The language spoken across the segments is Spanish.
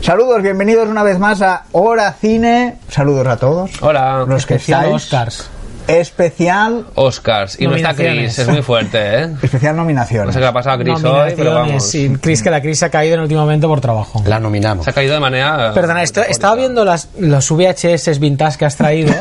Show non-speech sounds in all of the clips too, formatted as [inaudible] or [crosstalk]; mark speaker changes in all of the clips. Speaker 1: Saludos, bienvenidos una vez más a Hora Cine. Saludos a todos.
Speaker 2: Hola.
Speaker 1: Los que
Speaker 3: Especial
Speaker 1: estáis.
Speaker 3: Oscars.
Speaker 1: Especial,
Speaker 2: Oscars. Y no está Chris,
Speaker 3: Nominaciones.
Speaker 2: es muy fuerte, ¿eh?
Speaker 1: especial nominaciones.
Speaker 2: No sé qué le ha pasado a Chris hoy, pero vamos.
Speaker 3: Nominaciones, sí. Chris, que la Chris se ha caído en el último momento por trabajo.
Speaker 4: La nominamos.
Speaker 2: Se ha caído de manera.
Speaker 3: Perdona, esto- estaba viendo las, los VHS vintage que has traído.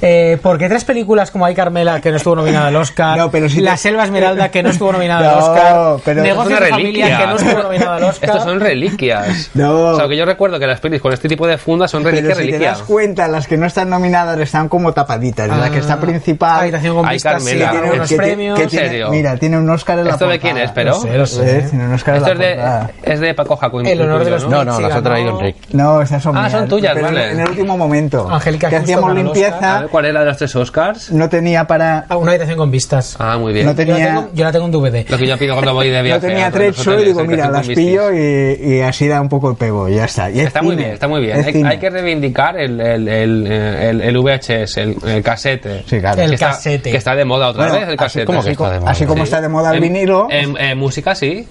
Speaker 3: Eh, ¿Por qué tres películas como Hay Carmela que no estuvo nominada al Oscar?
Speaker 1: No, pero sí
Speaker 3: La
Speaker 1: te-
Speaker 3: Selva Esmeralda que no estuvo nominada al
Speaker 1: No,
Speaker 3: Oscar.
Speaker 1: pero-
Speaker 3: Negocios
Speaker 2: Esto
Speaker 3: de
Speaker 2: es una
Speaker 3: Familia que no
Speaker 2: reliquia.
Speaker 3: estuvo nominada al Oscar.
Speaker 2: Estos son reliquias.
Speaker 1: No.
Speaker 2: O sea, que yo recuerdo que las pelis con este tipo de fundas son
Speaker 1: Pero
Speaker 2: reliquias,
Speaker 1: si te
Speaker 2: reliquias.
Speaker 1: das cuenta, las que no están nominadas están como tapaditas. la que
Speaker 2: Ah.
Speaker 1: está principal.
Speaker 3: Ah, Habitación con
Speaker 2: Hay
Speaker 3: vistas,
Speaker 2: Carmela,
Speaker 3: sí, tiene
Speaker 2: ¿no?
Speaker 3: unos
Speaker 2: Que
Speaker 1: ti-
Speaker 3: premios.
Speaker 1: que
Speaker 2: ¿En
Speaker 1: tiene-
Speaker 2: serio?
Speaker 1: Mira, tiene un Oscar en la
Speaker 2: ¿Esto de
Speaker 1: portada.
Speaker 2: quién es, pero?
Speaker 3: No sé, no sé.
Speaker 1: ¿Eh? Tiene un Oscar en
Speaker 2: Esto
Speaker 1: la
Speaker 2: es de,
Speaker 1: portada.
Speaker 2: es de Paco Jaco.
Speaker 3: El honor de los
Speaker 4: No, no,
Speaker 3: Michi
Speaker 4: las ha traído
Speaker 3: ganó.
Speaker 4: Enrique.
Speaker 1: No, esas son
Speaker 2: Ah,
Speaker 1: mías,
Speaker 2: son tuyas,
Speaker 1: pero en-
Speaker 2: vale.
Speaker 1: En el último momento.
Speaker 3: Angélica
Speaker 1: que
Speaker 3: Houston
Speaker 1: hacíamos
Speaker 3: ganó el
Speaker 1: limpieza,
Speaker 2: ¿Cuál era de los tres Oscars?
Speaker 1: no tenía para.
Speaker 3: Ah, Una habitación con vistas.
Speaker 2: Ah, muy bien.
Speaker 1: No te-
Speaker 3: Yo la
Speaker 1: tenía-
Speaker 3: tengo- yo la tengo en DVD.
Speaker 2: Lo que yo pido cuando voy de viaje.
Speaker 1: [laughs] No tenía
Speaker 2: a todos los
Speaker 1: trecho y
Speaker 2: hoteles,
Speaker 1: digo,
Speaker 2: el
Speaker 1: mira,
Speaker 2: cajón
Speaker 1: las
Speaker 2: con
Speaker 1: pillo
Speaker 2: vistis.
Speaker 1: y, y así da un poco el pego, y ya está. Y es
Speaker 2: Está muy
Speaker 1: cine,
Speaker 2: bien, está muy bien.
Speaker 1: es
Speaker 2: Hay,
Speaker 1: cine.
Speaker 2: hay que reivindicar el, el, el, el, el VHS, el, el casete.
Speaker 1: Sí, claro.
Speaker 3: El
Speaker 2: que está-
Speaker 3: casete.
Speaker 2: que está de moda otra
Speaker 1: Bueno,
Speaker 2: vez, el
Speaker 1: así
Speaker 2: casete.
Speaker 4: como
Speaker 2: Sí.
Speaker 4: que está de moda.
Speaker 1: Así como
Speaker 2: Sí.
Speaker 1: está de moda el
Speaker 2: En-
Speaker 1: vinilo.
Speaker 2: En, en música sí.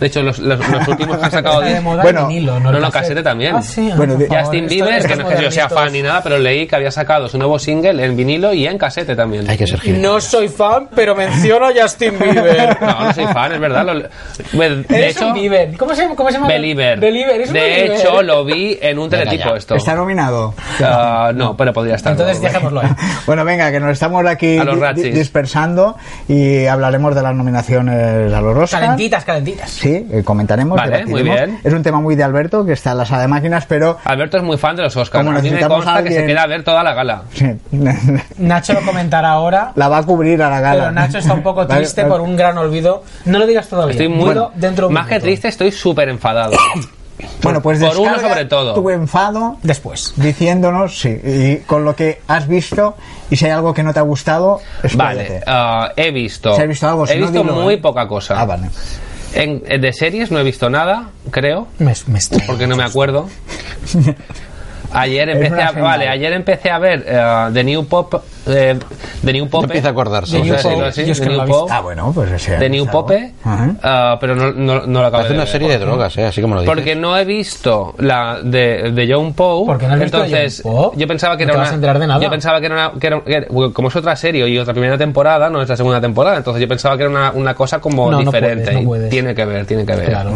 Speaker 2: De hecho, los, los, los últimos que han sacado.
Speaker 3: Está de
Speaker 2: de-
Speaker 3: moda
Speaker 1: Bueno,
Speaker 3: el vinilo,
Speaker 2: no,
Speaker 3: el
Speaker 2: no,
Speaker 3: cassette.
Speaker 2: cassette también.
Speaker 3: Ah, sí, ah,
Speaker 1: Bueno,
Speaker 3: por
Speaker 1: de-
Speaker 3: favor,
Speaker 2: Justin
Speaker 3: esto-
Speaker 2: Bieber,
Speaker 3: esto
Speaker 2: que
Speaker 3: es
Speaker 2: no es que yo sea
Speaker 3: modernitos.
Speaker 2: fan ni nada, pero leí que había sacado su nuevo single en vinilo y en casete también.
Speaker 4: Hay que ser gilipollas.
Speaker 3: [laughs] No soy fan, pero menciono a [laughs] Justin Bieber.
Speaker 2: No, no soy fan, es verdad. lo- bueno, de
Speaker 3: Eres
Speaker 2: hecho,
Speaker 3: un Bieber. ¿Cómo se, cómo se llama?
Speaker 2: Believer.
Speaker 3: Believer, eres un
Speaker 2: De
Speaker 3: Believer.
Speaker 2: hecho, lo vi en un
Speaker 4: Venga,
Speaker 2: teletipo
Speaker 4: ya.
Speaker 2: esto.
Speaker 1: Está nominado.
Speaker 2: Ah, no, pero podría estar.
Speaker 3: Entonces
Speaker 2: ¿no?
Speaker 1: [laughs]
Speaker 3: dejémoslo ahí.
Speaker 1: Bueno, venga, que nos estamos aquí
Speaker 2: A los
Speaker 1: di- di-
Speaker 2: rachis.
Speaker 1: dispersando y hablaremos de las nominaciones a los Oscar.
Speaker 3: Calentitas, calentitas.
Speaker 1: Sí, eh, comentaremos.
Speaker 2: Vale,
Speaker 1: debatiremos.
Speaker 2: muy bien.
Speaker 1: Es un tema muy de Alberto, que está en la sala de máquinas, pero... [laughs]
Speaker 2: Alberto es muy fan de los Oscars.
Speaker 1: Como
Speaker 2: a mí me
Speaker 1: necesitamos
Speaker 2: consta
Speaker 1: a
Speaker 2: que se
Speaker 1: alguien-
Speaker 2: queda a ver toda la gala.
Speaker 1: sí,
Speaker 3: Nacho lo comentará ahora.
Speaker 1: la va a cubrir a la gala.
Speaker 3: Pero Nacho está
Speaker 1: [laughs]
Speaker 3: un poco
Speaker 1: La-
Speaker 3: triste
Speaker 1: la-
Speaker 3: por un gran olvido. No lo digas todavía.
Speaker 2: Estoy muy.
Speaker 3: Dilo dentro de un
Speaker 2: más que
Speaker 3: minuto.
Speaker 2: triste, estoy súper enfadado.
Speaker 1: [coughs] Bueno, pues
Speaker 2: por uno
Speaker 1: descarga
Speaker 2: sobre todo.
Speaker 1: tu enfado
Speaker 3: Después.
Speaker 1: diciéndonos, sí, y con lo que has visto y si hay algo que no te ha gustado,
Speaker 2: Vale,
Speaker 1: espérate.
Speaker 2: ah, he visto.
Speaker 1: Si has visto algo, si
Speaker 2: he
Speaker 1: no,
Speaker 2: visto
Speaker 1: dilo,
Speaker 2: muy
Speaker 1: eh.
Speaker 2: poca cosa.
Speaker 1: Ah, vale.
Speaker 2: En- eh, de series no he visto nada, creo,
Speaker 3: Me, me estoy-
Speaker 2: porque no
Speaker 1: [laughs]
Speaker 2: me acuerdo. Ayer
Speaker 1: Es
Speaker 2: empecé
Speaker 1: una
Speaker 2: a,
Speaker 1: señal.
Speaker 2: vale, ayer empecé a ver eh, The New Pop eh, The New Pope.
Speaker 4: empieza a
Speaker 2: The
Speaker 4: acordarse.
Speaker 3: The
Speaker 2: New
Speaker 3: New Pope,
Speaker 2: Pope,
Speaker 3: yo es que no la he visto.
Speaker 1: Ah, bueno, pues ese.
Speaker 2: The New Pope,
Speaker 1: Ajá.
Speaker 2: ah, pero no, no, no lo acabé
Speaker 4: Hace
Speaker 2: de
Speaker 4: una
Speaker 2: ver.
Speaker 4: serie de drogas, ¿eh? así como lo dices.
Speaker 2: Porque no he visto la de, de John Poe.
Speaker 3: ¿Por qué no has visto
Speaker 2: entonces,
Speaker 3: de John Poe?
Speaker 2: yo pensaba que era
Speaker 3: No te
Speaker 2: una.
Speaker 3: vas a enterar de nada.
Speaker 2: Yo pensaba que era una. que era- que era- como es otra serie y otra primera temporada, no es la segunda temporada. Entonces yo pensaba que era una, una cosa como
Speaker 3: No, no
Speaker 2: diferente.
Speaker 3: puedes, no
Speaker 2: y
Speaker 3: puedes.
Speaker 2: Tiene que ver, tiene que ver.
Speaker 3: Claro.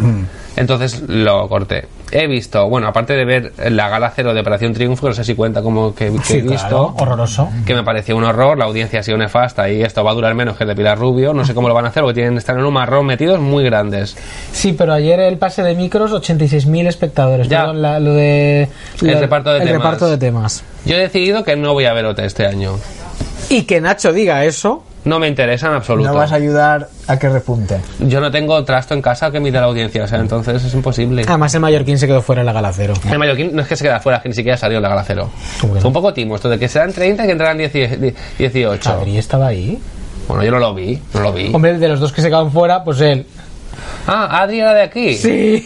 Speaker 2: Entonces lo corté. He visto, bueno, aparte de ver la gala cero de Operación Triunfo, que no sé si cuenta como que, que
Speaker 3: Sí,
Speaker 2: he visto
Speaker 3: claro, horroroso.
Speaker 2: que me pareció un horror, la audiencia ha sido nefasta y esto va a durar menos que el de Pilar Rubio, no sé cómo lo van a hacer porque tienen están en un marrón metidos muy grandes.
Speaker 3: Sí, pero ayer el pase de micros, 86.000 espectadores.
Speaker 2: Ya.
Speaker 3: Perdón, la- lo de,
Speaker 2: El
Speaker 3: la-
Speaker 2: reparto de
Speaker 3: el
Speaker 2: temas.
Speaker 3: reparto de temas.
Speaker 2: Yo he decidido que no voy a ver OT este año.
Speaker 3: Y que Nacho diga eso.
Speaker 2: No me interesa en absoluto.
Speaker 1: No vas a ayudar a que repunte.
Speaker 2: Yo no tengo trasto en casa que mida la audiencia, o sea, entonces es imposible.
Speaker 1: Ah.
Speaker 3: Además, el Mallorquín se quedó fuera en la galacero.
Speaker 2: El Mallorquín no es que se queda fuera, es que ni siquiera salió la gala cero.
Speaker 3: ¿Cómo que
Speaker 2: Fue
Speaker 3: no?
Speaker 2: un poco timo esto de que serán 30 y que entrarán 10 die- 18.
Speaker 3: Adri estaba ahí.
Speaker 2: Bueno, yo no lo vi, no lo vi.
Speaker 3: Hombre, de los dos que se quedaron fuera, pues él.
Speaker 2: Ah, Adri era de aquí.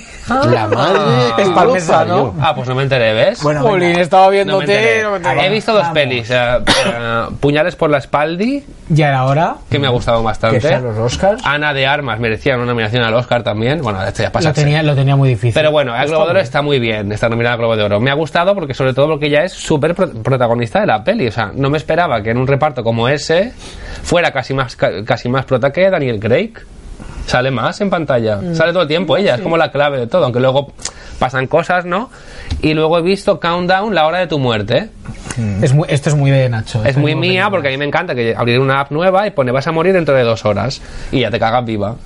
Speaker 3: [laughs] Sí.
Speaker 4: La madre
Speaker 3: Es
Speaker 4: que
Speaker 3: parmesano.
Speaker 4: lo parió.
Speaker 2: Ah, pues no me enteré, ¿ves?
Speaker 1: Bueno, venga.
Speaker 3: Paulín estaba
Speaker 2: No me
Speaker 3: viéndote.
Speaker 2: enteré.
Speaker 3: no me enteré.
Speaker 2: He visto dos
Speaker 1: Vamos.
Speaker 2: pelis. eh, eh, Puñales por la espaldi,
Speaker 3: Ya era hora.
Speaker 2: que me ha gustado
Speaker 1: que
Speaker 2: bastante.
Speaker 1: sean los Oscars.
Speaker 2: Ana de Armas merecía una nominación al Oscar también. Bueno, esto ya pasa.
Speaker 3: Lo tenía, lo tenía muy difícil.
Speaker 2: Pero bueno, el
Speaker 3: Está
Speaker 2: Globo de Oro
Speaker 3: bien.
Speaker 2: está muy bien, está nominada al Globo de Oro. Me ha gustado porque sobre todo porque ella es súper pro- protagonista de la peli. O sea, no me esperaba que en un reparto como ese fuera casi más, ca- casi más prota que Daniel Craig. Sale más en pantalla, sale todo el tiempo ella, es como la clave de todo, aunque luego pasan cosas, ¿no? Y luego he visto Countdown, la hora de tu muerte.
Speaker 3: Es muy- esto es muy de Nacho.
Speaker 2: Es
Speaker 3: esto
Speaker 2: muy
Speaker 3: muy
Speaker 2: mía
Speaker 3: de-
Speaker 2: porque a mí me encanta que abrir una app nueva y pone vas a morir dentro de dos horas y ya te cagas viva.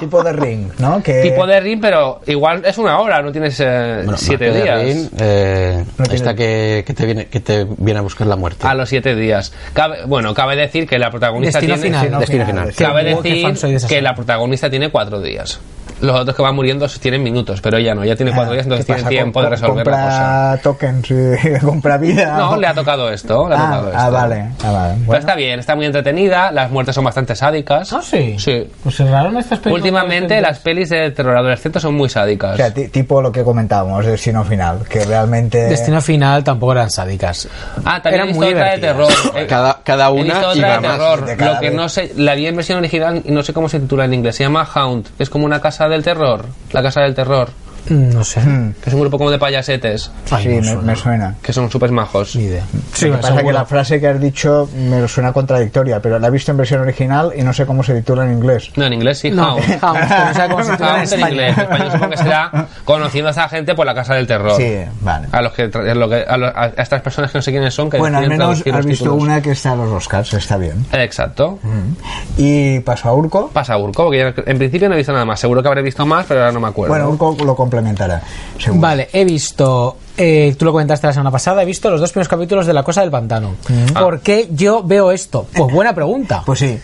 Speaker 1: tipo de ring, ¿no? Que
Speaker 2: Tipo de ring, pero igual es una hora, no tienes eh,
Speaker 4: Bueno,
Speaker 2: siete
Speaker 4: Marta de
Speaker 2: días.
Speaker 4: Rin, eh,
Speaker 1: No tiene-
Speaker 4: esta que, que te viene, que te viene a buscar la muerte.
Speaker 2: A los siete días. Cabe- bueno, cabe decir que la protagonista
Speaker 3: Destino
Speaker 2: tiene.
Speaker 3: final.
Speaker 4: Destino final.
Speaker 1: sí.
Speaker 2: Cabe
Speaker 3: Qué fan soy
Speaker 2: decir
Speaker 3: de esa
Speaker 2: que
Speaker 3: serie.
Speaker 2: la protagonista tiene cuatro días. Los otros que van muriendo tienen minutos, pero ella no, ella tiene
Speaker 3: Ah,
Speaker 2: cuatro días, entonces
Speaker 1: ¿Qué
Speaker 2: tiene
Speaker 1: pasa?
Speaker 2: tiempo
Speaker 1: Com-
Speaker 2: de resolver
Speaker 1: compra
Speaker 2: la cosa.
Speaker 1: tokens, y [laughs] compra vida.
Speaker 2: No, le ha tocado esto. le ha
Speaker 1: Ah,
Speaker 2: tocado
Speaker 1: ah,
Speaker 2: esto.
Speaker 1: vale, ah, vale.
Speaker 2: Pero
Speaker 1: Bueno,
Speaker 2: está bien, está muy entretenida, las muertes son bastante sádicas.
Speaker 3: Ah, sí.
Speaker 2: Sí.
Speaker 3: Pues cerraron estas películas.
Speaker 2: Últimamente las pelis de terror adolescente son muy sádicas.
Speaker 1: o sea, ti- tipo lo que comentábamos, destino final, que realmente...
Speaker 3: Destino final tampoco eran sádicas.
Speaker 2: Ah, también
Speaker 3: Eran
Speaker 2: he visto
Speaker 3: muy
Speaker 2: otra de terror.
Speaker 3: divertidas.
Speaker 2: Eh,
Speaker 4: Cada- cada
Speaker 2: he
Speaker 4: una
Speaker 2: visto otra
Speaker 4: iba
Speaker 2: de
Speaker 4: más.
Speaker 2: terror.
Speaker 1: De cada
Speaker 2: Lo que
Speaker 1: vez.
Speaker 2: no sé, la vi en versión original y no sé cómo se titula en inglés. Se llama Hound. Es como una casa del terror. La casa del terror.
Speaker 3: Mm, No sé.
Speaker 2: que es un grupo como de payasetes,
Speaker 1: Hmm. sí, me- me suena.
Speaker 2: que son súper majos.
Speaker 4: Ni idea.
Speaker 3: Sí,
Speaker 1: lo que pasa es
Speaker 3: seguro.
Speaker 1: que la frase que has dicho me suena contradictoria, pero la he visto en versión original y no sé cómo se titula en inglés.
Speaker 2: No, en inglés sí,
Speaker 3: No,
Speaker 2: how.
Speaker 3: house, pero no sé cómo se
Speaker 2: How
Speaker 3: titula en
Speaker 2: es en
Speaker 3: español.
Speaker 2: inglés. En español supongo que será conociendo a esa gente por la casa del terror.
Speaker 1: Sí, vale.
Speaker 3: Ah,
Speaker 2: A, los que, tra- a, lo que- a lo- a estas personas que no sé quiénes son, que
Speaker 1: Bueno, al
Speaker 2: deciden
Speaker 1: menos
Speaker 2: traducir
Speaker 1: has
Speaker 2: los
Speaker 1: visto
Speaker 2: títulos.
Speaker 1: una que está a los Oscars, está bien.
Speaker 2: Eh, Exacto.
Speaker 1: Mm.
Speaker 3: Mm.
Speaker 1: Y pasó a Urco.
Speaker 2: Pasa Urco, porque yo en principio no he visto nada más. Seguro que habré visto más, pero ahora no me acuerdo.
Speaker 1: Bueno, Urco lo complementará. seguro.
Speaker 3: Vale, he visto, eh, tú lo comentaste la semana pasada, he visto los dos primeros capítulos de La Cosa del Pantano.
Speaker 4: Ah.
Speaker 3: ¿Por qué yo veo esto? Pues buena pregunta.
Speaker 1: Hmm. Pues sí.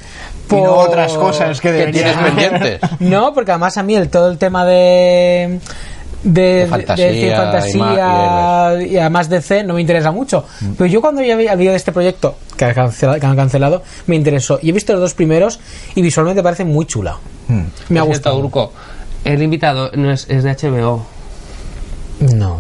Speaker 3: Por-
Speaker 1: Y no otras cosas que
Speaker 4: ¿Qué tienes
Speaker 1: deberías
Speaker 4: [laughs] pendientes?
Speaker 3: No, porque además a mí el, todo el tema de... De,
Speaker 4: De fantasía
Speaker 3: de ciencia
Speaker 4: y
Speaker 3: fantasía y, además de C no me interesa mucho.
Speaker 1: Hmm.
Speaker 3: Pero yo cuando ya vi- había de este proyecto que, ha cancela- que han cancelado, me interesó. Y he visto los dos primeros y visualmente parece muy chula.
Speaker 1: Mm.
Speaker 3: Me ha
Speaker 2: Por cierto,
Speaker 3: gustado.
Speaker 2: Urco, el invitado no es, es de HBO.
Speaker 3: No,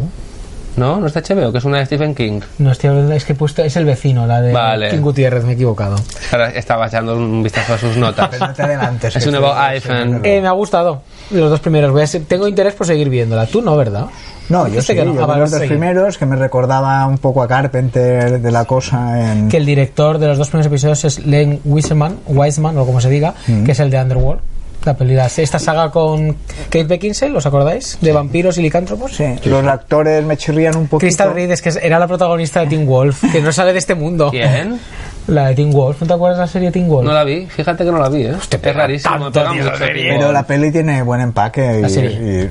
Speaker 2: No, no es de HBO, que es una de Stephen King.
Speaker 3: no estoy hablando, es que he puesto, es el vecino, la de
Speaker 2: Vale.
Speaker 3: King Gutiérrez, me he equivocado.
Speaker 2: Ahora estaba echando un vistazo a sus notas.
Speaker 1: Pero no te adelantes,
Speaker 2: es
Speaker 1: que
Speaker 2: un
Speaker 1: estoy-
Speaker 2: nuevo
Speaker 1: estoy
Speaker 2: iPhone.
Speaker 3: Eh, me ha gustado los dos primeros. Voy a se- tengo interés por seguir viéndola. Tú no, ¿verdad?
Speaker 1: No, yo sé
Speaker 3: Dijiste que
Speaker 1: que
Speaker 3: no. Ah,
Speaker 1: Yo vi
Speaker 3: vale,
Speaker 1: los dos
Speaker 3: seguí.
Speaker 1: primeros que me recordaba un poco a Carpenter de la cosa en.
Speaker 3: Que el director de los dos primeros episodios es Len Wiseman, Wiseman o como se diga,
Speaker 1: Mm.
Speaker 3: que es el de Underworld. La película, esta saga con Kate Beckinsale, ¿os acordáis? De vampiros y licántropos.
Speaker 1: Sí, los actores me chirrían un poquito.
Speaker 3: Crystal Reed es que era la protagonista de Teen Wolf, que no sale de este mundo.
Speaker 2: ¿Quién?
Speaker 1: [laughs]
Speaker 3: La de Teen Wolf, ¿no te acuerdas de la serie de Teen Wolf?
Speaker 2: No la vi, fíjate que no la vi, ¿eh? es rarísimo, me pega mucho, tío.
Speaker 1: Pero la peli tiene buen empaque y,
Speaker 3: La serie.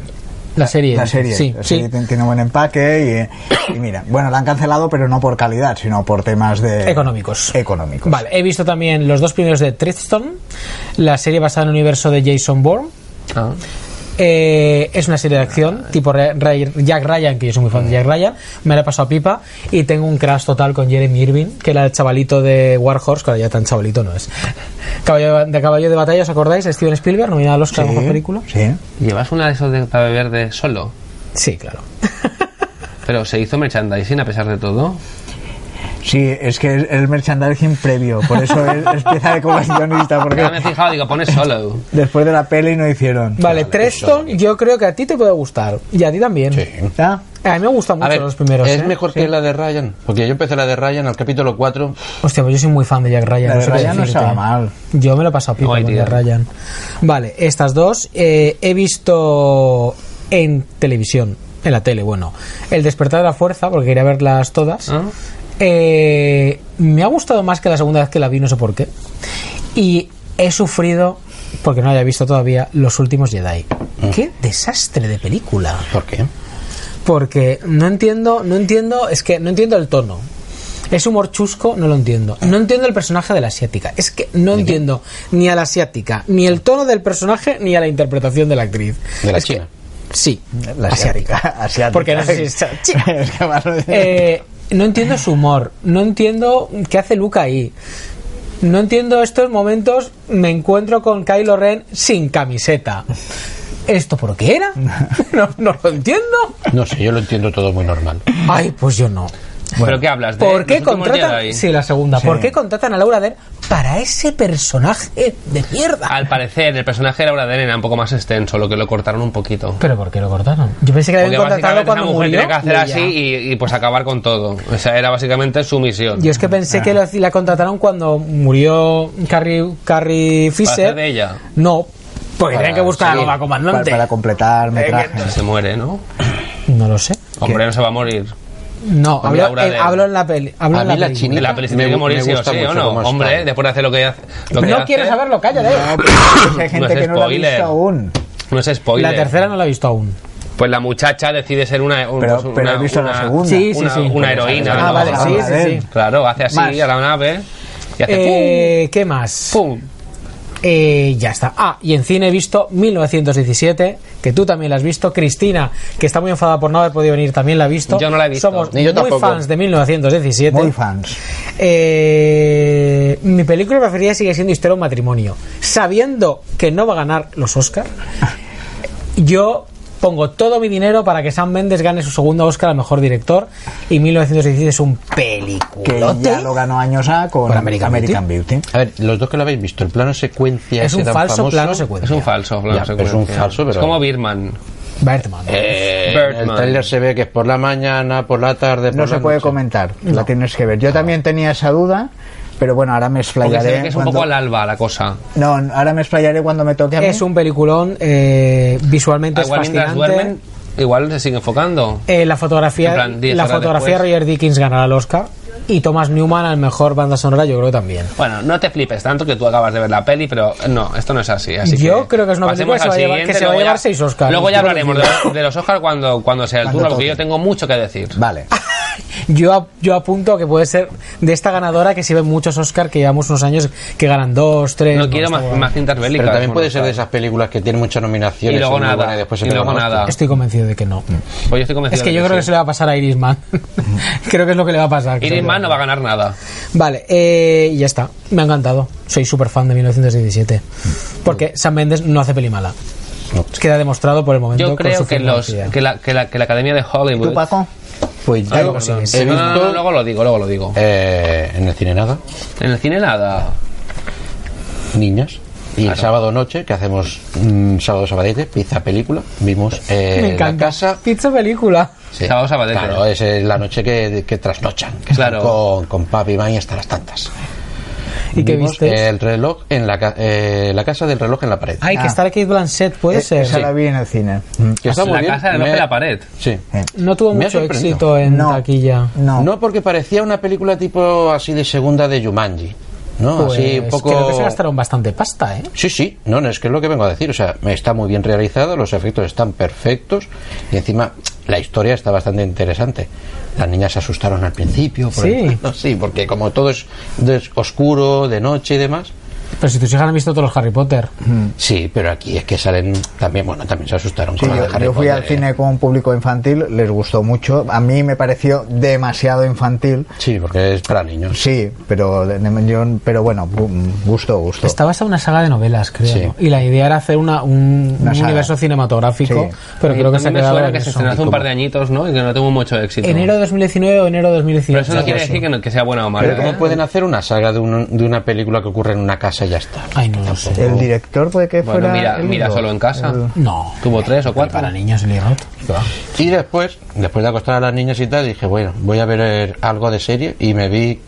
Speaker 3: La serie.
Speaker 1: y la serie,
Speaker 3: Sí,
Speaker 1: la
Speaker 3: sí.
Speaker 1: serie tiene- tiene buen empaque y, y mira, bueno, la han cancelado pero no por calidad, sino por temas de
Speaker 3: Económicos.
Speaker 1: económicos.
Speaker 3: Vale, he visto también los dos primeros de Tristan, la serie basada en el universo de Jason Bourne.
Speaker 2: Ah.
Speaker 3: Eh, es una serie de acción tipo Ra- Ray- Jack Ryan, que yo soy muy fan de Jack Ryan. Me la he pasado pipa y tengo un crash total con Jeremy Irving, que era el chavalito de War Horse, que ahora ya tan chavalito no es. [laughs] Caballo de, de caballo de batalla, ¿os acordáis? Steven Spielberg, nominado al Oscar a
Speaker 1: Sí,
Speaker 3: mejor película.
Speaker 1: Sí.
Speaker 2: ¿Llevas una de esos de, para beber de solo?
Speaker 3: Sí,
Speaker 4: [laughs]
Speaker 3: claro.
Speaker 2: Pero se hizo merchandising a pesar de todo.
Speaker 1: Sí, es que es el merchandising previo, por eso es, es pieza de coleccionista,
Speaker 3: [laughs]
Speaker 2: Porque ahora me he
Speaker 1: porque
Speaker 2: fijado, digo, pone solo.
Speaker 1: después de la peli no hicieron.
Speaker 3: Vale, Tristan, yo creo que a ti te puede gustar y a ti también.
Speaker 1: ¿Ya?
Speaker 3: A mí me gustan mucho
Speaker 4: A ver,
Speaker 3: los primeros.
Speaker 4: es
Speaker 3: ¿eh?
Speaker 4: mejor que la de Ryan. Porque yo empecé la de Ryan al capítulo 4.
Speaker 3: Hostia, pues yo soy muy fan de Jack Ryan.
Speaker 1: La de
Speaker 3: sé qué
Speaker 1: Ryan no
Speaker 3: decirte.
Speaker 1: estaba mal.
Speaker 3: Yo me lo he pasado pipa
Speaker 2: Guay,
Speaker 3: con
Speaker 2: tío.
Speaker 3: Jack Ryan. Vale, estas dos eh, he visto en televisión, en la tele, bueno. El despertar de la fuerza, porque quería verlas todas.
Speaker 2: Ah.
Speaker 3: Eh, me ha gustado más que la segunda vez que la vi, no sé por qué. Y he sufrido, porque no haya visto todavía, los últimos Jedi.
Speaker 1: Mm.
Speaker 3: ¡Qué desastre de película!
Speaker 4: ¿Por qué?
Speaker 3: porque no entiendo, no entiendo, es que no entiendo el tono. Es humor chusco, no lo entiendo. No entiendo el personaje de la asiática. Es que no entiendo ni a la asiática, ni el tono del personaje, ni a la interpretación de la actriz.
Speaker 4: De la
Speaker 3: Es que-
Speaker 4: china.
Speaker 3: sí,
Speaker 1: La asiática. asiática.
Speaker 3: Porque no sé si es china.
Speaker 1: [laughs] Es que más lo dice.
Speaker 3: [laughs] Eh, no entiendo su humor, no entiendo qué hace Luca ahí. No entiendo estos momentos, me encuentro con Kylo Ren sin camiseta. ¿Esto por qué era? [laughs] No, no lo entiendo.
Speaker 4: No sé, yo lo entiendo todo muy normal.
Speaker 3: Ay, pues yo no.
Speaker 2: ¿Pero qué hablas? ¿De
Speaker 3: ¿Por qué
Speaker 2: los últimos
Speaker 3: contratan?
Speaker 2: Jedi?
Speaker 3: Sí, la segunda.
Speaker 1: Sí.
Speaker 3: ¿Por qué contratan a Laura Dern para ese personaje de mierda?
Speaker 2: Al parecer, el personaje de Laura Dern era un poco más extenso, lo que lo cortaron un poquito.
Speaker 3: Pero ¿por qué lo cortaron? Yo pensé que la
Speaker 2: Porque
Speaker 3: habían contratado
Speaker 2: básicamente esa
Speaker 3: cuando
Speaker 2: mujer
Speaker 3: murió.
Speaker 2: tiene que hacer
Speaker 3: y
Speaker 2: así
Speaker 3: ya.
Speaker 2: y, y, pues acabar con todo. O sea, era básicamente su misión.
Speaker 3: Yo es que pensé
Speaker 2: Ah.
Speaker 3: que la, la contrataron cuando murió Carrie, Carrie Fisher.
Speaker 2: hacer de ella.
Speaker 3: No, porque
Speaker 2: Para
Speaker 3: tenían que buscar a la
Speaker 2: seguir.
Speaker 3: nueva
Speaker 1: para,
Speaker 3: comandante.
Speaker 1: para completar
Speaker 3: Eh,
Speaker 1: metraje.
Speaker 2: Se muere, ¿no?
Speaker 3: No lo sé.
Speaker 2: Hombre, no se va a morir.
Speaker 3: No,
Speaker 2: Hombre,
Speaker 3: hablo,
Speaker 2: Laura
Speaker 3: eh,
Speaker 2: Dern.
Speaker 3: hablo en la peli. hablo
Speaker 4: A
Speaker 3: en
Speaker 4: mí la
Speaker 3: película.
Speaker 4: chinita-
Speaker 2: La peli se
Speaker 4: Me
Speaker 2: tiene que
Speaker 4: gu-
Speaker 2: morir
Speaker 4: me
Speaker 2: sí o
Speaker 4: gusta
Speaker 2: sí, ¿o
Speaker 4: mucho
Speaker 2: no?
Speaker 4: cómo está.
Speaker 2: Hombre, después de hacer lo que hace... Lo que
Speaker 3: No
Speaker 2: hace-
Speaker 3: quiero saberlo, cállate.
Speaker 1: Hay
Speaker 2: No
Speaker 1: gente
Speaker 2: es
Speaker 1: que no la ha
Speaker 2: spoiler.
Speaker 1: visto aún.
Speaker 2: No es spoiler.
Speaker 3: La tercera no la he visto aún.
Speaker 2: Pues la muchacha decide ser una... un-
Speaker 1: Pero-
Speaker 2: pues
Speaker 1: pero
Speaker 2: una-
Speaker 1: he visto la
Speaker 2: una-
Speaker 1: segunda.
Speaker 3: Sí, sí,
Speaker 2: Una,
Speaker 3: sí.
Speaker 2: una heroína.
Speaker 3: Ah,
Speaker 2: ¿no?
Speaker 3: vale,
Speaker 1: Ah,
Speaker 3: sí,
Speaker 1: vale.
Speaker 3: sí, sí.
Speaker 2: Claro, hace así
Speaker 1: Más.
Speaker 2: a la nave y hace
Speaker 3: Eh, ¿Qué más?
Speaker 2: pum, pum.
Speaker 3: Eh, ya está. Ah, y en cine he visto 1917, que tú también la has visto. Cristina, que está muy enfadada por no haber podido venir, también la ha visto.
Speaker 2: Yo no la he visto.
Speaker 3: Somos
Speaker 4: Ni yo
Speaker 3: muy
Speaker 4: tampoco.
Speaker 3: fans de 1917.
Speaker 1: Muy fans.
Speaker 3: Eh, mi película preferida sigue siendo Historia de un matrimonio. Sabiendo que no va a ganar
Speaker 1: [laughs]
Speaker 3: los Oscar, yo pongo todo mi dinero para que Sam Mendes gane su segundo Oscar al mejor director. Y 1917 es un
Speaker 1: Que ya
Speaker 3: peliculote.
Speaker 1: lo ganó años A con,
Speaker 3: Con American
Speaker 1: American, Beauty.
Speaker 4: A ver, los dos que lo habéis visto, el plano secuencia
Speaker 3: Es
Speaker 4: ese
Speaker 3: un
Speaker 4: tan
Speaker 3: falso
Speaker 4: famoso,
Speaker 3: plano secuencia.
Speaker 2: Es un falso,
Speaker 4: Ya,
Speaker 2: plano
Speaker 4: pero es un
Speaker 2: secuencia.
Speaker 4: falso, pero-
Speaker 2: Es como Birman.
Speaker 3: Birdman.
Speaker 4: Eh, en
Speaker 2: Birdman.
Speaker 4: el trailer se ve que es por la mañana, por la tarde, por
Speaker 1: No
Speaker 4: la
Speaker 1: se puede
Speaker 4: noche.
Speaker 1: comentar, la tienes que ver. Yo también tenía esa duda, pero bueno, ahora me
Speaker 2: Ah, Porque se
Speaker 1: explayaré.
Speaker 2: ve que es un
Speaker 1: cuando-
Speaker 2: poco al alba la cosa.
Speaker 1: No, ahora me explayaré cuando me toque a mí.
Speaker 3: Es un peliculón eh, visualmente
Speaker 2: Ah,
Speaker 3: es
Speaker 2: Igual mientras
Speaker 3: fascinante.
Speaker 2: duermen, igual se sigue enfocando.
Speaker 3: Eh, la fotografía,
Speaker 2: En plan, diez
Speaker 3: la
Speaker 2: horas
Speaker 3: fotografía de
Speaker 2: después.
Speaker 3: Roger Dickens ganará el Oscar y Thomas Newman al mejor banda sonora yo creo que también.
Speaker 2: Bueno, no te flipes tanto que tú acabas de ver la peli, pero no, esto no es así. así
Speaker 3: Yo creo que es una
Speaker 2: pasemos
Speaker 3: película que se va a
Speaker 2: al
Speaker 3: llevar-
Speaker 2: siguiente,
Speaker 3: que se va a
Speaker 2: luego
Speaker 3: llevar
Speaker 2: ya-
Speaker 3: seis Oscars.
Speaker 2: Luego ya
Speaker 3: Yo lo
Speaker 2: hablaremos de los, de los Oscars cuando, cuando sea el
Speaker 1: Cuando
Speaker 2: turno, porque yo
Speaker 1: toque.
Speaker 2: tengo mucho que decir.
Speaker 1: Vale.
Speaker 3: Ah, Yo, ap- yo apunto que puede ser de esta ganadora que se ven muchos Oscar que llevamos unos años que ganan dos, tres.
Speaker 2: No quiero más, más cintas bélicas.
Speaker 4: Pero también puede
Speaker 2: bueno,
Speaker 4: ser de esas películas que tienen muchas nominaciones.
Speaker 2: Y luego
Speaker 4: son muy
Speaker 2: nada,
Speaker 4: buenas después se
Speaker 2: y
Speaker 4: pegan
Speaker 2: luego
Speaker 4: un
Speaker 2: nada.
Speaker 4: hostia.
Speaker 3: Estoy convencido de que no.
Speaker 2: Pues yo estoy convencido
Speaker 3: Es que
Speaker 2: de
Speaker 3: yo creo que se le va a pasar a Iris Man. [laughs] creo que es lo que le va a pasar.
Speaker 2: Mm. Iris Man no va a ganar nada.
Speaker 3: Vale, eh, ya está. Me ha encantado. Soy súper fan de 1917.
Speaker 2: Mm.
Speaker 3: Porque Sam Mendes no hace peli mala. Queda demostrado por el momento.
Speaker 2: Yo
Speaker 3: con su
Speaker 2: creo que, los,
Speaker 3: filmografía.
Speaker 2: que, la, que, la, que la Academia de Hollywood...
Speaker 1: ¿Tú, Paco?
Speaker 4: Pues
Speaker 2: Ah,
Speaker 4: yo
Speaker 2: perdón.
Speaker 3: sí,
Speaker 4: he
Speaker 3: sí.
Speaker 2: No,
Speaker 4: visto
Speaker 2: no, no, luego lo digo, luego lo digo.
Speaker 4: eh, en el cine nada,
Speaker 2: En el cine nada.
Speaker 4: niñas. Y el sábado noche, que hacemos mm, sábado sabadete, pizza película, vimos eh,
Speaker 3: Me
Speaker 4: La
Speaker 3: encanta.
Speaker 4: Casa.
Speaker 3: Pizza película.
Speaker 4: Sí.
Speaker 2: Sábado sabadete.
Speaker 4: Claro, es eh, la noche que, que trasnochan. que están
Speaker 2: Claro.
Speaker 4: Con, con papi y mami hasta las tantas.
Speaker 3: ¿Y qué
Speaker 4: Vimos, eh,
Speaker 3: visteis?
Speaker 4: El reloj en la, ca- eh, la casa del reloj en la pared.
Speaker 3: Hay que
Speaker 1: Ah.
Speaker 3: estar Kate Blanchett, puede
Speaker 1: Eh,
Speaker 3: ser.
Speaker 1: Esa la vi en el cine. Eh,
Speaker 4: Que está muy
Speaker 2: la
Speaker 4: bien.
Speaker 2: casa debajo
Speaker 4: Me-
Speaker 2: de la pared.
Speaker 4: Sí.
Speaker 3: No tuvo
Speaker 4: Me ha
Speaker 3: mucho
Speaker 4: sorprendido.
Speaker 3: éxito en
Speaker 1: No.
Speaker 3: taquilla.
Speaker 1: No.
Speaker 4: No. porque parecía una película tipo así de segunda de Jumanji. ¿No?
Speaker 3: Pues,
Speaker 4: así un poco.
Speaker 3: Creo que se gastaron bastante pasta, ¿eh?
Speaker 4: Sí, sí, no, no, es que es lo que vengo a decir. O sea, está muy bien realizado, los efectos están perfectos y encima la historia está bastante interesante. Las niñas se asustaron al principio. por
Speaker 3: Sí.
Speaker 4: el- no, [laughs] sí, porque como todo es, es oscuro, de noche y demás.
Speaker 3: Pero si tus hijas han visto todos los Harry Potter.
Speaker 4: Sí, pero aquí es que salen también, bueno, también se asustaron
Speaker 1: Sí,
Speaker 4: con la de
Speaker 1: yo,
Speaker 4: Harry
Speaker 1: yo fui al
Speaker 4: Potter, ¿eh?
Speaker 1: cine con un público infantil, les gustó mucho. A mí me pareció demasiado infantil.
Speaker 4: Sí, porque es para niños.
Speaker 1: Sí, pero, de- de- yo- pero bueno, bu- gusto, gusto.
Speaker 3: Está basada en una saga de novelas, creo.
Speaker 4: Sí.
Speaker 3: ¿no? Y la idea era hacer una, un,
Speaker 1: Una
Speaker 3: un
Speaker 1: saga.
Speaker 3: universo cinematográfico,
Speaker 1: Sí.
Speaker 3: pero creo que
Speaker 2: A mí
Speaker 3: se ha
Speaker 2: me
Speaker 3: quedado
Speaker 2: suena
Speaker 3: en
Speaker 2: que se
Speaker 3: eso.
Speaker 2: estrenó hace un par de añitos, ¿no? Y que no tuvo mucho éxito.
Speaker 3: Enero de 2019 o enero de 2018.
Speaker 2: Pero eso no quiere
Speaker 3: algo así.
Speaker 2: decir que, no- que sea buena o mala.
Speaker 4: Pero ¿cómo
Speaker 2: ¿eh?
Speaker 4: pueden hacer una saga de, un- de una película que ocurre en una casa y ya está?
Speaker 3: Ay, no lo sé.
Speaker 1: El director puede que
Speaker 2: Bueno,
Speaker 1: fuera.
Speaker 2: mira,
Speaker 1: el
Speaker 2: mira
Speaker 1: único.
Speaker 2: solo en casa.
Speaker 3: No.
Speaker 2: Tuvo tres o cuatro.
Speaker 3: Para niños, el Irot.
Speaker 4: Y después, después de acostar a las niñas y tal, dije, bueno, voy a ver eh, algo de serie y me vi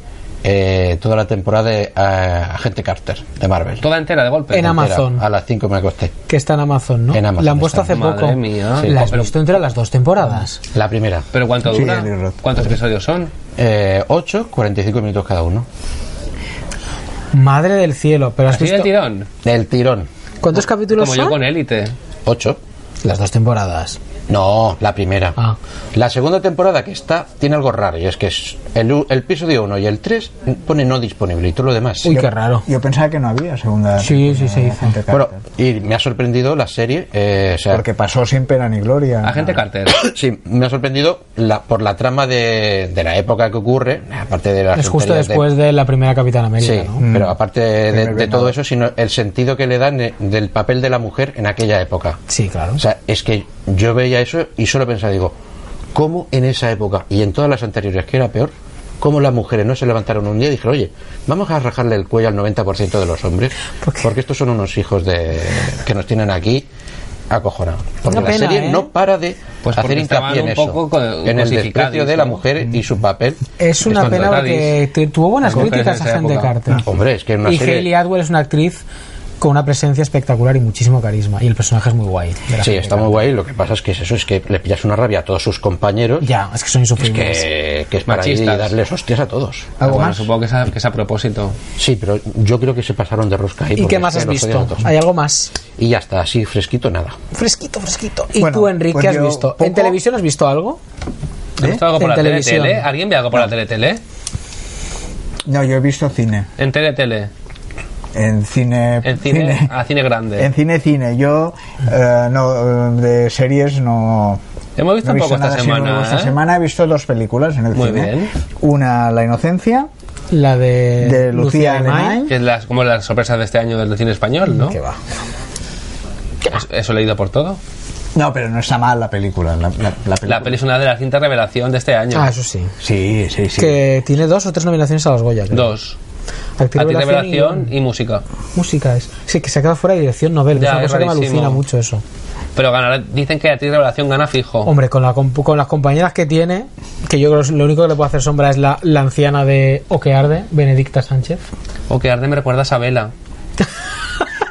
Speaker 4: eh, toda la temporada de eh, Agente Carter, de Marvel.
Speaker 2: Toda entera de golpe.
Speaker 3: En Amazon.
Speaker 4: Era- A las 5 me acosté.
Speaker 3: Que está en Amazon, ¿no?
Speaker 4: En Amazon
Speaker 3: La han puesto
Speaker 4: está. ¿eh?
Speaker 3: hace
Speaker 2: Madre
Speaker 3: poco.
Speaker 2: mía. Sí.
Speaker 3: ¿La has
Speaker 2: Pero-
Speaker 3: visto entre las dos temporadas?
Speaker 4: La primera.
Speaker 2: ¿Pero cuánto
Speaker 1: Sí,
Speaker 2: dura?
Speaker 1: el error.
Speaker 2: ¿Cuántos episodios son?
Speaker 4: Eh, 8, 45 minutos cada uno.
Speaker 3: Madre del cielo. ¿Pero has
Speaker 2: ¿Así de
Speaker 3: visto?
Speaker 2: tirón?
Speaker 4: Del tirón.
Speaker 3: ¿Cuántos capítulos
Speaker 2: Como yo
Speaker 3: son?
Speaker 2: con Élite.
Speaker 4: 8.
Speaker 3: Las dos temporadas.
Speaker 4: No, la primera.
Speaker 3: Ah.
Speaker 4: La segunda temporada que está tiene algo raro y es que es el, u- el episodio 1 y el 3 pone no disponible y todo lo demás.
Speaker 3: Uy, qué raro.
Speaker 1: Yo pensaba que no había segunda.
Speaker 3: Sí, sí, se
Speaker 1: eh,
Speaker 3: hizo.
Speaker 1: Agente Carter.
Speaker 4: Bueno, y me ha sorprendido la serie. eh, o sea,
Speaker 1: porque pasó sin pena ni gloria.
Speaker 2: Agente Carter.
Speaker 4: Sí, me ha sorprendido la, por la trama de, de la época que ocurre, aparte de las
Speaker 3: Es justo
Speaker 4: tonterías de-
Speaker 3: después de... la primera Capitán América,
Speaker 4: Sí,
Speaker 3: ¿no?
Speaker 4: pero aparte de,
Speaker 1: Primer
Speaker 4: de todo
Speaker 1: venado.
Speaker 4: eso, sino el sentido que le dan de- del papel de la mujer en aquella época.
Speaker 3: Sí, claro.
Speaker 4: O sea, es que yo veía eso y solo pensaba, digo, ¿cómo en esa época y en todas las anteriores, que era peor, cómo las mujeres no se levantaron un día y dijeron, oye, vamos a rajarle el cuello al 90% de los hombres,
Speaker 3: ¿Por qué?
Speaker 4: porque estos son unos hijos de que nos tienen aquí acojonados. Porque
Speaker 3: Una
Speaker 4: la
Speaker 3: pena,
Speaker 4: serie
Speaker 3: ¿eh?
Speaker 4: no para de
Speaker 2: Pues porque
Speaker 4: hacer hincapié
Speaker 2: estaban
Speaker 4: en eso,
Speaker 2: un poco co-
Speaker 4: en el
Speaker 2: cosificados,
Speaker 4: desprecio de la
Speaker 2: ¿no?
Speaker 4: mujer y su papel.
Speaker 3: Es una
Speaker 2: Cuando
Speaker 3: pena
Speaker 2: era
Speaker 3: porque
Speaker 2: Davis.
Speaker 3: te- tuvo buenas
Speaker 2: Las mujeres
Speaker 3: críticas a
Speaker 2: en esa
Speaker 3: gente
Speaker 2: época.
Speaker 3: Carter.
Speaker 4: Hombre, es que en una
Speaker 3: y
Speaker 4: serie...
Speaker 3: Hayley Atwell es una actriz con una presencia espectacular y muchísimo carisma. Y el personaje es muy guay. de la
Speaker 4: Sí,
Speaker 3: gente
Speaker 4: está muy guay. Lo que pasa es que es eso, es que le pillas una rabia a todos sus compañeros,
Speaker 3: Carter. Ya, es que son insufribles.
Speaker 4: que, que es para ir y
Speaker 2: Machistas.
Speaker 4: darles hostias a todos.
Speaker 1: ¿Algo
Speaker 2: Bueno,
Speaker 1: más?
Speaker 2: supongo que es, a, que es a propósito.
Speaker 4: Sí, pero yo creo que se pasaron de rosca ahí.
Speaker 3: ¿Y
Speaker 4: porque
Speaker 3: qué más
Speaker 4: es
Speaker 3: has
Speaker 4: que los
Speaker 3: visto?
Speaker 4: odian a todos.
Speaker 3: ¿Hay algo más?
Speaker 4: Y ya está, así fresquito nada.
Speaker 3: Fresquito, fresquito. ¿Y
Speaker 1: Bueno,
Speaker 3: tú, Enrique,
Speaker 1: pues
Speaker 3: qué has
Speaker 1: yo
Speaker 3: visto? ¿En
Speaker 1: poco-
Speaker 3: televisión has visto algo?
Speaker 2: ¿Has visto algo por
Speaker 3: En
Speaker 2: la
Speaker 3: televisión.
Speaker 2: teletele? ¿Alguien ve algo por la teletele?
Speaker 1: No, yo he visto cine.
Speaker 2: En teletele.
Speaker 1: En cine.
Speaker 2: En cine. ah, A cine grande.
Speaker 1: En cine, cine. Yo, eh, no, eh, de series no.
Speaker 2: Hemos visto
Speaker 1: no he
Speaker 2: un poco esta
Speaker 1: nada así nuevo
Speaker 2: semana.
Speaker 1: Esta
Speaker 2: ¿eh?
Speaker 1: semana he visto dos películas en el
Speaker 2: Muy
Speaker 1: cine.
Speaker 2: bien.
Speaker 1: Una, La Inocencia,
Speaker 3: La de,
Speaker 1: de Lucía
Speaker 3: Alemán.
Speaker 1: Alemán.
Speaker 2: Que es las, como las sorpresas de este año del cine español, ¿no?
Speaker 1: Que va.
Speaker 2: Es- Eso he leído por todo.
Speaker 1: No, pero no está mal la película. La, la- la película.
Speaker 2: La peli es una de las cintas revelación de este año.
Speaker 3: Ah, eso sí.
Speaker 1: Sí, sí, sí.
Speaker 3: Que tiene dos o tres nominaciones a los Goya. creo.
Speaker 2: Dos.
Speaker 3: Actriz
Speaker 2: A ti
Speaker 3: revelación
Speaker 2: revelación y música.
Speaker 3: y música. Es. Sí, que se ha quedado fuera de dirección novel. que
Speaker 2: Ya,
Speaker 3: es una
Speaker 2: es
Speaker 3: cosa que me
Speaker 2: rarísimo.
Speaker 3: alucina mucho eso.
Speaker 2: Pero ganará, dicen que a ti revelación gana fijo.
Speaker 3: Hombre, con, la comp- con las compañeras que tiene, que yo creo que lo único que le puede hacer sombra es la, la anciana de Oquearde,
Speaker 1: [laughs]
Speaker 3: Benedicta Sánchez.
Speaker 2: O que Arde me recuerdas a Vela.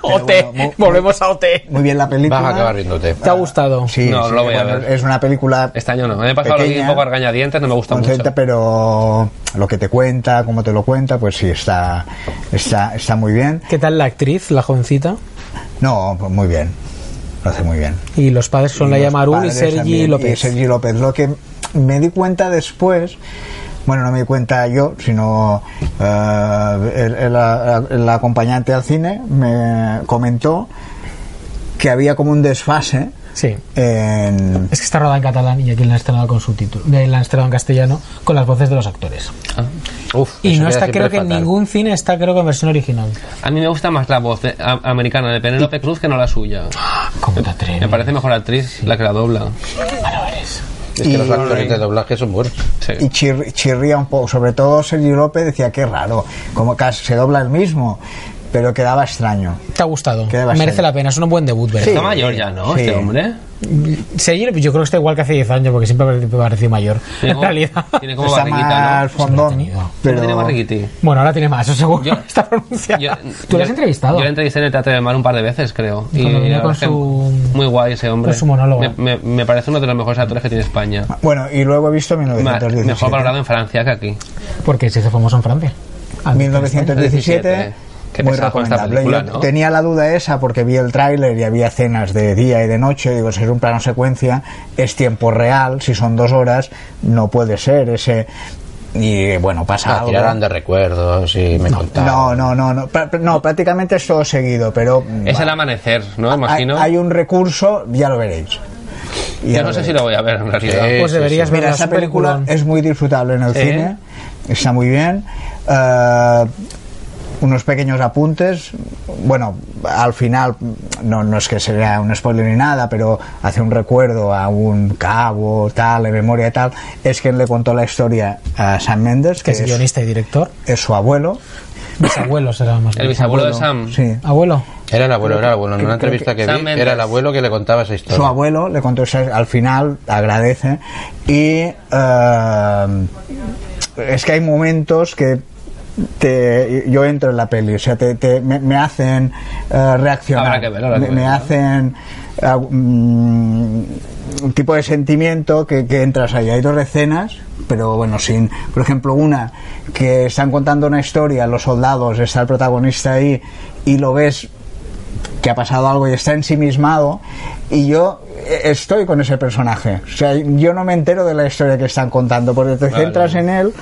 Speaker 3: OT,
Speaker 1: bueno, mu-
Speaker 3: volvemos a OT.
Speaker 1: Muy bien la película.
Speaker 4: Vas a acabar riéndote.
Speaker 3: ¿Te ha gustado?
Speaker 1: Ah, Sí,
Speaker 2: No,
Speaker 1: sí,
Speaker 2: lo voy a
Speaker 1: bueno,
Speaker 2: ver.
Speaker 1: Es una película
Speaker 2: Este año no. Me he pasado lo
Speaker 1: Pequeña. Pues
Speaker 2: que un poco a regañadientes, no me gusta mucho.
Speaker 1: concepta, pero lo que te cuenta, cómo te lo cuenta, pues sí, está, está, está muy bien.
Speaker 3: ¿Qué tal la actriz, la jovencita?
Speaker 1: No, pues muy bien. Lo hace muy bien.
Speaker 3: Y los padres son
Speaker 1: Los
Speaker 3: Laia Marul y
Speaker 1: padres
Speaker 3: Sergi
Speaker 1: también,
Speaker 3: López.
Speaker 1: y Sergi López. Lo que me di cuenta después, bueno, no me di cuenta yo, sino eh, el, el- la- el acompañante al cine me comentó que había como un desfase
Speaker 3: Sí.
Speaker 1: en...
Speaker 3: Es que está rodada en catalán y aquí la han estrenado con subtítulo. eh, La han estrenado en castellano con las voces de los actores.
Speaker 2: Ah.
Speaker 4: Uf,
Speaker 3: Y
Speaker 4: eso
Speaker 3: no
Speaker 4: queda
Speaker 3: está,
Speaker 4: siempre
Speaker 3: creo que en
Speaker 4: fatal.
Speaker 3: ningún cine está, creo que en versión original.
Speaker 2: A mí me gusta más la voz de- a- americana de Penélope Cruz que no la suya.
Speaker 3: ¿Cómo te atreves?
Speaker 2: Me parece mejor actriz la que la dobla.
Speaker 3: Álvarez.
Speaker 4: Es que
Speaker 3: Mm.
Speaker 4: los actores de doblaje son buenos.
Speaker 3: Ah,
Speaker 2: Sí.
Speaker 1: y chir- chirría un poco. Sobre todo Sergio López decía, qué raro, como casi se dobla el mismo, pero quedaba extraño.
Speaker 3: ¿Te ha gustado?
Speaker 1: Queda bastante.
Speaker 3: Merece la pena, es un buen debut, ¿verdad?
Speaker 2: Está mayor ya, ¿no?
Speaker 1: Sí.
Speaker 2: Este hombre.
Speaker 3: Sergi López, yo creo que está igual que hace 10 años, porque siempre me ha parecido mayor.
Speaker 2: Tiene
Speaker 3: En
Speaker 2: como,
Speaker 3: realidad.
Speaker 2: tiene como
Speaker 1: Está
Speaker 2: barriguita,
Speaker 1: más
Speaker 2: ¿no?
Speaker 1: fondón,
Speaker 3: Siempre lo he tenido.
Speaker 1: pero... [laughs]
Speaker 2: Tiene barriguiti.
Speaker 3: Bueno, ahora tiene más, eso seguro.
Speaker 2: Yo-
Speaker 3: está pronunciada.
Speaker 2: Yo-
Speaker 3: Tú lo has
Speaker 2: yo-
Speaker 3: entrevistado.
Speaker 2: Yo lo entrevisté en el Teatro del Mar un par de veces, creo. Y
Speaker 3: Cuando venía
Speaker 2: la verdad
Speaker 3: con
Speaker 2: es que
Speaker 3: su-
Speaker 2: Muy guay ese hombre.
Speaker 3: con su monólogo.
Speaker 2: Me, me- me parece uno de los mejores actores que tiene España.
Speaker 1: Bueno, y luego he visto
Speaker 2: Ma-
Speaker 1: 1917.
Speaker 2: Mejor valorado en Francia que aquí.
Speaker 3: Porque se hizo famoso en Francia. Ah,
Speaker 1: 1917,
Speaker 2: Qué
Speaker 1: muy
Speaker 2: pesado con esta
Speaker 1: recomendable.
Speaker 2: película,
Speaker 1: Yo
Speaker 2: ¿no?
Speaker 1: tenía la duda esa porque vi el tráiler y había escenas de día y de noche. Digo, si es un plano secuencia, es tiempo real. Si son dos horas, no puede ser ese. Y bueno, pasa
Speaker 4: Ah,
Speaker 1: algo.
Speaker 4: tiraran de recuerdos y me
Speaker 1: No,
Speaker 4: contaban.
Speaker 1: no, no, no, Pra- no, prácticamente es todo seguido, pero mm,
Speaker 2: Es el amanecer, ¿no?
Speaker 1: Ah, hay,
Speaker 2: Imagino.
Speaker 1: hay un recurso, ya lo veréis. Ya
Speaker 2: Yo no sé si lo voy a ver en realidad.
Speaker 4: Sí.
Speaker 3: Pues deberías ver
Speaker 1: Mira, esa película es muy disfrutable en el
Speaker 2: Sí.
Speaker 1: cine, está muy bien. Eh, unos pequeños apuntes, bueno, al final, no, no es que sea un spoiler ni nada, pero hace un recuerdo a un cabo, tal, de memoria, tal. Es quien le contó la historia a Sam Mendes,
Speaker 3: que
Speaker 1: que
Speaker 3: es
Speaker 1: es,
Speaker 3: guionista y director.
Speaker 1: es su abuelo.
Speaker 3: Bisabuelo será más.
Speaker 2: El bisabuelo de Sam.
Speaker 1: Sí.
Speaker 3: ¿Abuelo?
Speaker 4: Era el abuelo, era el abuelo. En una entrevista que,
Speaker 2: Sam
Speaker 4: vi,
Speaker 2: Mendes.
Speaker 4: era el abuelo que le contaba esa historia.
Speaker 1: Su abuelo le contó esa- al final, agradece. Y eh, es que hay momentos que te- yo entro en la peli, o sea, te, te- me, me hacen eh, reaccionar.
Speaker 2: Habrá que ver, habrá que
Speaker 1: me,
Speaker 2: ver,
Speaker 1: me
Speaker 2: ¿no?
Speaker 1: hacen ah, mm, un tipo de sentimiento que, que entras ahí. Hay dos escenas, pero bueno, sin. Por ejemplo, una que están contando una historia, los soldados, está el protagonista ahí y lo ves que ha pasado algo y está ensimismado y yo eh, estoy con ese personaje. O sea, yo no me entero de la historia que están contando porque te
Speaker 2: Vale.
Speaker 1: centras en él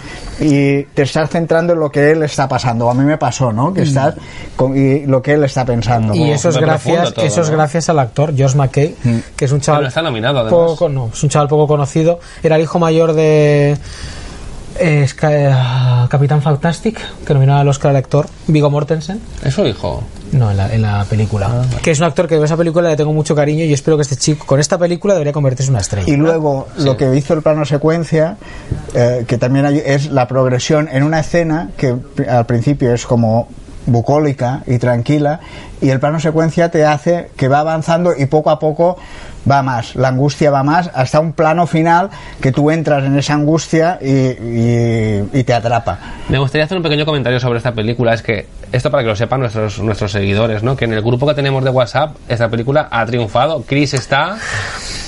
Speaker 1: y te estás centrando en lo que él está pasando. A mí me pasó, ¿no?
Speaker 2: Mm.
Speaker 1: Que estás con y lo que él está pensando.
Speaker 3: Y eso es
Speaker 2: muy
Speaker 3: gracias,
Speaker 2: profundo todo,
Speaker 3: eso es
Speaker 2: ¿no?
Speaker 3: gracias al actor Josh McKay,
Speaker 1: Mm.
Speaker 3: que es un chaval
Speaker 2: Bueno, está nominado, además.
Speaker 3: poco, no, es un chaval poco conocido. Era el hijo mayor de eh, es ca- eh, Capitán Fantastic, que nominaba al Oscar al actor, Vigo Mortensen.
Speaker 2: Es su hijo.
Speaker 3: No, en la, en la película.
Speaker 1: Ah,
Speaker 3: Que es un actor que veo esa película, le tengo mucho cariño y espero que este chico con esta película debería convertirse en una estrella.
Speaker 1: Y luego lo que hizo el plano secuencia, eh, que también hay- es la progresión en una escena que pr- al principio es como bucólica y tranquila, y el plano secuencia te hace que va avanzando y poco a poco va más, la angustia va más, hasta un plano final que tú entras en esa angustia y, y- y te atrapa.
Speaker 2: Me gustaría hacer un pequeño comentario sobre esta película. Es que, esto para que lo sepan nuestros, nuestros seguidores, ¿no? Que en el grupo que tenemos de WhatsApp, esta película ha triunfado. Chris está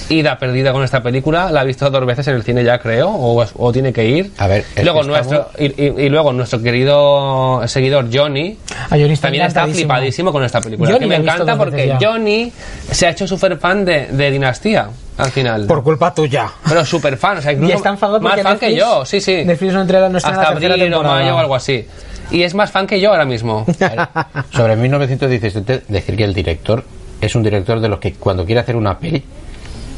Speaker 2: ida perdida con esta película. La ha visto dos veces en el cine ya, creo, o, o tiene que ir.
Speaker 4: A ver, es
Speaker 2: luego
Speaker 4: que
Speaker 2: nuestro,
Speaker 4: estamos-
Speaker 2: y, y- y luego nuestro querido seguidor Johnny
Speaker 3: A Ah, Johnny está
Speaker 2: también está
Speaker 3: encantadísimo.
Speaker 2: flipadísimo con esta película.
Speaker 3: Johnny
Speaker 2: que
Speaker 3: la
Speaker 2: me
Speaker 3: he visto
Speaker 2: encanta
Speaker 3: dos
Speaker 2: porque
Speaker 3: veces ya.
Speaker 2: Johnny se ha hecho súper fan de, de Dinastía al final.
Speaker 3: Por culpa tuya.
Speaker 2: Pero súper fan, o sea,
Speaker 3: [laughs] Y
Speaker 2: incluso
Speaker 3: está enfadado
Speaker 2: más
Speaker 3: porque
Speaker 2: fan que
Speaker 3: Netflix-
Speaker 2: yo, sí, sí.
Speaker 3: Netflix no entrega- no estrena
Speaker 2: Hasta
Speaker 3: la tercera
Speaker 2: abril o
Speaker 3: temporada.
Speaker 2: mayo o algo así. Y es más fan que yo ahora
Speaker 3: [laughs]
Speaker 2: mismo.
Speaker 4: Sobre 1917, decir que el director es un director de los que cuando quiere hacer una peli,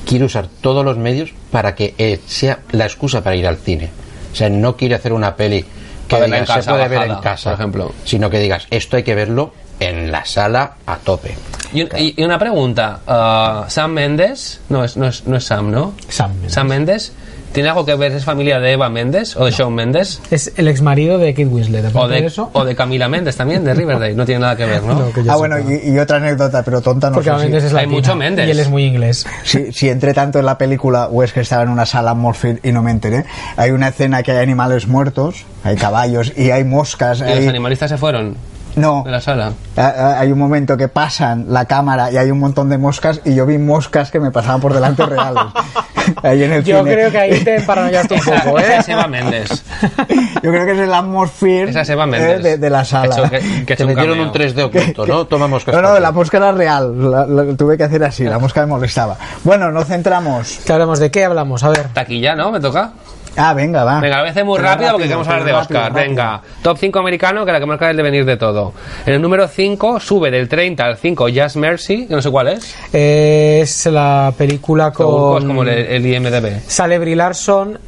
Speaker 4: quiere usar todos los medios para que eh, sea la excusa para ir al cine. O sea, no quiere hacer una peli que
Speaker 2: Para verla
Speaker 4: digas,
Speaker 2: en
Speaker 4: se
Speaker 2: casa,
Speaker 4: puede ver
Speaker 2: bajada,
Speaker 4: en casa,
Speaker 2: por ejemplo.
Speaker 4: sino que digas, esto hay que verlo en la sala a tope.
Speaker 2: Y, y- y una uh, pregunta, ah, Sam Mendes, no es, no, es, no es Sam, ¿no?
Speaker 3: Sam Mendes.
Speaker 2: Sam Mendes ¿Tiene algo que ver? ¿Es familia de Eva Méndez o de Shawn Méndez?
Speaker 3: Es el ex marido de Kid Winslet.
Speaker 2: O
Speaker 3: aparte
Speaker 2: de,
Speaker 3: eso,
Speaker 2: o de Camila Méndez también, de Riverdale. No tiene nada que
Speaker 3: [laughs]
Speaker 2: ver, ¿no?
Speaker 3: no, que yo
Speaker 1: Ah,
Speaker 3: sepa.
Speaker 1: bueno, y, y otra anécdota, pero tonta no
Speaker 3: Porque
Speaker 1: sé si-
Speaker 3: Méndez es
Speaker 2: Hay
Speaker 3: latina,
Speaker 2: mucho Méndez.
Speaker 3: Y él es muy inglés.
Speaker 1: Si, si entré tanto en la película o es que estaba en una sala Morphin y no me enteré, hay una escena que hay animales muertos, hay caballos y hay moscas.
Speaker 2: Y los
Speaker 1: hay-
Speaker 2: animalistas se fueron
Speaker 1: No,
Speaker 2: de la sala.
Speaker 1: a- a- hay un momento que pasan la cámara y hay un montón de moscas y yo vi moscas que me pasaban por
Speaker 2: [laughs]
Speaker 1: delante reales. ahí en el
Speaker 3: Yo
Speaker 1: cine.
Speaker 3: creo que ahí te paranoiaste un poco,
Speaker 2: Esa
Speaker 3: ¿eh?
Speaker 2: [laughs] es Eva Méndez.
Speaker 1: [laughs] Yo creo que es el atmosphere
Speaker 2: Esa es Eva
Speaker 1: eh,
Speaker 2: Méndez.
Speaker 1: de, de la
Speaker 2: Que ha
Speaker 1: sala.
Speaker 2: hecho- que- que ha
Speaker 4: Te
Speaker 2: hecho un
Speaker 4: metieron
Speaker 2: cameo.
Speaker 4: un
Speaker 2: [laughs]
Speaker 4: 3D oculto, ¿no? Tomamos
Speaker 1: No, no, la mosca era real, la- la tuve que hacer así, la mosca me molestaba. Bueno, nos centramos.
Speaker 3: ¿Qué hablamos? ¿De qué hablamos? A ver.
Speaker 2: Taquilla, ¿no? Me toca.
Speaker 1: Ah, venga, va.
Speaker 2: Venga, lo voy a hacer muy
Speaker 1: Pero
Speaker 2: rápido porque queremos
Speaker 1: pero
Speaker 2: hablar de
Speaker 1: rápido,
Speaker 2: Oscar.
Speaker 1: rápido.
Speaker 2: Venga, top 5 americano, que la que marca el devenir de todo. En el número 5 sube del 30 al 5 Just Mercy, que no sé cuál es.
Speaker 3: Eh, Es la película
Speaker 2: Seguro es
Speaker 3: con...
Speaker 2: como el, el IMDB.
Speaker 3: Sale Brie Larson,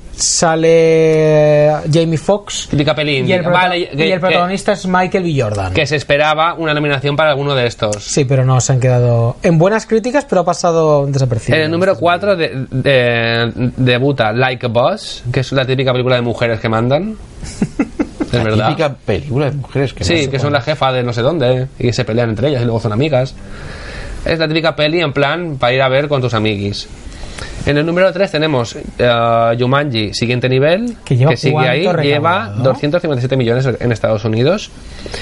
Speaker 3: sale Jamie Foxx
Speaker 2: Típica peli
Speaker 3: y
Speaker 2: indie.
Speaker 3: el, prota-
Speaker 2: Vale, que-
Speaker 3: y el protagonista es Michael B. Jordan.
Speaker 2: que, que se esperaba una nominación para alguno de estos.
Speaker 3: Sí, pero no, se han quedado en buenas críticas, pero ha pasado desapercibido.
Speaker 2: En el número 4 de, de- debuta Like a Boss, que es la típica película de mujeres que
Speaker 3: [laughs]
Speaker 2: mandan. Es verdad.
Speaker 4: típica película de mujeres que
Speaker 2: Sí, que son la jefa de no sé dónde y se pelean entre ellas y luego son amigas. Es la típica peli en plan para ir a ver con tus amiguis. En el número 3 tenemos eh, Jumanji, siguiente nivel,
Speaker 3: Que lleva
Speaker 2: sigue
Speaker 3: cuánto
Speaker 2: ahí, lleva
Speaker 3: recaudado.
Speaker 2: 257 millones en Estados Unidos.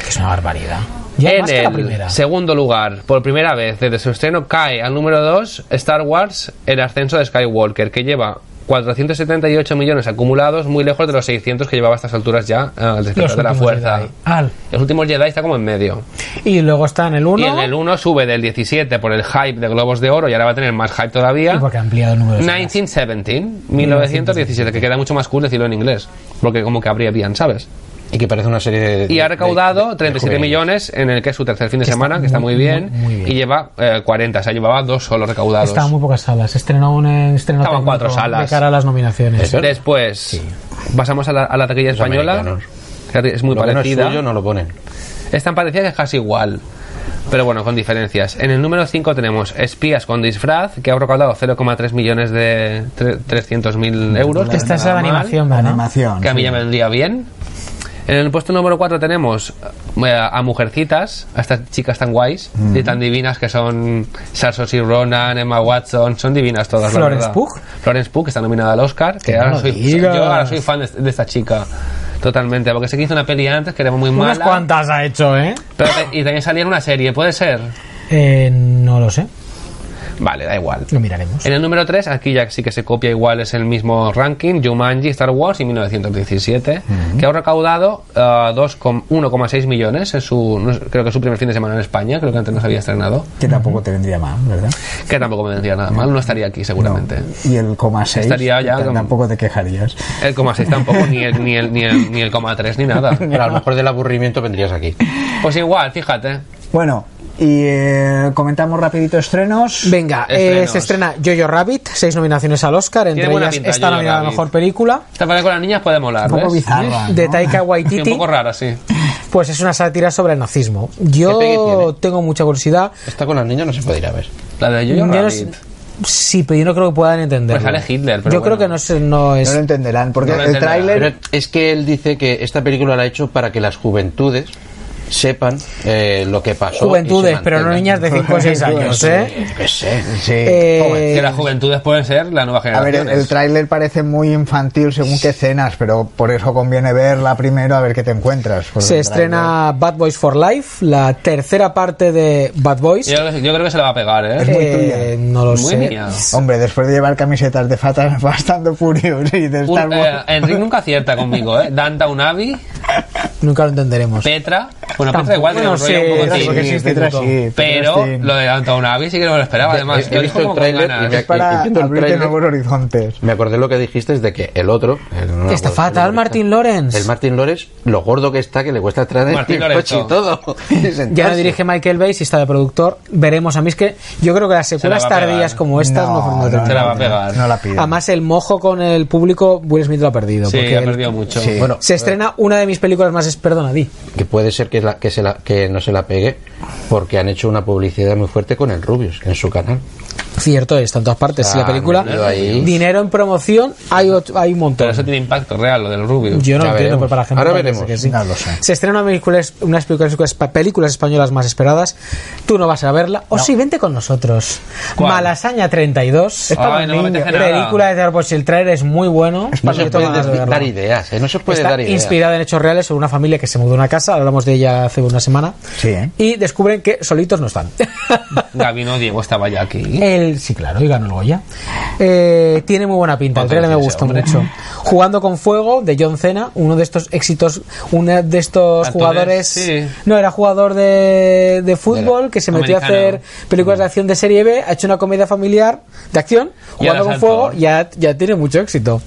Speaker 3: Que es una barbaridad. Ya
Speaker 2: en
Speaker 3: más que la
Speaker 2: el
Speaker 3: primera.
Speaker 2: segundo lugar, por primera vez desde su estreno, cae al número 2 Star Wars, el ascenso de Skywalker, que lleva 478 millones acumulados, muy lejos de los 600 que llevaba a estas alturas ya eh, el
Speaker 3: Los
Speaker 2: despertar de la
Speaker 3: últimos
Speaker 2: fuerza.
Speaker 3: Jedi. Al.
Speaker 2: Los últimos Jedi está como en medio.
Speaker 3: Y luego está en el 1.
Speaker 2: Y en el 1 sube del 17 por el hype de Globos de Oro y ahora va a tener más hype todavía.
Speaker 3: porque ha ampliado el número de salas.
Speaker 2: 1917, 1917, que queda mucho más cool decirlo en inglés, porque como que habría bien, ¿sabes?
Speaker 4: Y que parece una serie de...
Speaker 2: Y ha
Speaker 4: de- de-
Speaker 2: recaudado
Speaker 4: de
Speaker 2: 37
Speaker 4: juveniles.
Speaker 2: millones en el que es su tercer fin de
Speaker 3: Que está
Speaker 2: semana, que está
Speaker 3: muy,
Speaker 2: muy bien,
Speaker 3: muy, muy bien.
Speaker 2: y lleva eh, 40, o sea, llevaba dos solo recaudados.
Speaker 3: Estaba en muy pocas salas. Estrenó un estreno
Speaker 2: Estaba en
Speaker 3: técnico
Speaker 2: cuatro salas.
Speaker 3: de cara a las nominaciones.
Speaker 4: Eso. ¿Verdad?
Speaker 2: Después pasamos a la, a la taquilla española,
Speaker 4: americanos.
Speaker 2: que es muy
Speaker 4: Lo que no es
Speaker 2: parecida.
Speaker 4: suyo no lo ponen.
Speaker 2: Es tan parecida que es casi igual. Pero bueno, con diferencias. En el número 5 tenemos Espías con disfraz, que ha recaudado 0,3 millones de tre- 300.000 euros.
Speaker 3: Que
Speaker 2: no
Speaker 3: esta es la
Speaker 2: está mal,
Speaker 3: de animación,
Speaker 1: La
Speaker 3: ¿verdad?
Speaker 1: animación.
Speaker 2: Que a mí
Speaker 1: sí.
Speaker 2: ya me vendría bien. En el puesto número 4 tenemos eh, a Mujercitas, a estas chicas tan guays
Speaker 3: Mm.
Speaker 2: y tan divinas que son Sarsos y Ronan, Emma Watson, son divinas todas. la
Speaker 3: Florence
Speaker 2: verdad.
Speaker 3: Pugh.
Speaker 2: Florence Pugh, que está nominada al Oscar, que
Speaker 3: Que no
Speaker 2: ahora
Speaker 3: lo
Speaker 2: soy, yo
Speaker 3: digas.
Speaker 2: ahora soy fan de, de esta chica. Totalmente, porque sé que hizo una peli antes que era muy mala.
Speaker 3: Unas cuantas ha hecho, ¿eh?
Speaker 2: Pero te- y también salía en una serie, ¿puede ser?
Speaker 3: Eh, No lo sé.
Speaker 2: Vale, da igual.
Speaker 3: Lo miraremos.
Speaker 2: En el número 3, aquí ya sí que se copia igual, es el mismo ranking, Jumanji, Star Wars y 1917, que ha recaudado ah, 2,- 1,6 millones, en su, no sé, creo que es su primer fin de semana en España, creo que antes no se había estrenado,
Speaker 1: Que tampoco te vendría mal, ¿verdad?
Speaker 2: que tampoco me vendría nada mal, no estaría aquí seguramente.
Speaker 1: Y el coma 6
Speaker 2: Estaría ya como-
Speaker 1: tampoco te quejarías.
Speaker 2: El coma 6 tampoco, ni el, ni el, ni el, ni el coma 3, ni nada.
Speaker 4: Pero a lo mejor del aburrimiento vendrías aquí.
Speaker 2: Pues igual, fíjate.
Speaker 1: Bueno, y eh, comentamos rapidito estrenos.
Speaker 3: Venga, eh,
Speaker 2: Estrenos.
Speaker 3: se estrena Jojo Rabbit, seis nominaciones al Oscar, entre
Speaker 2: buena
Speaker 3: ellas
Speaker 2: pinta,
Speaker 3: esta
Speaker 2: Jojo
Speaker 3: nominada a
Speaker 2: Rabbit.
Speaker 3: Mejor Película,
Speaker 2: Esta pelea con las niñas puede molar,
Speaker 1: un poco
Speaker 2: ¿ves?
Speaker 1: bizarra.
Speaker 3: de
Speaker 1: ¿no?
Speaker 3: Taika
Speaker 2: Sí, [laughs] un
Speaker 3: Waititi,
Speaker 2: poco rara, sí.
Speaker 3: pues es una sátira sobre el nazismo.
Speaker 4: ¿Qué pegue tiene?
Speaker 3: Yo tengo mucha curiosidad.
Speaker 4: Esta con las niñas no se puede ir a ver.
Speaker 2: La de Jojo
Speaker 3: Yo no
Speaker 2: Rabbit.
Speaker 3: sé- sí, pero yo no creo que puedan entenderlo.
Speaker 2: Pues sale Hitler, pero
Speaker 3: Yo
Speaker 2: bueno.
Speaker 3: creo que no, es- no
Speaker 1: No lo
Speaker 3: es...
Speaker 1: entenderán, porque
Speaker 2: No lo
Speaker 1: el
Speaker 2: entenderán.
Speaker 1: tráiler...
Speaker 4: Pero es que él dice que esta película la ha hecho para que las juventudes sepan eh, lo que pasó. y se
Speaker 3: Juventudes, pero no niñas
Speaker 4: mantengan.
Speaker 3: de 5
Speaker 1: [laughs]
Speaker 3: o 6 años, ¿eh?
Speaker 4: Yo qué sé.
Speaker 1: Sí.
Speaker 3: Eh,
Speaker 2: Que las juventudes pueden ser la nueva
Speaker 1: A ver,
Speaker 2: generación.
Speaker 1: el, el tráiler parece muy infantil según qué escenas, pero por eso conviene verla primero a ver qué te encuentras. porque
Speaker 3: se
Speaker 1: el tráiler-
Speaker 3: estrena Bad Boys for Life, la tercera parte de Bad Boys.
Speaker 2: yo, yo creo que se la va a pegar, ¿eh?
Speaker 1: muy
Speaker 3: Eh, no lo
Speaker 2: Muy
Speaker 3: sé.
Speaker 2: mía.
Speaker 1: Hombre, después de llevar camisetas de Fatas [laughs] bastante furios y de
Speaker 2: Un-
Speaker 1: Star
Speaker 2: eh,
Speaker 1: Wars...
Speaker 2: Enric nunca acierta conmigo, ¿eh? Danta Unavi,
Speaker 3: Nunca lo entenderemos.
Speaker 2: Petra. Bueno,
Speaker 3: Tampoco
Speaker 2: Petra igual tiene un
Speaker 3: lo
Speaker 2: rollo
Speaker 3: sé,
Speaker 2: un poco
Speaker 1: Petra
Speaker 3: sí,
Speaker 1: porque
Speaker 2: así,
Speaker 1: sí,
Speaker 3: instituto.
Speaker 1: Petra sí, Petra
Speaker 2: Pero
Speaker 1: sí.
Speaker 2: lo de Danta Unavi sí que no me lo esperaba, además.
Speaker 4: he
Speaker 2: Lo
Speaker 4: visto
Speaker 2: dijo como
Speaker 4: el
Speaker 2: con
Speaker 4: tráiler y me
Speaker 2: ganas.
Speaker 1: Es para
Speaker 4: Y- y viendo el
Speaker 1: abrirte
Speaker 4: tráiler-
Speaker 1: nuevos horizontes.
Speaker 4: Me acordé lo que dijiste de que el otro... el- no me
Speaker 3: Está
Speaker 2: pues,
Speaker 4: acuerdo,
Speaker 3: fatal,
Speaker 4: el-
Speaker 3: Martin Lawrence.
Speaker 4: El Martin Lawrence, lo gordo que está, que le cuesta traer el
Speaker 2: Martin
Speaker 4: coche
Speaker 2: Lawrence.
Speaker 3: [laughs]
Speaker 4: y todo. [laughs] Y
Speaker 3: Ya
Speaker 4: sentarse.
Speaker 3: lo dirige Michael Bay si está de productor. Veremos. A mí es que yo creo que las secuelas
Speaker 2: va a
Speaker 3: tardías
Speaker 2: pegar.
Speaker 3: como estas no, forman otra.
Speaker 2: Se la va a pegar.
Speaker 1: No la pido.
Speaker 3: Además, el mojo con el público, Will Smith lo ha perdido.
Speaker 2: Sí,
Speaker 3: porque
Speaker 2: ha
Speaker 3: él-
Speaker 2: perdido mucho.
Speaker 1: Sí.
Speaker 4: Bueno,
Speaker 3: Se estrena una de mis películas más. es- Perdona, di.
Speaker 4: que puede ser que, la- que se la- que no se la pegue porque han hecho una publicidad muy fuerte con el Rubius en su canal.
Speaker 3: Cierto, está en todas partes. Si la
Speaker 4: Ah,
Speaker 3: película,
Speaker 4: no, no, ahí.
Speaker 3: dinero en promoción, hay, ocho- hay un montón.
Speaker 2: Pero eso tiene impacto real, lo del Rubio.
Speaker 3: pues Yo no
Speaker 4: Ya
Speaker 3: entiendo,
Speaker 4: veremos.
Speaker 3: pero para la gente
Speaker 4: Ahora
Speaker 3: parece
Speaker 4: veremos.
Speaker 3: que sí.
Speaker 1: No lo sé.
Speaker 3: Se estrenan unas películas, unas películas, películas españolas más esperadas. Tú no vas a verla. O sí, vente con nosotros.
Speaker 2: ¿Cuál?
Speaker 3: Malasaña 32.
Speaker 2: Ay, para no me niños. apetece nada.
Speaker 3: película de terror, pues el trailer es muy bueno.
Speaker 4: No
Speaker 3: Para que tengas
Speaker 4: se puede
Speaker 3: ganas de
Speaker 4: desvi-
Speaker 3: verla.
Speaker 4: dar ideas, ¿eh? No se puede
Speaker 3: Está
Speaker 4: dar ideas.
Speaker 3: inspirada en hechos reales sobre una familia que se mudó a una casa. Hablamos de ella hace una semana.
Speaker 1: Sí, ¿eh?
Speaker 3: Y descubren que solitos no
Speaker 4: [laughs]
Speaker 3: están.
Speaker 2: Gabino Diego estaba ya aquí.
Speaker 3: El, sí, claro, y ganó el Goya. Eh, tiene muy buena pinta, el
Speaker 2: Otra
Speaker 3: trailer me
Speaker 2: vez ese
Speaker 3: gustó
Speaker 2: hombre.
Speaker 3: mucho. Jugando con Fuego, de John Cena, uno de estos éxitos, uno de estos
Speaker 2: Actores,
Speaker 3: jugadores...
Speaker 2: sí.
Speaker 3: No, era jugador de, de fútbol que se metió
Speaker 2: Americano.
Speaker 3: a hacer películas de acción de serie B, ha hecho una comedia familiar de acción,
Speaker 2: Y ahora
Speaker 3: Jugando con
Speaker 2: es
Speaker 3: Fuego,
Speaker 2: actor. ya
Speaker 3: ya, ya tiene mucho éxito.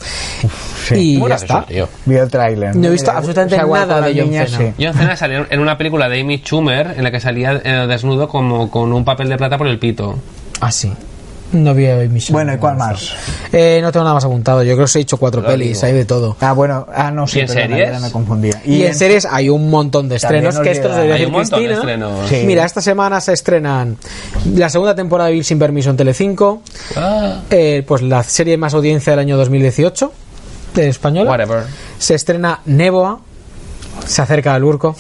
Speaker 3: Y ya
Speaker 4: Bueno, eso,
Speaker 3: está.
Speaker 4: tío.
Speaker 1: Vi el tráiler.
Speaker 3: No he visto absolutamente
Speaker 1: esa guapa
Speaker 3: nada
Speaker 1: con
Speaker 3: de
Speaker 1: la
Speaker 3: John
Speaker 1: niña,
Speaker 3: Cena.
Speaker 1: sí.
Speaker 2: John Cena salió en una película de Amy Schumer en la que salía eh, desnudo como con un papel de plata por el pito.
Speaker 3: Ah, sí. No vi a Michelle.
Speaker 1: Bueno, ¿y cuál más?
Speaker 3: Eh, no tengo nada más apuntado, yo creo que os he dicho cuatro
Speaker 2: Lo
Speaker 3: pelis,
Speaker 2: digo.
Speaker 3: hay de todo.
Speaker 1: Ah, bueno, ah, no, sí,
Speaker 2: ¿Y en
Speaker 1: perdona,
Speaker 2: series?
Speaker 1: ya me confundía.
Speaker 3: Y, en series hay un montón de
Speaker 1: También
Speaker 3: estrenos
Speaker 1: nos
Speaker 3: que esto
Speaker 1: llega.
Speaker 3: lo debería
Speaker 2: Hay
Speaker 3: hacer
Speaker 2: un montón de
Speaker 3: Cristina.
Speaker 2: estrenos.
Speaker 1: Sí.
Speaker 3: Mira, esta semana se estrenan la segunda temporada de Vivir sin permiso en Telecinco,
Speaker 2: Ah,
Speaker 3: eh, pues la serie más audiencia del año 2018 de español.
Speaker 2: whatever.
Speaker 3: Se estrena Neboa, se acerca al urco.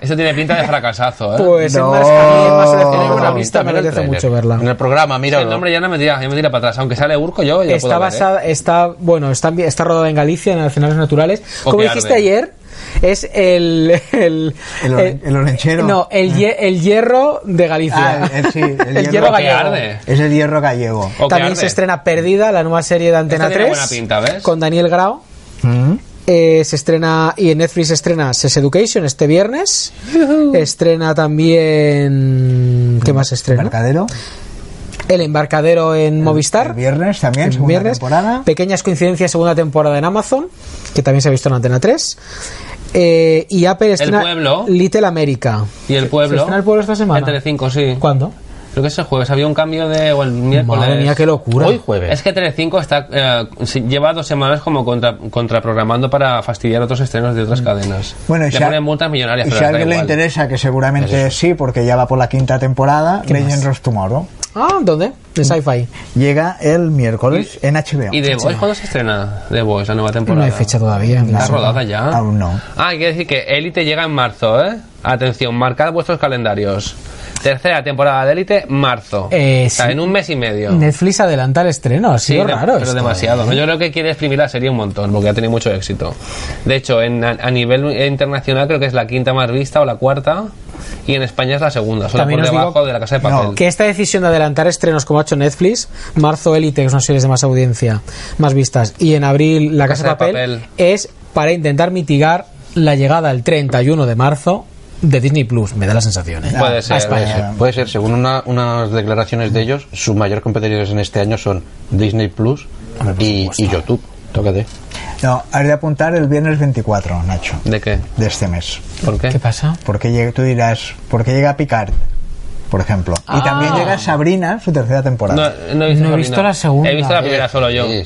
Speaker 2: Eso tiene pinta de fracasazo, ¿eh?
Speaker 3: Pues
Speaker 1: No.
Speaker 3: en más, a mí en más selección
Speaker 1: Tiene
Speaker 3: de buena
Speaker 1: buena
Speaker 3: vista me
Speaker 4: Mira el
Speaker 3: apetece
Speaker 4: tráiler.
Speaker 3: mucho verla.
Speaker 4: En el programa,
Speaker 2: Sí,
Speaker 4: mira.
Speaker 2: el nombre ya no me tira, ya me tira para atrás. Aunque sale Urco, yo ¿eh? ya
Speaker 3: está basada está bueno está ambi- está rodada en Galicia en escenarios naturales
Speaker 2: O
Speaker 3: como
Speaker 2: que
Speaker 3: dijiste
Speaker 2: arde.
Speaker 3: ayer es el el,
Speaker 1: El oren- el orenchero.
Speaker 3: Eh, no el, hie- el hierro de Galicia
Speaker 1: Ah, el- el- sí, el
Speaker 3: [laughs] el,
Speaker 1: hierro
Speaker 3: hierro
Speaker 1: que
Speaker 3: gallego
Speaker 2: arde.
Speaker 1: Mm. Es el hierro gallego.
Speaker 2: O que
Speaker 3: también
Speaker 2: arde.
Speaker 3: se estrena Perdida la nueva serie de Antena
Speaker 2: Esta tiene
Speaker 3: 3
Speaker 2: buena pinta, ¿ves?
Speaker 3: con Daniel Grau
Speaker 1: Mm.
Speaker 3: Eh, se estrena y en Netflix se estrena Sex Education este viernes estrena también ¿qué más se estrena?
Speaker 1: Mercadero.
Speaker 3: El embarcadero en Movistar
Speaker 1: El viernes también,
Speaker 3: El
Speaker 1: segunda
Speaker 3: viernes.
Speaker 1: temporada.
Speaker 3: Pequeñas coincidencias, segunda temporada en Amazon, que también se ha visto en Antena 3. Eh, y Apple estrena
Speaker 2: Pueblo.
Speaker 3: Little America.
Speaker 2: ¿Y el
Speaker 3: ¿Se
Speaker 2: pueblo?
Speaker 3: estrena el pueblo esta
Speaker 2: En
Speaker 3: semana?
Speaker 2: Telecinco, sí.
Speaker 3: ¿Cuándo?
Speaker 2: Creo que es el jueves. Había un cambio de... O el miércoles.
Speaker 3: Madre mía, qué locura.
Speaker 4: Hoy jueves.
Speaker 2: Es que Telecinco está, eh, si- lleva dos semanas como contra, contraprogramando para fastidiar otros estrenos de
Speaker 3: Mm.
Speaker 2: otras cadenas.
Speaker 1: Bueno, y
Speaker 2: Le
Speaker 1: si a-
Speaker 2: ponen multas millonarias,
Speaker 1: Y
Speaker 2: pero
Speaker 1: si a
Speaker 2: les da
Speaker 1: alguien le
Speaker 2: igual.
Speaker 1: interesa, que seguramente sí, porque ya va por la quinta temporada, Legends of Tomorrow.
Speaker 3: Ah, ¿dónde? En Sci-Fi.
Speaker 1: Llega el miércoles en HBO.
Speaker 2: ¿Y The Voice cuándo se estrena The Voice, la nueva
Speaker 3: No
Speaker 2: temporada?
Speaker 3: hay fecha todavía.
Speaker 2: ¿Está
Speaker 3: claro.
Speaker 2: rodada ya?
Speaker 1: Aún no.
Speaker 2: Ah, quiere decir que Elite llega en marzo, ¿eh? Atención, marcad vuestros calendarios. Tercera temporada de Elite, marzo.
Speaker 3: Eh,
Speaker 2: o sea,
Speaker 3: sí.
Speaker 2: en un mes y medio.
Speaker 3: Netflix adelanta el estreno, ha
Speaker 2: Sí,
Speaker 3: sido
Speaker 2: de-
Speaker 3: raro.
Speaker 2: pero
Speaker 3: esto,
Speaker 2: demasiado.
Speaker 3: ¿eh?
Speaker 2: ¿no? Yo creo que quiere exprimir la serie un montón, porque ha tenido mucho éxito. De hecho, en, a, a nivel internacional creo que es la quinta más vista o la cuarta, y en España es la segunda, solo
Speaker 3: También
Speaker 2: por
Speaker 3: os digo
Speaker 2: debajo de la Casa de
Speaker 1: no,
Speaker 2: Papel.
Speaker 3: Que esta decisión de adelantar estrenos como ha hecho Netflix, marzo Elite, que son series de más audiencia, más vistas, y en abril La Casa, de papel, es para intentar mitigar la llegada el 31 de marzo de Disney Plus, me da la sensación. ¿eh?
Speaker 2: Puede ser,
Speaker 3: a España.
Speaker 1: puede ser.
Speaker 4: Puede ser, según una- unas declaraciones de ellos, sus mayores competidores en este año son Disney Plus y, y YouTube. Tócate.
Speaker 1: No, has de apuntar el viernes 24, Nacho,
Speaker 2: ¿De qué?
Speaker 1: de este mes.
Speaker 2: ¿Por qué?
Speaker 3: ¿Qué pasa?
Speaker 1: Porque llega, tú dirás, ¿por qué llega Picard? Por ejemplo. Y
Speaker 3: Ah.
Speaker 1: también llega Sabrina, su tercera
Speaker 2: No,
Speaker 1: temporada.
Speaker 2: no he visto,
Speaker 3: No he
Speaker 2: Sabrina.
Speaker 3: visto la segunda.
Speaker 2: He visto la primera Ah, solo yo.
Speaker 4: Sí,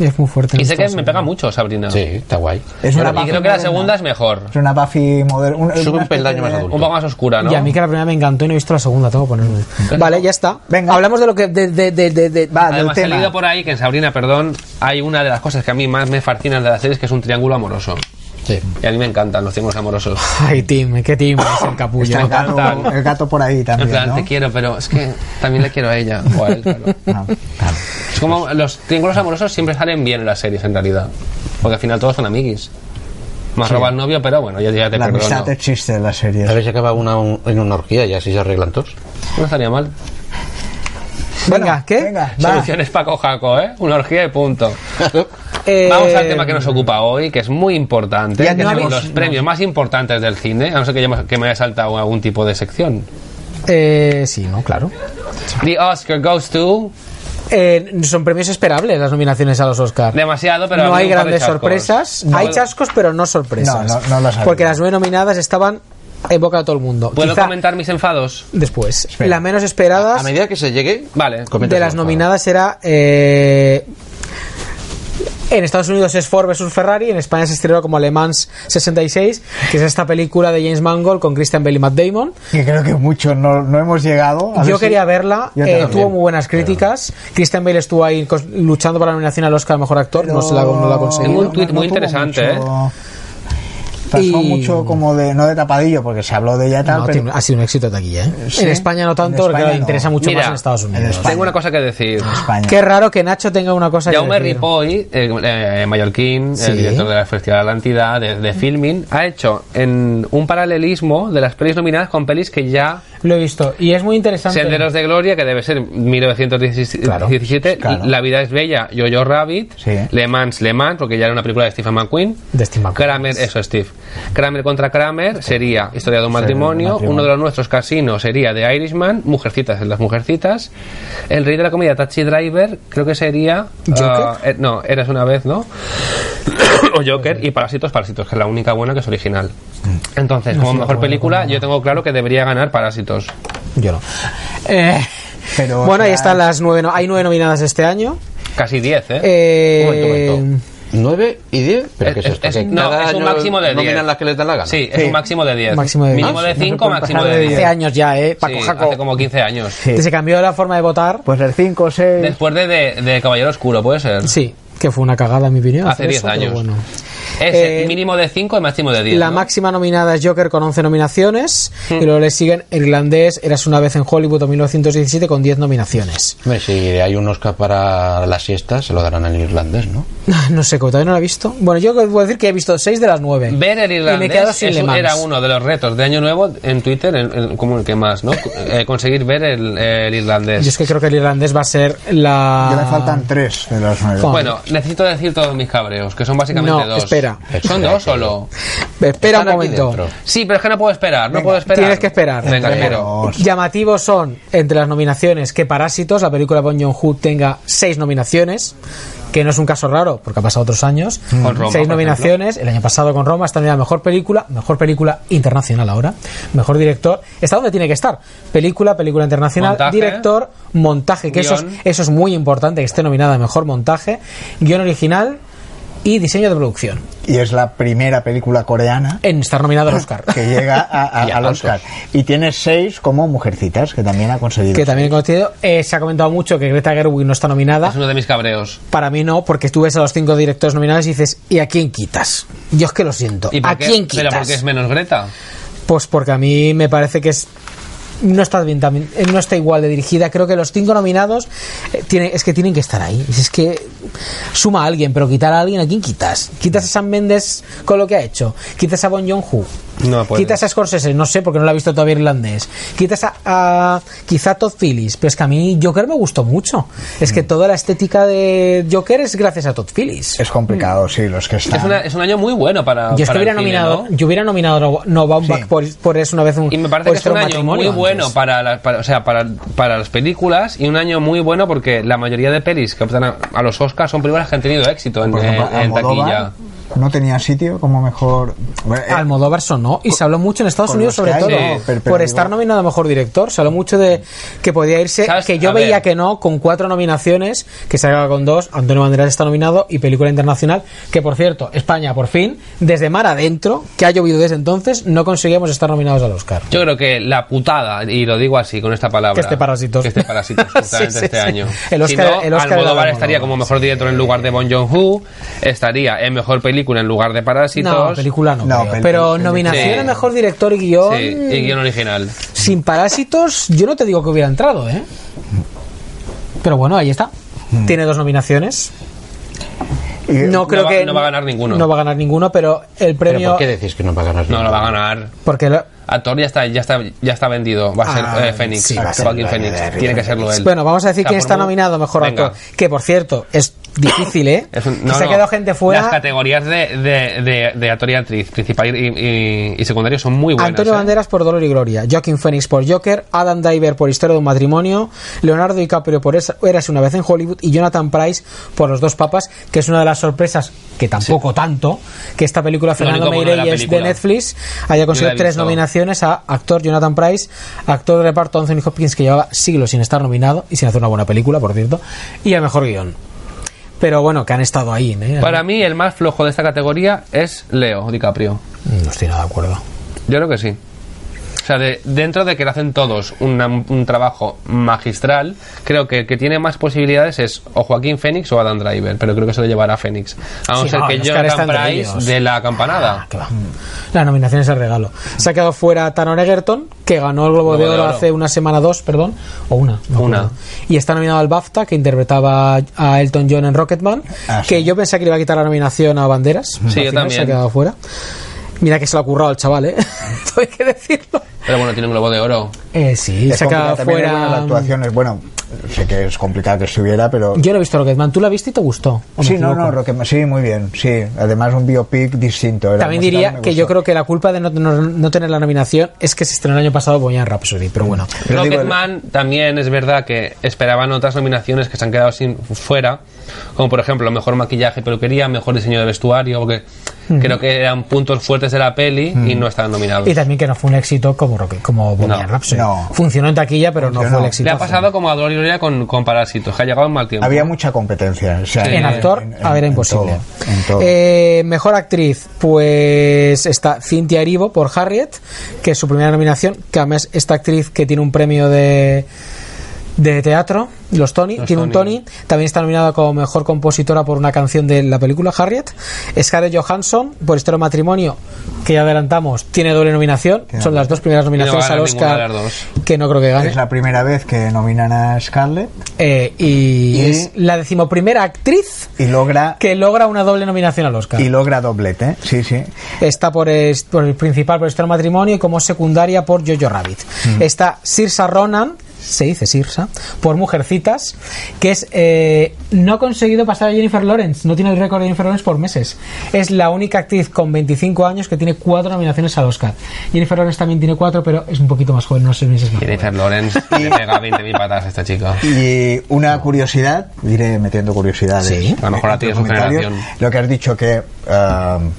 Speaker 3: Es muy fuerte.
Speaker 2: Y sé
Speaker 3: esto,
Speaker 2: que
Speaker 3: sí.
Speaker 2: me pega mucho Sabrina.
Speaker 4: sí, está guay.
Speaker 1: Es
Speaker 2: Pero-
Speaker 1: una
Speaker 2: y
Speaker 1: Buffy
Speaker 2: creo que la
Speaker 1: moderna.
Speaker 2: segunda es mejor.
Speaker 1: Es una Buffy moderna. una-
Speaker 4: Sube
Speaker 1: una
Speaker 4: un peldaño
Speaker 1: especie
Speaker 4: más
Speaker 1: de-
Speaker 4: adulto.
Speaker 2: Un poco más oscura, ¿no?
Speaker 3: Y a mí que la primera me encantó y no he visto la segunda, tengo que ponerme. Vale, ya está.
Speaker 1: Venga.
Speaker 3: Hablamos de lo que. De, de, de, de- de-
Speaker 1: Va, del
Speaker 2: Además, he leído
Speaker 1: tema.
Speaker 2: por ahí que en Sabrina, perdón, hay una de las cosas que a mí más me fascinan de las series, que es un triángulo amoroso.
Speaker 4: Sí.
Speaker 2: Y a mí me encantan los triángulos amorosos.
Speaker 3: Ay, Tim, qué Tim es el capullo.
Speaker 1: Está el gato,
Speaker 2: Total.
Speaker 1: el gato por ahí
Speaker 2: En
Speaker 1: también,
Speaker 2: plan,
Speaker 1: ¿no?
Speaker 2: te quiero, pero es que también le quiero a ella. O a
Speaker 1: [laughs]
Speaker 2: él, claro.
Speaker 1: Ah, claro.
Speaker 2: Es como los triángulos amorosos siempre salen bien en las series, en realidad. Porque al final todos son amiguis. Más roba el novio, pero bueno, ya, ya [laughs] te
Speaker 1: La
Speaker 2: perdono.
Speaker 1: amistad existe en las
Speaker 4: A
Speaker 1: series.
Speaker 4: ver si acaba una, un- en una orgía y así se arreglan todos.
Speaker 2: No estaría mal.
Speaker 3: Venga, ¿qué?
Speaker 1: Venga, va.
Speaker 2: Soluciones Paco Jaco, ¿eh? Una orgía y punto.
Speaker 3: Eh,
Speaker 2: Vamos al tema que nos ocupa hoy, que es muy importante,
Speaker 1: Ya
Speaker 2: que
Speaker 1: no
Speaker 2: son
Speaker 1: habéis-
Speaker 2: los premios más importantes del cine, a no ser que, ya me- que me haya saltado algún tipo de sección.
Speaker 3: eh, sí, no, claro.
Speaker 2: The Oscar goes to...
Speaker 3: Eh, son premios esperables las nominaciones a los Oscars.
Speaker 2: Demasiado, pero
Speaker 3: no
Speaker 2: había
Speaker 3: hay
Speaker 2: un par de
Speaker 3: grandes
Speaker 2: chascos.
Speaker 3: sorpresas.
Speaker 2: No.
Speaker 3: Hay chascos, pero no sorpresas.
Speaker 1: No, no- no las ha
Speaker 3: Porque
Speaker 1: habido.
Speaker 3: las nueve nominadas estaban en boca de todo el mundo.
Speaker 2: ¿Puedo
Speaker 3: Quizá
Speaker 2: comentar mis enfados?
Speaker 3: después.
Speaker 1: Espera.
Speaker 3: Las menos esperadas
Speaker 4: A medida que se llegue,
Speaker 2: Vale.
Speaker 4: comenta
Speaker 3: de las
Speaker 4: sobre-
Speaker 3: nominadas era eh, En Estados Unidos es Ford vs Ferrari, en España se estrenó como Le Mans 66, que es esta película de James Mangold con Christian Bale y Matt Damon.
Speaker 1: Que creo que muchos no, no hemos llegado. A ver
Speaker 3: Yo
Speaker 1: si-
Speaker 3: quería verla,
Speaker 1: Yo
Speaker 3: eh,
Speaker 1: también.
Speaker 3: tuvo muy buenas críticas. Christian Bale estuvo ahí cos- luchando por la nominación al Oscar al mejor actor, no, se la, no la consiguió.
Speaker 2: Tengo un tuit muy
Speaker 1: tuvo
Speaker 2: interesante,
Speaker 1: mucho- Pasó
Speaker 3: ¿eh? Y-
Speaker 1: mucho como de, no de tapadillo, porque se habló de ella y tal,
Speaker 3: No,
Speaker 1: pero
Speaker 3: tiene- ha sido un éxito de aquí, ¿eh?
Speaker 1: Sí.
Speaker 3: Ah, En España no tanto,
Speaker 1: En España
Speaker 3: porque le
Speaker 1: no.
Speaker 3: interesa mucho
Speaker 2: Mira,
Speaker 3: más en Estados Unidos.
Speaker 1: en España.
Speaker 2: Tengo una cosa que
Speaker 1: [laughs]
Speaker 2: decir.
Speaker 1: España.
Speaker 3: Qué raro que Nacho tenga una cosa que
Speaker 2: Jaume
Speaker 3: decir.
Speaker 2: Ripoll, eh, eh, Mallorquín,
Speaker 3: Sí.
Speaker 2: el director de la Festival de la Entidad, de, de Filming, ha hecho en un paralelismo de las pelis nominadas con pelis que ya...
Speaker 3: Lo he visto. Y es muy interesante.
Speaker 2: Senderos de Gloria, que debe ser 1917,
Speaker 1: Claro, claro.
Speaker 2: La vida es bella, Yo Yo Rabbit,
Speaker 1: Sí.
Speaker 2: Le Mans, Le Mans, porque ya era una película de Stephen McQueen,
Speaker 3: De este Steve McQueen.
Speaker 2: Kramer, eso Steve. Kramer contra Kramer sería Historia de un matrimonio,
Speaker 1: matrimonio.
Speaker 2: uno de los nuestros casinos sería The Irishman, Mujercitas en las Mujercitas, El Rey de la Comedia, Taxi Driver, creo que sería... ah, eh, no, Eras una vez, ¿no? [coughs] o Joker y Parásitos, Parásitos, que es la única buena que es original. Entonces, como mejor película, yo tengo claro que debería ganar Parásitos.
Speaker 3: Yo no. Eh,
Speaker 1: Pero,
Speaker 3: bueno,
Speaker 1: o sea,
Speaker 3: ahí están las nueve. no- Hay nueve nominadas este año.
Speaker 2: Casi 10, ¿eh?
Speaker 3: Eh,
Speaker 4: Un momento, un momento. 9 y 10, pero
Speaker 2: Es-
Speaker 4: ¿qué es esto?
Speaker 2: es-
Speaker 4: ¿Que
Speaker 2: Eh, no,
Speaker 4: cada
Speaker 2: es un
Speaker 4: año
Speaker 2: máximo de 10.
Speaker 4: nominan las que les dan la gana.
Speaker 2: Sí, es
Speaker 1: Sí.
Speaker 2: un máximo de 10.
Speaker 3: Máximo de diez.
Speaker 2: Mínimo de
Speaker 1: Ah, sí, no
Speaker 2: 5,
Speaker 1: se puede
Speaker 2: máximo
Speaker 1: pasar
Speaker 2: de
Speaker 1: de
Speaker 2: 10.
Speaker 3: Hace años ya, ¿eh? Paco
Speaker 2: Sí,
Speaker 3: Jaco.
Speaker 2: hace como 15 años.
Speaker 1: Sí.
Speaker 3: Que Eh, se cambió la forma de votar.
Speaker 1: Pues el 5 o 6.
Speaker 2: Después de, de, de Caballero Oscuro, ¿puede ser?
Speaker 3: Sí, que fue una cagada en mi opinión.
Speaker 2: Hace
Speaker 3: hacer
Speaker 2: 10
Speaker 3: eso, pero
Speaker 2: años.
Speaker 3: bueno.
Speaker 2: Ese,
Speaker 3: Eh,
Speaker 2: mínimo de 5 y máximo de 10.
Speaker 3: La
Speaker 2: ¿no? Hmm.
Speaker 3: máxima nominada es Joker con 11 nominaciones. Y luego le siguen el irlandés Eras una vez en Hollywood en 1917 con 10 nominaciones. [laughs]
Speaker 4: Hombre, si hay un Oscar para la siesta, se lo darán al irlandés, ¿no?
Speaker 3: No sé, como todavía no la he visto. Bueno, yo puedo decir que he visto 6 de las 9.
Speaker 2: Ver el
Speaker 3: Y me he quedado
Speaker 2: irlandés
Speaker 3: sin
Speaker 2: es-
Speaker 3: Le Mans.
Speaker 2: era uno de los retos de Año Nuevo en Twitter, el- el- como el que más,
Speaker 3: [laughs]
Speaker 2: ¿no? Eh, conseguir ver el, el
Speaker 3: Yo es
Speaker 2: irlandés.
Speaker 3: que creo que el irlandés va a ser la...
Speaker 1: Ya le faltan 3 de las 9.
Speaker 3: Joder.
Speaker 2: Bueno, necesito decir todos mis cabreos, que son básicamente
Speaker 3: No,
Speaker 2: dos.
Speaker 3: espera.
Speaker 2: Son dos solo.
Speaker 3: Espera un
Speaker 4: Están aquí
Speaker 3: momento.
Speaker 4: dentro.
Speaker 2: Sí, pero es que no puedo esperar, no puedo esperar.
Speaker 3: tienes que esperar.
Speaker 2: Venga,
Speaker 4: Espera.
Speaker 2: espero.
Speaker 3: Llamativos son, entre las nominaciones, que Parásitos, la película de Bong Joon-ho, tenga seis nominaciones, que no es un caso raro, porque ha pasado otros años.
Speaker 2: Mm. Con Roma,
Speaker 3: seis
Speaker 2: por
Speaker 3: nominaciones, el año pasado con Roma, esta nominada a Mejor Película, Mejor Película Internacional ahora, Mejor Director, está donde tiene que estar, Película, Película Internacional,
Speaker 2: Montaje.
Speaker 3: Director, Montaje, que eso es,
Speaker 2: Guión.
Speaker 3: eso es muy importante, que esté nominada a Mejor Montaje, Guión Original y Diseño de Producción,
Speaker 1: Y es la primera película coreana
Speaker 3: en estar nominada
Speaker 2: [laughs]
Speaker 3: al Oscar.
Speaker 1: que llega a-
Speaker 3: [laughs]
Speaker 1: a-
Speaker 4: Y a
Speaker 1: al
Speaker 4: tantos.
Speaker 1: Oscar. Y tiene 6 como Mujercitas, que también ha conseguido.
Speaker 3: Que también he conocido, eh, se ha comentado mucho que Greta Gerwig no está nominada.
Speaker 2: Es uno de mis cabreos.
Speaker 3: Para mí no, porque tú ves a los cinco directores nominados y dices, ¿y a quién quitas? Yo es que lo siento.
Speaker 2: ¿Y por
Speaker 3: ¿A
Speaker 2: qué?
Speaker 3: quién
Speaker 2: ¿Pero por
Speaker 3: quitas?
Speaker 2: qué es menos Greta?
Speaker 3: Pues porque a mí me parece que es no está bien también- eh, no está igual de dirigida creo que los cinco nominados eh, tiene- es que tienen que estar ahí es que suma a alguien pero quitar a alguien a quién quitas quitas a Sam Mendes con lo que ha hecho quitas a Bon Joon Ho
Speaker 2: No puedes.
Speaker 3: quitas a Scorsese no sé porque no lo ha visto todavía irlandés quitas a, a- quizá a Todd Phillips pero es que a mí Joker me gustó mucho es que toda la estética de Joker es gracias a Todd Phillips
Speaker 1: Es
Speaker 3: Mm.
Speaker 1: complicado, sí, los que están.
Speaker 2: Es, una- es un año muy bueno para.
Speaker 3: yo es que
Speaker 2: para
Speaker 3: hubiera
Speaker 2: el cine,
Speaker 3: nominado
Speaker 2: ¿no?
Speaker 3: yo hubiera nominado no Baumbach
Speaker 1: Sí.
Speaker 3: por, por eso una vez un
Speaker 2: Y me parece
Speaker 3: por
Speaker 2: que es
Speaker 3: ser
Speaker 2: un año
Speaker 3: matrimonio
Speaker 2: muy
Speaker 3: antes.
Speaker 2: bueno para, las- para- o sea, para, para las películas y un año muy bueno porque la mayoría de pelis que optan a, a los Oscars son películas que han tenido éxito en,
Speaker 1: Por ejemplo,
Speaker 2: en- en
Speaker 1: Almodóvar
Speaker 2: taquilla.
Speaker 1: no tenía sitio como mejor. Bueno, eh,
Speaker 3: Almodóvar sonó y se habló mucho en Estados
Speaker 1: con
Speaker 3: Unidos
Speaker 1: los que
Speaker 3: sobre
Speaker 1: hay,
Speaker 3: todo
Speaker 2: sí.
Speaker 1: Pero- pero
Speaker 3: por
Speaker 1: digo-
Speaker 3: estar nominado a mejor director se habló mucho de que podía irse
Speaker 2: ¿Sabes?
Speaker 3: que yo
Speaker 2: A
Speaker 3: veía
Speaker 2: ver.
Speaker 3: que no con cuatro nominaciones que se haga con dos Antonio Banderas está nominado y película internacional que por cierto España por fin desde mar adentro que ha llovido desde entonces no conseguíamos estar nominados al Oscar
Speaker 2: Yo creo que la putada, y lo digo así con esta palabra.
Speaker 3: Que esté Parásitos.
Speaker 2: Que esté Parásitos,
Speaker 3: [laughs]
Speaker 2: justamente
Speaker 3: Sí, sí,
Speaker 2: este
Speaker 3: sí.
Speaker 2: año.
Speaker 3: El Oscar-
Speaker 2: si no,
Speaker 3: el Oscar era de
Speaker 2: Almodóvar
Speaker 3: Almodóvar,
Speaker 2: estaría como mejor director en lugar de Bon Joon-ho, estaría en mejor película en lugar de Parásitos.
Speaker 3: no película no,
Speaker 1: No,
Speaker 3: creo.
Speaker 1: peli-
Speaker 3: pero
Speaker 1: peli-
Speaker 3: nominación
Speaker 2: Sí.
Speaker 3: a mejor director y guión
Speaker 2: Sí, y guión original.
Speaker 3: sin parásitos yo no te digo que hubiera entrado eh pero bueno ahí está tiene dos nominaciones
Speaker 1: y-
Speaker 3: no creo
Speaker 2: va-
Speaker 3: que
Speaker 2: Hmm. no va a ganar ninguno.
Speaker 3: no va a ganar ninguno pero el
Speaker 4: ¿Pero
Speaker 3: premio
Speaker 4: por qué decís que no va a ganar?
Speaker 2: No lo va a ganar.
Speaker 3: porque lo-
Speaker 2: Actor ya está, ya está, ya está vendido. Va a ser
Speaker 3: Ah,
Speaker 2: eh, Fénix.
Speaker 3: sí, va a ser
Speaker 2: Joaquín
Speaker 1: Ryan
Speaker 2: Fénix.
Speaker 1: Reynolds.
Speaker 2: Tiene que serlo él.
Speaker 3: bueno vamos a decir
Speaker 2: Pues O sea,
Speaker 3: quién
Speaker 2: por
Speaker 3: está
Speaker 2: muy-
Speaker 3: nominado a mejor
Speaker 2: Venga.
Speaker 3: actor que por cierto es difícil eh
Speaker 2: Es un-
Speaker 3: Que se ha quedado gente
Speaker 2: Las
Speaker 3: fuera
Speaker 2: categorías de, de, de, de actor y actriz, principal y, y- y secundario, son muy buenas.
Speaker 3: Antonio
Speaker 2: ¿eh?
Speaker 3: Banderas por Dolor y Gloria, Joaquin Phoenix por Joker, Adam Diver por Historia de un matrimonio, Leonardo DiCaprio por Esa- Érase una vez en Hollywood y Jonathan Price por Los dos papas, que es una de las sorpresas que tampoco tanto que esta película Fernando
Speaker 2: único bueno de la
Speaker 3: Meirelles de
Speaker 2: película.
Speaker 3: Netflix haya conseguido
Speaker 2: he
Speaker 3: tres
Speaker 2: visto.
Speaker 3: nominaciones a actor Jonathan Price, actor de reparto Anthony Hopkins que llevaba siglos sin estar nominado y sin hacer una buena película, por cierto, y a mejor guión. pero bueno, que han estado ahí. ¿eh?
Speaker 2: Para mí, el más flojo de esta categoría es Leo DiCaprio.
Speaker 3: No estoy nada de acuerdo.
Speaker 2: Yo creo que sí. O sea, de- dentro de que lo hacen todos una- un trabajo magistral, creo que el que tiene más posibilidades es o Joaquín Fénix o Adam Driver, pero creo que se lo llevará Fénix. A no
Speaker 3: Sí,
Speaker 2: ser
Speaker 3: no,
Speaker 2: que
Speaker 3: los caras
Speaker 2: Jonathan
Speaker 3: están de
Speaker 2: Price
Speaker 3: ellos.
Speaker 2: de la campanada.
Speaker 3: Ah, que va. La nominación es el regalo. Se ha quedado fuera Taron Egerton, que ganó el Globo, de, Oro hace una semana, dos, perdón, o una. no
Speaker 2: Una.
Speaker 3: acuerdo. Y está nominado al BAFTA, que interpretaba a Elton John en Rocketman,
Speaker 1: Ah,
Speaker 3: que
Speaker 1: sí.
Speaker 3: yo pensé que le iba a quitar la nominación a Banderas.
Speaker 2: yo
Speaker 3: Al final Se ha
Speaker 2: también.
Speaker 3: quedado fuera. Mira que se lo ha currado al chaval, ¿eh? [laughs] Todo hay que decirlo.
Speaker 2: Pero bueno, tiene un globo de oro.
Speaker 3: Eh, sí,
Speaker 1: Es
Speaker 3: se ha quedado
Speaker 1: complicado, también es buena
Speaker 3: fuera. mm,
Speaker 1: la actuación es bueno, sé que es complicado que estuviera, pero
Speaker 3: Yo no he visto Rocketman. ¿Tú la viste y te gustó? ¿O me
Speaker 1: sí, no, no,
Speaker 3: equivoco?
Speaker 1: Rocketman, sí, muy bien, sí. Además un biopic distinto. era
Speaker 3: También
Speaker 1: musical,
Speaker 3: diría
Speaker 1: me
Speaker 3: que yo
Speaker 1: gustó.
Speaker 3: creo que la culpa de no, no- no tener la nominación es que se estrenó el año pasado Boyan Rhapsody, pero bueno.
Speaker 1: Pero digo,
Speaker 2: Rocketman también es verdad que esperaban otras nominaciones que se han quedado sin fuera, como por ejemplo mejor maquillaje y peluquería, mejor diseño de vestuario, porque creo que eran puntos fuertes de la peli y no estaban nominados.
Speaker 3: Y también que no fue un éxito como, Rock- como Bohemian
Speaker 2: No,
Speaker 3: Rhapsody.
Speaker 1: no.
Speaker 3: Funcionó en taquilla, pero no
Speaker 1: Funcionó.
Speaker 3: fue el
Speaker 2: Le
Speaker 3: éxito.
Speaker 2: ha pasado como a Gloria Gloria con, con Parásitos, que ha llegado en mal tiempo.
Speaker 1: había mucha competencia. o sea,
Speaker 2: Sí.
Speaker 3: En actor,
Speaker 1: Eh, en-
Speaker 3: a ver,
Speaker 1: en
Speaker 3: imposible.
Speaker 1: todo, en todo.
Speaker 3: Eh, mejor actriz, pues está Cynthia Erivo por Harriet, que es su primera nominación, que además esta actriz que tiene un premio de de teatro, los Tony,
Speaker 2: Los
Speaker 3: tiene un
Speaker 2: Tony.
Speaker 3: Tony, también está nominada como mejor compositora por una canción de la película Harriet, Scarlett Johansson por Estero Matrimonio, que ya adelantamos, tiene doble nominación,
Speaker 1: Tiene
Speaker 3: son las dos primeras nominaciones
Speaker 2: gana
Speaker 3: al
Speaker 2: ninguna
Speaker 3: Oscar,
Speaker 2: de las dos.
Speaker 3: que no creo que gane.
Speaker 1: Es la primera vez que nominan a Scarlett
Speaker 3: Eh, y,
Speaker 1: Y-
Speaker 3: es la decimoprimera actriz
Speaker 1: y logra
Speaker 3: que logra una doble nominación al Oscar.
Speaker 1: y logra doblete, ¿eh? sí, sí.
Speaker 3: Está por, es- por el principal por Extraño Matrimonio y como secundaria por Jojo Rabbit.
Speaker 1: Mm.
Speaker 3: Está Sirsa Ronan, se dice Sirsa, por Mujercitas, que es eh, no ha conseguido pasar a Jennifer Lawrence, no tiene el récord de Jennifer Lawrence por meses. Es la única actriz con 25 años que tiene cuatro nominaciones al Oscar. Jennifer Lawrence también tiene cuatro, pero es un poquito más joven, no sé meses más. joven.
Speaker 2: Jennifer
Speaker 3: [laughs]
Speaker 2: Lawrence le pega 20.000 patas a esta chica.
Speaker 1: Y una curiosidad, iré metiendo curiosidades.
Speaker 3: Sí.
Speaker 2: A lo mejor a ti
Speaker 1: Entre
Speaker 2: es su
Speaker 1: comentarios.
Speaker 2: generación.
Speaker 1: Lo que has dicho que um,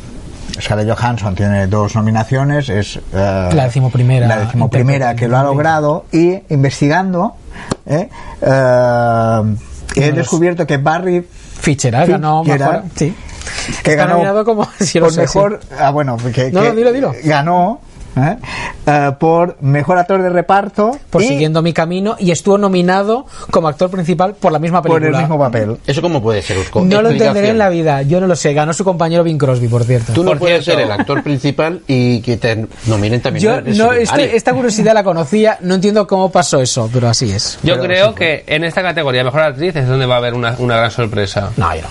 Speaker 1: Scarlett Johansson tiene dos nominaciones, es uh,
Speaker 3: La decimoprimera.
Speaker 1: la decimoprimera que lo ha logrado y investigando ¿eh? um, he
Speaker 3: los-
Speaker 1: descubierto que Barry
Speaker 3: Fitzgerald ganó
Speaker 1: Fitzgerald.
Speaker 3: mejor- sí.
Speaker 1: que
Speaker 3: Está
Speaker 1: ganó
Speaker 3: nominado como- [laughs] sí, lo
Speaker 1: por
Speaker 3: sé,
Speaker 1: mejor ah bueno que,
Speaker 3: No,
Speaker 1: que
Speaker 3: no, dilo, dilo.
Speaker 1: ganó ¿eh? Uh, por mejor actor de reparto
Speaker 3: por
Speaker 1: y
Speaker 3: Siguiendo mi camino y estuvo nominado como actor principal por la misma
Speaker 1: por
Speaker 3: película.
Speaker 1: el mismo papel
Speaker 4: ¿Eso cómo puede ser, Urco?
Speaker 3: No lo
Speaker 4: Explicación.
Speaker 3: entenderé en la vida, yo no lo sé. Ganó su compañero Bing Crosby, por cierto.
Speaker 4: Tú no
Speaker 2: Por
Speaker 4: puedes
Speaker 2: cierto.
Speaker 4: ser el actor principal y que te nominen también.
Speaker 3: yo
Speaker 4: Eso,
Speaker 3: no,
Speaker 4: vale.
Speaker 3: este- esta curiosidad la conocía, no entiendo cómo pasó eso, pero pues. así es.
Speaker 2: Yo creo que en esta categoría, mejor actriz, es donde va a haber una, una gran sorpresa.
Speaker 3: No, yo no.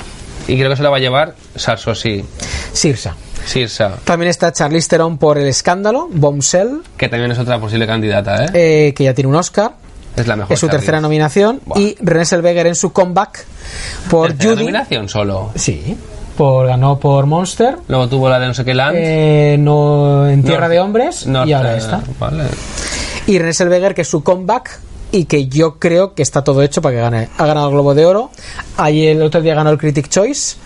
Speaker 2: Y creo que se la va a llevar Sarsosi,
Speaker 3: Sirsa.
Speaker 2: Sirsa,
Speaker 3: También está Charlize Theron por El Escándalo, Bombshell,
Speaker 2: que también es otra posible candidata, ¿eh?
Speaker 3: eh, que ya tiene un Oscar.
Speaker 2: es la mejor.
Speaker 3: Es su
Speaker 2: actriz.
Speaker 3: tercera nominación.
Speaker 2: Buah.
Speaker 3: Y René Zellweger en su comeback por
Speaker 2: Tercera
Speaker 3: Judy.
Speaker 2: nominación solo.
Speaker 3: Sí. Por, ganó por Monster.
Speaker 2: Luego tuvo la de no sé qué land.
Speaker 3: eh, no, en
Speaker 2: North-
Speaker 3: Tierra de Hombres.
Speaker 2: North-
Speaker 3: y ahora
Speaker 2: eh,
Speaker 3: está.
Speaker 2: Vale.
Speaker 3: y René Zellweger que es su comeback y que yo creo que está todo hecho para que gane. Ha ganado el Globo de Oro, ahí el otro día ganó el Critic Choice.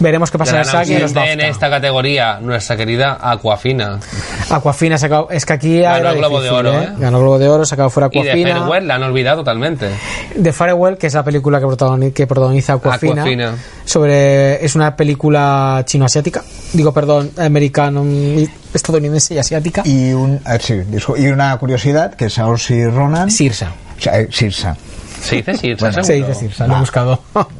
Speaker 3: Veremos qué pasa en
Speaker 2: La
Speaker 3: el SAG y en los
Speaker 2: ausente en
Speaker 3: BAFTA.
Speaker 2: esta categoría, nuestra querida Aquafina.
Speaker 3: Aquafina se acabó- es que aquí
Speaker 2: Ganó
Speaker 3: era
Speaker 2: el Globo
Speaker 3: difícil,
Speaker 2: de Oro,
Speaker 3: ¿eh?
Speaker 2: ¿eh?
Speaker 3: Ganó el Globo de Oro, sacado fuera
Speaker 2: Y de
Speaker 3: Aquafina.
Speaker 2: Farewell la han olvidado totalmente.
Speaker 3: The Farewell, que es la película que protagoni- que protagoniza Aquafina,
Speaker 2: Aquafina.
Speaker 3: sobre es una película chino-asiática, digo perdón, americano, estadounidense y asiática.
Speaker 1: y un ah, sí, disculpa, y una curiosidad que Saoirse Ronan
Speaker 3: Sirsa.
Speaker 1: O sea, eh, Sirsa
Speaker 2: Se dice Sirsa,
Speaker 1: Bueno,
Speaker 3: Se
Speaker 2: seguro.
Speaker 3: dice Sirsa, lo he
Speaker 1: Ah.
Speaker 2: [laughs]
Speaker 3: buscado.
Speaker 1: Vale.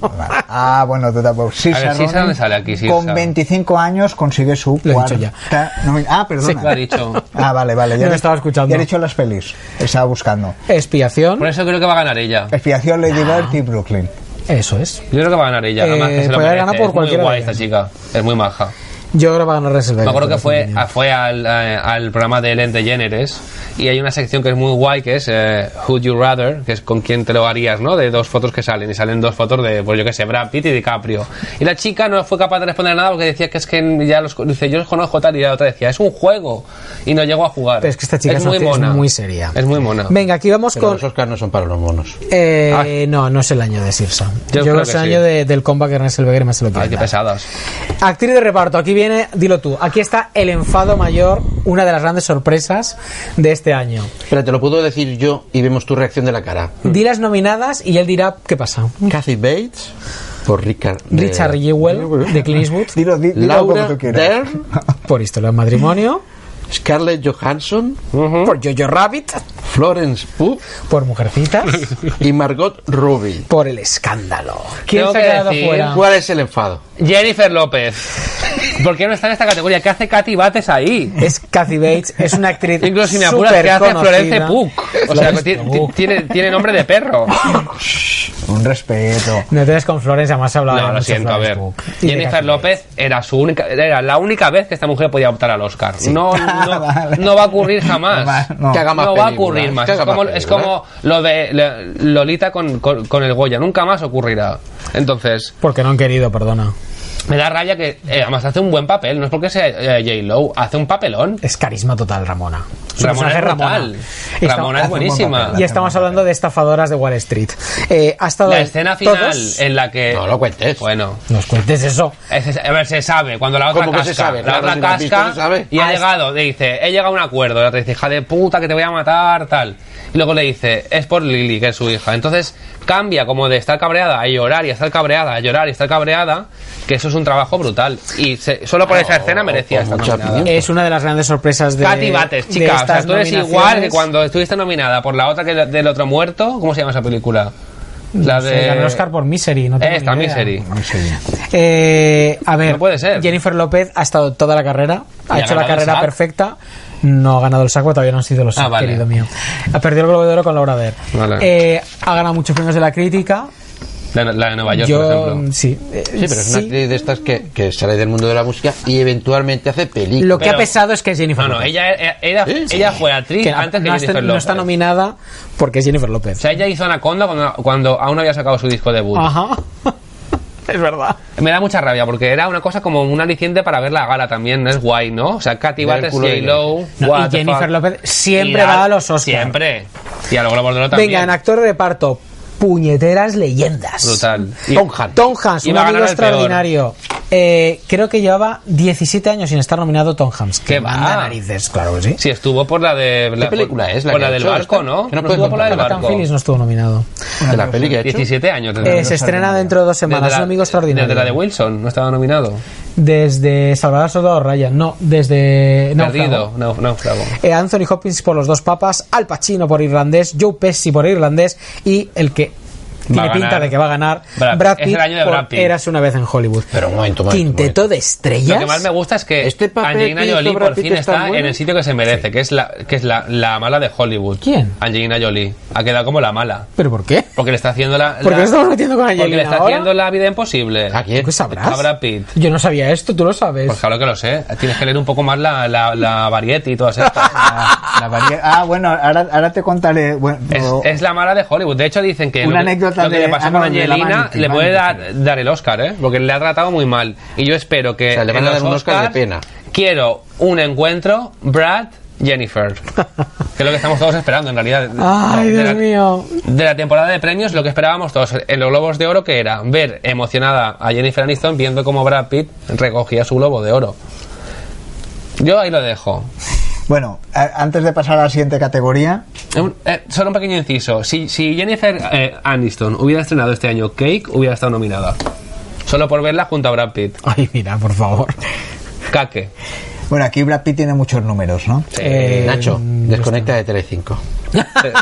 Speaker 1: Ah, bueno, tú tampoco. Sirsa
Speaker 2: A ver, Sirsa,
Speaker 1: Ronan,
Speaker 2: ¿dónde sale aquí, Sirsa?
Speaker 1: Con 25 años consigue su
Speaker 3: Lo he
Speaker 1: cuarta.
Speaker 3: dicho ya.
Speaker 1: nomi- Ah,
Speaker 3: Sí,
Speaker 1: perdona.
Speaker 2: lo ha dicho.
Speaker 1: Ah, vale, vale.
Speaker 3: No
Speaker 1: he-
Speaker 3: estaba escuchando.
Speaker 1: Ya he dicho las pelis. Estaba buscando.
Speaker 3: Expiación.
Speaker 2: Por eso creo que va a ganar ella.
Speaker 1: Expiación, Lady Bird y Brooklyn.
Speaker 3: Eso es.
Speaker 2: Yo creo que va a ganar ella,
Speaker 3: Eh,
Speaker 2: además que se lo
Speaker 3: puede
Speaker 2: merece.
Speaker 3: ganar por
Speaker 2: es muy
Speaker 3: cualquiera de
Speaker 2: guay esta chica, es muy maja.
Speaker 3: Yo creo que va a ganar Reservoir.
Speaker 2: Me acuerdo que fue, a- fue al, eh, al programa de Ellen DeGeneres y hay una sección que es muy guay que es eh, Who'd You Rather, que es con quién te lo harías, ¿no? De dos fotos que salen y salen dos fotos de, pues yo qué sé, Brad Pitt y DiCaprio. Y la chica no fue capaz de responder nada porque decía que es que ya los, dice, yo los conozco tal y la otra decía, es un juego y no llegó a jugar.
Speaker 3: Pero es que esta chica es una actriz muy seria.
Speaker 2: Es muy mona.
Speaker 3: Venga, aquí vamos
Speaker 4: Pero
Speaker 3: con.
Speaker 4: los Oscars no son para los monos.
Speaker 3: eh,
Speaker 2: Ah.
Speaker 3: no, no es el año de Sirsa. Yo, creo que es el
Speaker 2: sí.
Speaker 3: año de- del comeback de René Selveger más se lo
Speaker 2: Ay,
Speaker 3: quieren
Speaker 2: qué
Speaker 3: dar.
Speaker 2: pesadas.
Speaker 3: Actriz de reparto, aquí viene, dilo tú. Aquí está El Enfado Mayor, una de las grandes sorpresas de este año.
Speaker 4: Espera, te lo puedo decir
Speaker 2: Mm.
Speaker 4: yo y vemos tu reacción de la cara.
Speaker 3: Di las nominadas y él dirá qué pasa.
Speaker 4: Kathy Bates, por Richard, eh,
Speaker 3: Richard Jewell
Speaker 2: pues.
Speaker 3: de Clint Eastwood
Speaker 1: Dilo, di- dilo
Speaker 4: Laura
Speaker 1: como tú quieras.
Speaker 4: Dern,
Speaker 3: por Historia del Matrimonio,
Speaker 4: Scarlett Johansson,
Speaker 3: por Jojo Rabbit,
Speaker 4: Florence Pugh
Speaker 3: por
Speaker 2: [laughs]
Speaker 3: Mujercitas,
Speaker 4: y Margot Robbie.
Speaker 3: por El Escándalo. ¿Quién
Speaker 2: Tengo
Speaker 3: se ha
Speaker 2: que
Speaker 3: quedado
Speaker 2: decir-
Speaker 3: fuera?
Speaker 4: ¿Cuál es el enfado?
Speaker 2: Jennifer López. ¿Por qué no está en esta categoría? ¿Qué hace Katy Bates ahí?
Speaker 3: Es Kathy Bates, es una actriz.
Speaker 2: Incluso si me apuras, ¿qué hace Florence Pugh? O sea, que ti- ti- tiene, tiene nombre de perro.
Speaker 1: Un respeto.
Speaker 3: No te des con Florence, además he hablado
Speaker 2: No,
Speaker 3: de
Speaker 2: lo
Speaker 3: mucho
Speaker 2: siento, a
Speaker 3: Florence
Speaker 2: ver.
Speaker 3: Pugh. Y de
Speaker 2: Jennifer
Speaker 3: Kathy
Speaker 2: López era su única, era la única vez que esta mujer podía optar al Oscar. No, no,
Speaker 1: Vale.
Speaker 2: no va a ocurrir jamás.
Speaker 1: Vale, no.
Speaker 4: Que haga más
Speaker 2: No va a
Speaker 4: películas,
Speaker 2: ocurrir más.
Speaker 4: que
Speaker 2: Es
Speaker 4: haga
Speaker 2: como,
Speaker 4: más
Speaker 2: es como lo de le- Lolita con, con- con el Goya. Nunca más ocurrirá. Entonces,
Speaker 3: Bates. Porque no han querido, perdona.
Speaker 2: me da rabia que eh, además hace un buen papel. No es porque sea eh, J-Lo, hace un papelón.
Speaker 3: Es carisma total, Ramona. Su
Speaker 2: Ramona
Speaker 3: personaje
Speaker 2: es brutal.
Speaker 3: Y está-
Speaker 2: Ramona es buenísima.
Speaker 1: papel.
Speaker 3: Y estamos hablando de estafadoras de Wall Street. Eh, ha estado
Speaker 2: La
Speaker 3: en
Speaker 2: escena final
Speaker 3: todos-
Speaker 2: en la que.
Speaker 4: No lo cuentes.
Speaker 2: Bueno.
Speaker 3: Nos cuentes eso.
Speaker 2: Es- a ver, se sabe, cuando la otra
Speaker 4: ¿Cómo que
Speaker 2: casca,
Speaker 4: se sabe?
Speaker 2: la
Speaker 4: Claro,
Speaker 2: otra
Speaker 4: si lo has visto,
Speaker 2: casca
Speaker 4: se sabe.
Speaker 2: y ha
Speaker 3: Ah, es-
Speaker 2: llegado, le dice, he llegado a un acuerdo, la otra dice, hija de puta, que te voy a matar, tal. Y luego le dice, es por Lily, que es su hija. Entonces cambia como de estar cabreada a llorar y a estar cabreada, a llorar y a estar cabreada, que eso es un trabajo brutal. Y se- solo por esa escena merecía
Speaker 4: con
Speaker 2: esta
Speaker 4: mucha
Speaker 2: nominada.
Speaker 4: opinión.
Speaker 3: Es una de las grandes sorpresas de.
Speaker 2: Katy Bates,
Speaker 3: de
Speaker 2: chica, o sea,
Speaker 3: estas
Speaker 2: tú eres igual
Speaker 3: nominaciones.
Speaker 2: que cuando estuviste nominada por la otra que del otro muerto, ¿cómo se llama esa película? La
Speaker 3: Se
Speaker 2: de...
Speaker 3: ganó el Oscar por Misery, no tengo
Speaker 2: Esta,
Speaker 3: ni idea.
Speaker 2: Misery.
Speaker 1: Muy bien.
Speaker 3: Eh, a ver,
Speaker 2: No puede ser.
Speaker 3: Jennifer López ha estado toda la carrera,
Speaker 2: Y
Speaker 3: ha
Speaker 2: ha
Speaker 3: hecho
Speaker 2: ganado
Speaker 3: la
Speaker 2: el
Speaker 3: carrera
Speaker 2: SAG.
Speaker 3: perfecta. No ha ganado el saco, todavía no han sido los
Speaker 2: Ah,
Speaker 3: SAG,
Speaker 2: vale.
Speaker 3: querido mío. Ha perdido el Globo de Oro con Laura Dern.
Speaker 2: Vale.
Speaker 3: Eh, ha ganado muchos premios de la crítica.
Speaker 2: La, la de Nueva York, por
Speaker 3: Yo,
Speaker 2: ejemplo.
Speaker 3: sí. eh,
Speaker 4: Sí, pero es una
Speaker 3: sí.
Speaker 4: actriz de estas que, que sale del mundo de la música y eventualmente hace películas.
Speaker 3: Lo que ha
Speaker 2: Pero-
Speaker 3: pesado es que es Jennifer
Speaker 2: No, Ah, no,
Speaker 3: López.
Speaker 2: ella, era- era-
Speaker 4: Sí, sí.
Speaker 2: ella fue actriz
Speaker 3: Que
Speaker 2: antes que
Speaker 3: no,
Speaker 2: Jennifer
Speaker 3: está, no
Speaker 2: López.
Speaker 3: está nominada porque es Jennifer
Speaker 2: O
Speaker 3: López.
Speaker 2: sea, ella hizo Anaconda cuando, cuando aún no había sacado su disco debut.
Speaker 3: Ajá. [laughs] es verdad.
Speaker 2: Me da mucha rabia porque era una cosa como un aliciente para ver la gala también. Es guay, ¿no? O sea, Katy
Speaker 4: Ver el
Speaker 2: Bates,
Speaker 4: culo de
Speaker 2: J-Lo,
Speaker 3: No,
Speaker 2: what
Speaker 3: y
Speaker 2: the
Speaker 3: Jennifer
Speaker 2: fuck.
Speaker 3: López siempre
Speaker 2: Y la-
Speaker 3: va a los Oscars.
Speaker 2: Siempre. Y a los Globos de Oro también.
Speaker 3: Venga, en actor de reparto, puñeteras leyendas.
Speaker 2: Brutal. Y-
Speaker 4: Tom Hanks.
Speaker 3: Tom Hanks, un
Speaker 2: Iba a
Speaker 3: amigo
Speaker 2: ganar el peor.
Speaker 3: extraordinario. Eh, creo que llevaba 17 años sin estar nominado Tom Hanks.
Speaker 2: ¿Qué
Speaker 3: Que
Speaker 2: va?
Speaker 3: manda narices, claro que sí.
Speaker 2: Sí, estuvo por la de... la-
Speaker 4: película es la
Speaker 2: Por
Speaker 4: que
Speaker 2: la
Speaker 4: ha
Speaker 2: del
Speaker 4: hecho
Speaker 2: barco,
Speaker 4: esta?
Speaker 2: ¿no?
Speaker 4: Que no
Speaker 2: No
Speaker 4: puedo
Speaker 2: estuvo por la del
Speaker 4: encontrar.
Speaker 3: Captain
Speaker 2: barco.
Speaker 3: Phillips no estuvo nominado.
Speaker 4: de la peli que ha hecho.
Speaker 2: 17 años.
Speaker 3: Eh,
Speaker 2: Desde,
Speaker 3: se estrena dentro de dos semanas,
Speaker 2: desde
Speaker 3: un
Speaker 2: la-
Speaker 3: amigo extraordinario.
Speaker 2: Desde la de Wilson, no estaba nominado.
Speaker 3: Desde Salvador Soldado Ryan, no, desde... Náufrago.
Speaker 2: Perdido, náufrago.
Speaker 3: Eh, Anthony Hopkins por los dos papas, Al Pacino por irlandés, Joe Pesci por irlandés y el que tiene
Speaker 2: a
Speaker 3: pinta
Speaker 2: ganar.
Speaker 3: de que va a ganar,
Speaker 2: Brad-
Speaker 3: Brad
Speaker 2: es
Speaker 3: Pitt,
Speaker 2: el año de
Speaker 3: por
Speaker 2: Brad Pitt.
Speaker 3: Érase una vez en Hollywood.
Speaker 4: Pero un momento, un momento, un
Speaker 3: Quinteto
Speaker 4: momento.
Speaker 3: de estrellas.
Speaker 2: Lo que más me gusta es que
Speaker 4: Este papel
Speaker 2: Angelina
Speaker 4: que hizo
Speaker 2: Jolie
Speaker 4: Brad
Speaker 2: por
Speaker 4: Pitt
Speaker 2: fin
Speaker 4: es tan
Speaker 2: está
Speaker 4: bueno.
Speaker 2: en el sitio que se merece, que es la que es la, la mala de Hollywood.
Speaker 3: ¿Quién?
Speaker 2: Angelina Jolie. Ha quedado como la mala.
Speaker 3: ¿Pero por qué?
Speaker 2: Porque le está haciendo la...
Speaker 3: ¿Por qué
Speaker 2: la-
Speaker 3: nos estamos metiendo con
Speaker 2: Porque
Speaker 3: Angelina
Speaker 2: le está
Speaker 3: ahora?
Speaker 2: haciendo la vida imposible.
Speaker 4: ¿A quién?
Speaker 3: ¿Qué sabrás?
Speaker 2: A Brad Pitt.
Speaker 3: Yo no sabía esto, tú lo sabes.
Speaker 2: Pues claro que lo sé. Tienes que leer un poco más la, la, la variety y todas
Speaker 3: [laughs]
Speaker 2: estas.
Speaker 1: Ah, la varie- ah, bueno, ahora, ahora te contaré. Bueno,
Speaker 2: Es, es la mala de Hollywood. De hecho, dicen
Speaker 1: Una
Speaker 2: que lo que-
Speaker 1: anécdota
Speaker 2: lo que
Speaker 1: de-
Speaker 2: le pasó
Speaker 1: ah,
Speaker 2: con
Speaker 1: no, de la
Speaker 2: Angelina
Speaker 1: Vanity,
Speaker 2: le puede
Speaker 1: Vanity.
Speaker 2: dar, dar el Oscar, ¿eh? Porque le ha tratado muy mal. Y yo espero que.
Speaker 4: O sea, le van
Speaker 2: en
Speaker 4: a
Speaker 2: los
Speaker 4: dar un Oscar de
Speaker 2: Oscars
Speaker 4: pena.
Speaker 2: Quiero un encuentro, Brad.
Speaker 1: [laughs]
Speaker 2: Jennifer, que es lo que estamos todos esperando en realidad.
Speaker 3: Ay,
Speaker 2: De la-
Speaker 3: Dios mío.
Speaker 2: De la temporada de premios, lo que esperábamos todos en los Globos de Oro, que era ver emocionada a Jennifer Aniston viendo cómo Brad Pitt recogía su Globo de Oro. Yo ahí lo dejo.
Speaker 1: Bueno, a- antes de pasar a la siguiente categoría,
Speaker 2: Un- eh, solo un pequeño inciso. Si, si Jennifer eh, Aniston hubiera estrenado este año Cake, hubiera estado nominada. Solo por verla junto a Brad Pitt.
Speaker 3: Ay, mira, por favor.
Speaker 2: Cake.
Speaker 1: bueno, aquí Brad Pitt tiene muchos números, ¿no?
Speaker 3: Eh,
Speaker 4: Nacho,
Speaker 3: mm,
Speaker 4: desconecta de Telecinco.
Speaker 2: Eh,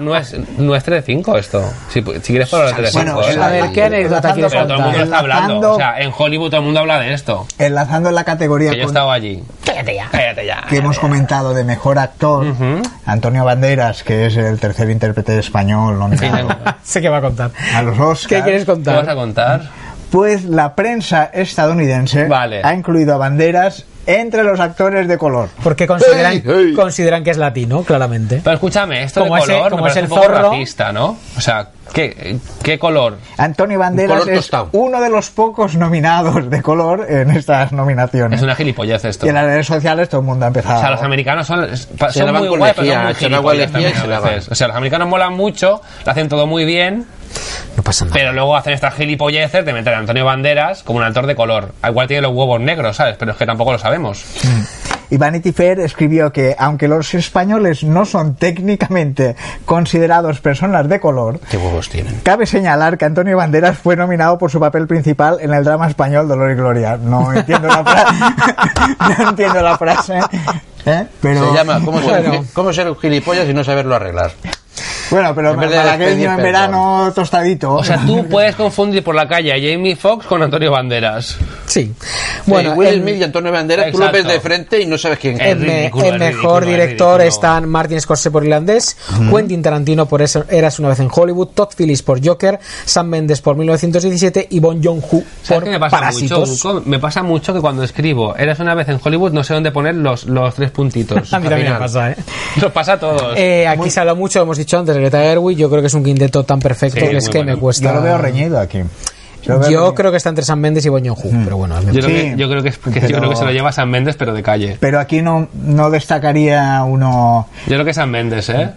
Speaker 2: no es, no es 3-5 esto. Si, pu- si quieres por la 3
Speaker 1: Bueno,
Speaker 4: Pues,
Speaker 1: a ver,
Speaker 4: ahí,
Speaker 3: ¿qué anécdota
Speaker 1: enlazando
Speaker 3: quieres
Speaker 2: ¿eh? Pero todo el mundo
Speaker 1: con-
Speaker 3: contar?
Speaker 2: está hablando.
Speaker 1: enlazando-
Speaker 2: O sea, en Hollywood todo el mundo habla de esto.
Speaker 1: Enlazando la categoría
Speaker 2: Que yo he
Speaker 1: con-
Speaker 2: estado allí.
Speaker 3: Cállate ya.
Speaker 2: Cállate ya.
Speaker 1: que hemos comentado de mejor actor, Antonio Banderas, que es el tercer intérprete español [laughs] nominado
Speaker 3: [laughs] sé que va a contar.
Speaker 1: a los
Speaker 3: ¿Qué
Speaker 1: Oscars.
Speaker 3: quieres
Speaker 2: ¿Qué vas a
Speaker 3: contar?
Speaker 2: contar?
Speaker 1: Pues la prensa estadounidense
Speaker 2: Vale.
Speaker 1: ha incluido a Banderas entre los actores de color.
Speaker 3: Porque consideran,
Speaker 4: Ey, ey.
Speaker 3: consideran que es latino, claramente.
Speaker 2: Pero escúchame, esto de
Speaker 3: Como ese-
Speaker 2: color me
Speaker 3: como
Speaker 2: parece
Speaker 3: es el
Speaker 2: un poco
Speaker 3: zorro.
Speaker 2: racista, ¿no? O sea, ¿qué, qué color?
Speaker 1: Antonio Banderas
Speaker 4: Color
Speaker 1: es
Speaker 4: tostado.
Speaker 1: uno de los pocos nominados de color en estas nominaciones.
Speaker 2: Es una gilipollez esto.
Speaker 1: Y en las redes sociales todo el mundo ha empezado.
Speaker 2: O sea, los americanos son, pa-
Speaker 4: Ah. Se
Speaker 2: son
Speaker 4: la van
Speaker 2: muy
Speaker 4: con
Speaker 2: guay,
Speaker 4: lejía,
Speaker 2: pero
Speaker 4: se
Speaker 2: son
Speaker 4: la
Speaker 2: muy
Speaker 4: van con
Speaker 2: gilipollas
Speaker 4: lejía y
Speaker 2: también
Speaker 4: se la
Speaker 2: a
Speaker 4: van.
Speaker 2: veces. O sea, los americanos molan mucho, lo hacen todo muy bien,
Speaker 3: No pasa nada.
Speaker 2: pero luego hacen estas gilipolleces de Ah, meter a Antonio Banderas como un actor de color. Al Igual tiene los huevos negros, ¿sabes? Pero es que tampoco lo sabemos.
Speaker 1: Y Vanity Fair escribió que, aunque los españoles no son técnicamente considerados personas de color,
Speaker 4: ¿Qué huevos tienen?
Speaker 1: Cabe señalar que Antonio Banderas fue nominado por su papel principal en el drama español Dolor y Gloria.
Speaker 2: [laughs]
Speaker 1: No entiendo la frase. [laughs] no entiendo la frase. ¿eh? Pero,
Speaker 4: se llama ¿cómo,
Speaker 1: bueno,
Speaker 4: ser, ¿Cómo ser un gilipollas y no saberlo arreglar?
Speaker 1: bueno, pero
Speaker 4: En vez de despedir,
Speaker 1: malagueño en
Speaker 4: perdón.
Speaker 1: verano tostadito.
Speaker 2: O sea,
Speaker 4: [laughs]
Speaker 2: tú puedes confundir por la calle a Jamie Foxx con Antonio Banderas.
Speaker 3: Sí. Bueno,
Speaker 4: Bueno, Eh, Will
Speaker 3: el-
Speaker 4: Smith y Antonio Banderas, tú lo
Speaker 2: Exacto.
Speaker 4: ves de frente y no sabes quién
Speaker 2: Eh,
Speaker 4: es.
Speaker 3: el, me-
Speaker 2: ridículo,
Speaker 3: el
Speaker 2: es
Speaker 3: mejor
Speaker 2: ridículo, es
Speaker 3: director
Speaker 2: ridículo.
Speaker 3: están Martin Scorsese por Irlandés, Quentin Tarantino por Eso- Eras una vez en Hollywood, Todd Phillips por Joker, Sam Mendes por 1917 y Bon Joon-ho
Speaker 2: ¿Sabes
Speaker 3: por
Speaker 2: qué me pasa
Speaker 3: Parásitos.
Speaker 2: mucho? Urco? Me pasa mucho que cuando escribo, eres una vez en Hollywood, no sé dónde poner los, los tres puntitos.
Speaker 3: [laughs] A mí también me
Speaker 4: Al
Speaker 3: pasa, ¿eh?
Speaker 2: Nos pasa a todos.
Speaker 3: Eh, aquí se habla mucho, hemos dicho antes, de Greta Gerwig. Yo creo que es un quinteto tan perfecto
Speaker 2: Sí,
Speaker 3: que es
Speaker 2: muy
Speaker 3: que
Speaker 2: bueno.
Speaker 3: me cuesta.
Speaker 1: Yo lo veo reñido aquí. Yo, lo veo
Speaker 3: Yo
Speaker 1: reñido.
Speaker 3: creo que está entre Sam Mendes y Bon Joon-ho, pero bueno, es mi-
Speaker 2: yo, creo
Speaker 1: sí,
Speaker 2: que, yo, creo que, es- que yo
Speaker 1: pero-
Speaker 2: creo que se lo lleva San Méndez, pero de calle.
Speaker 1: Pero aquí no, no destacaría uno
Speaker 2: Yo creo que es San Méndez, ¿eh?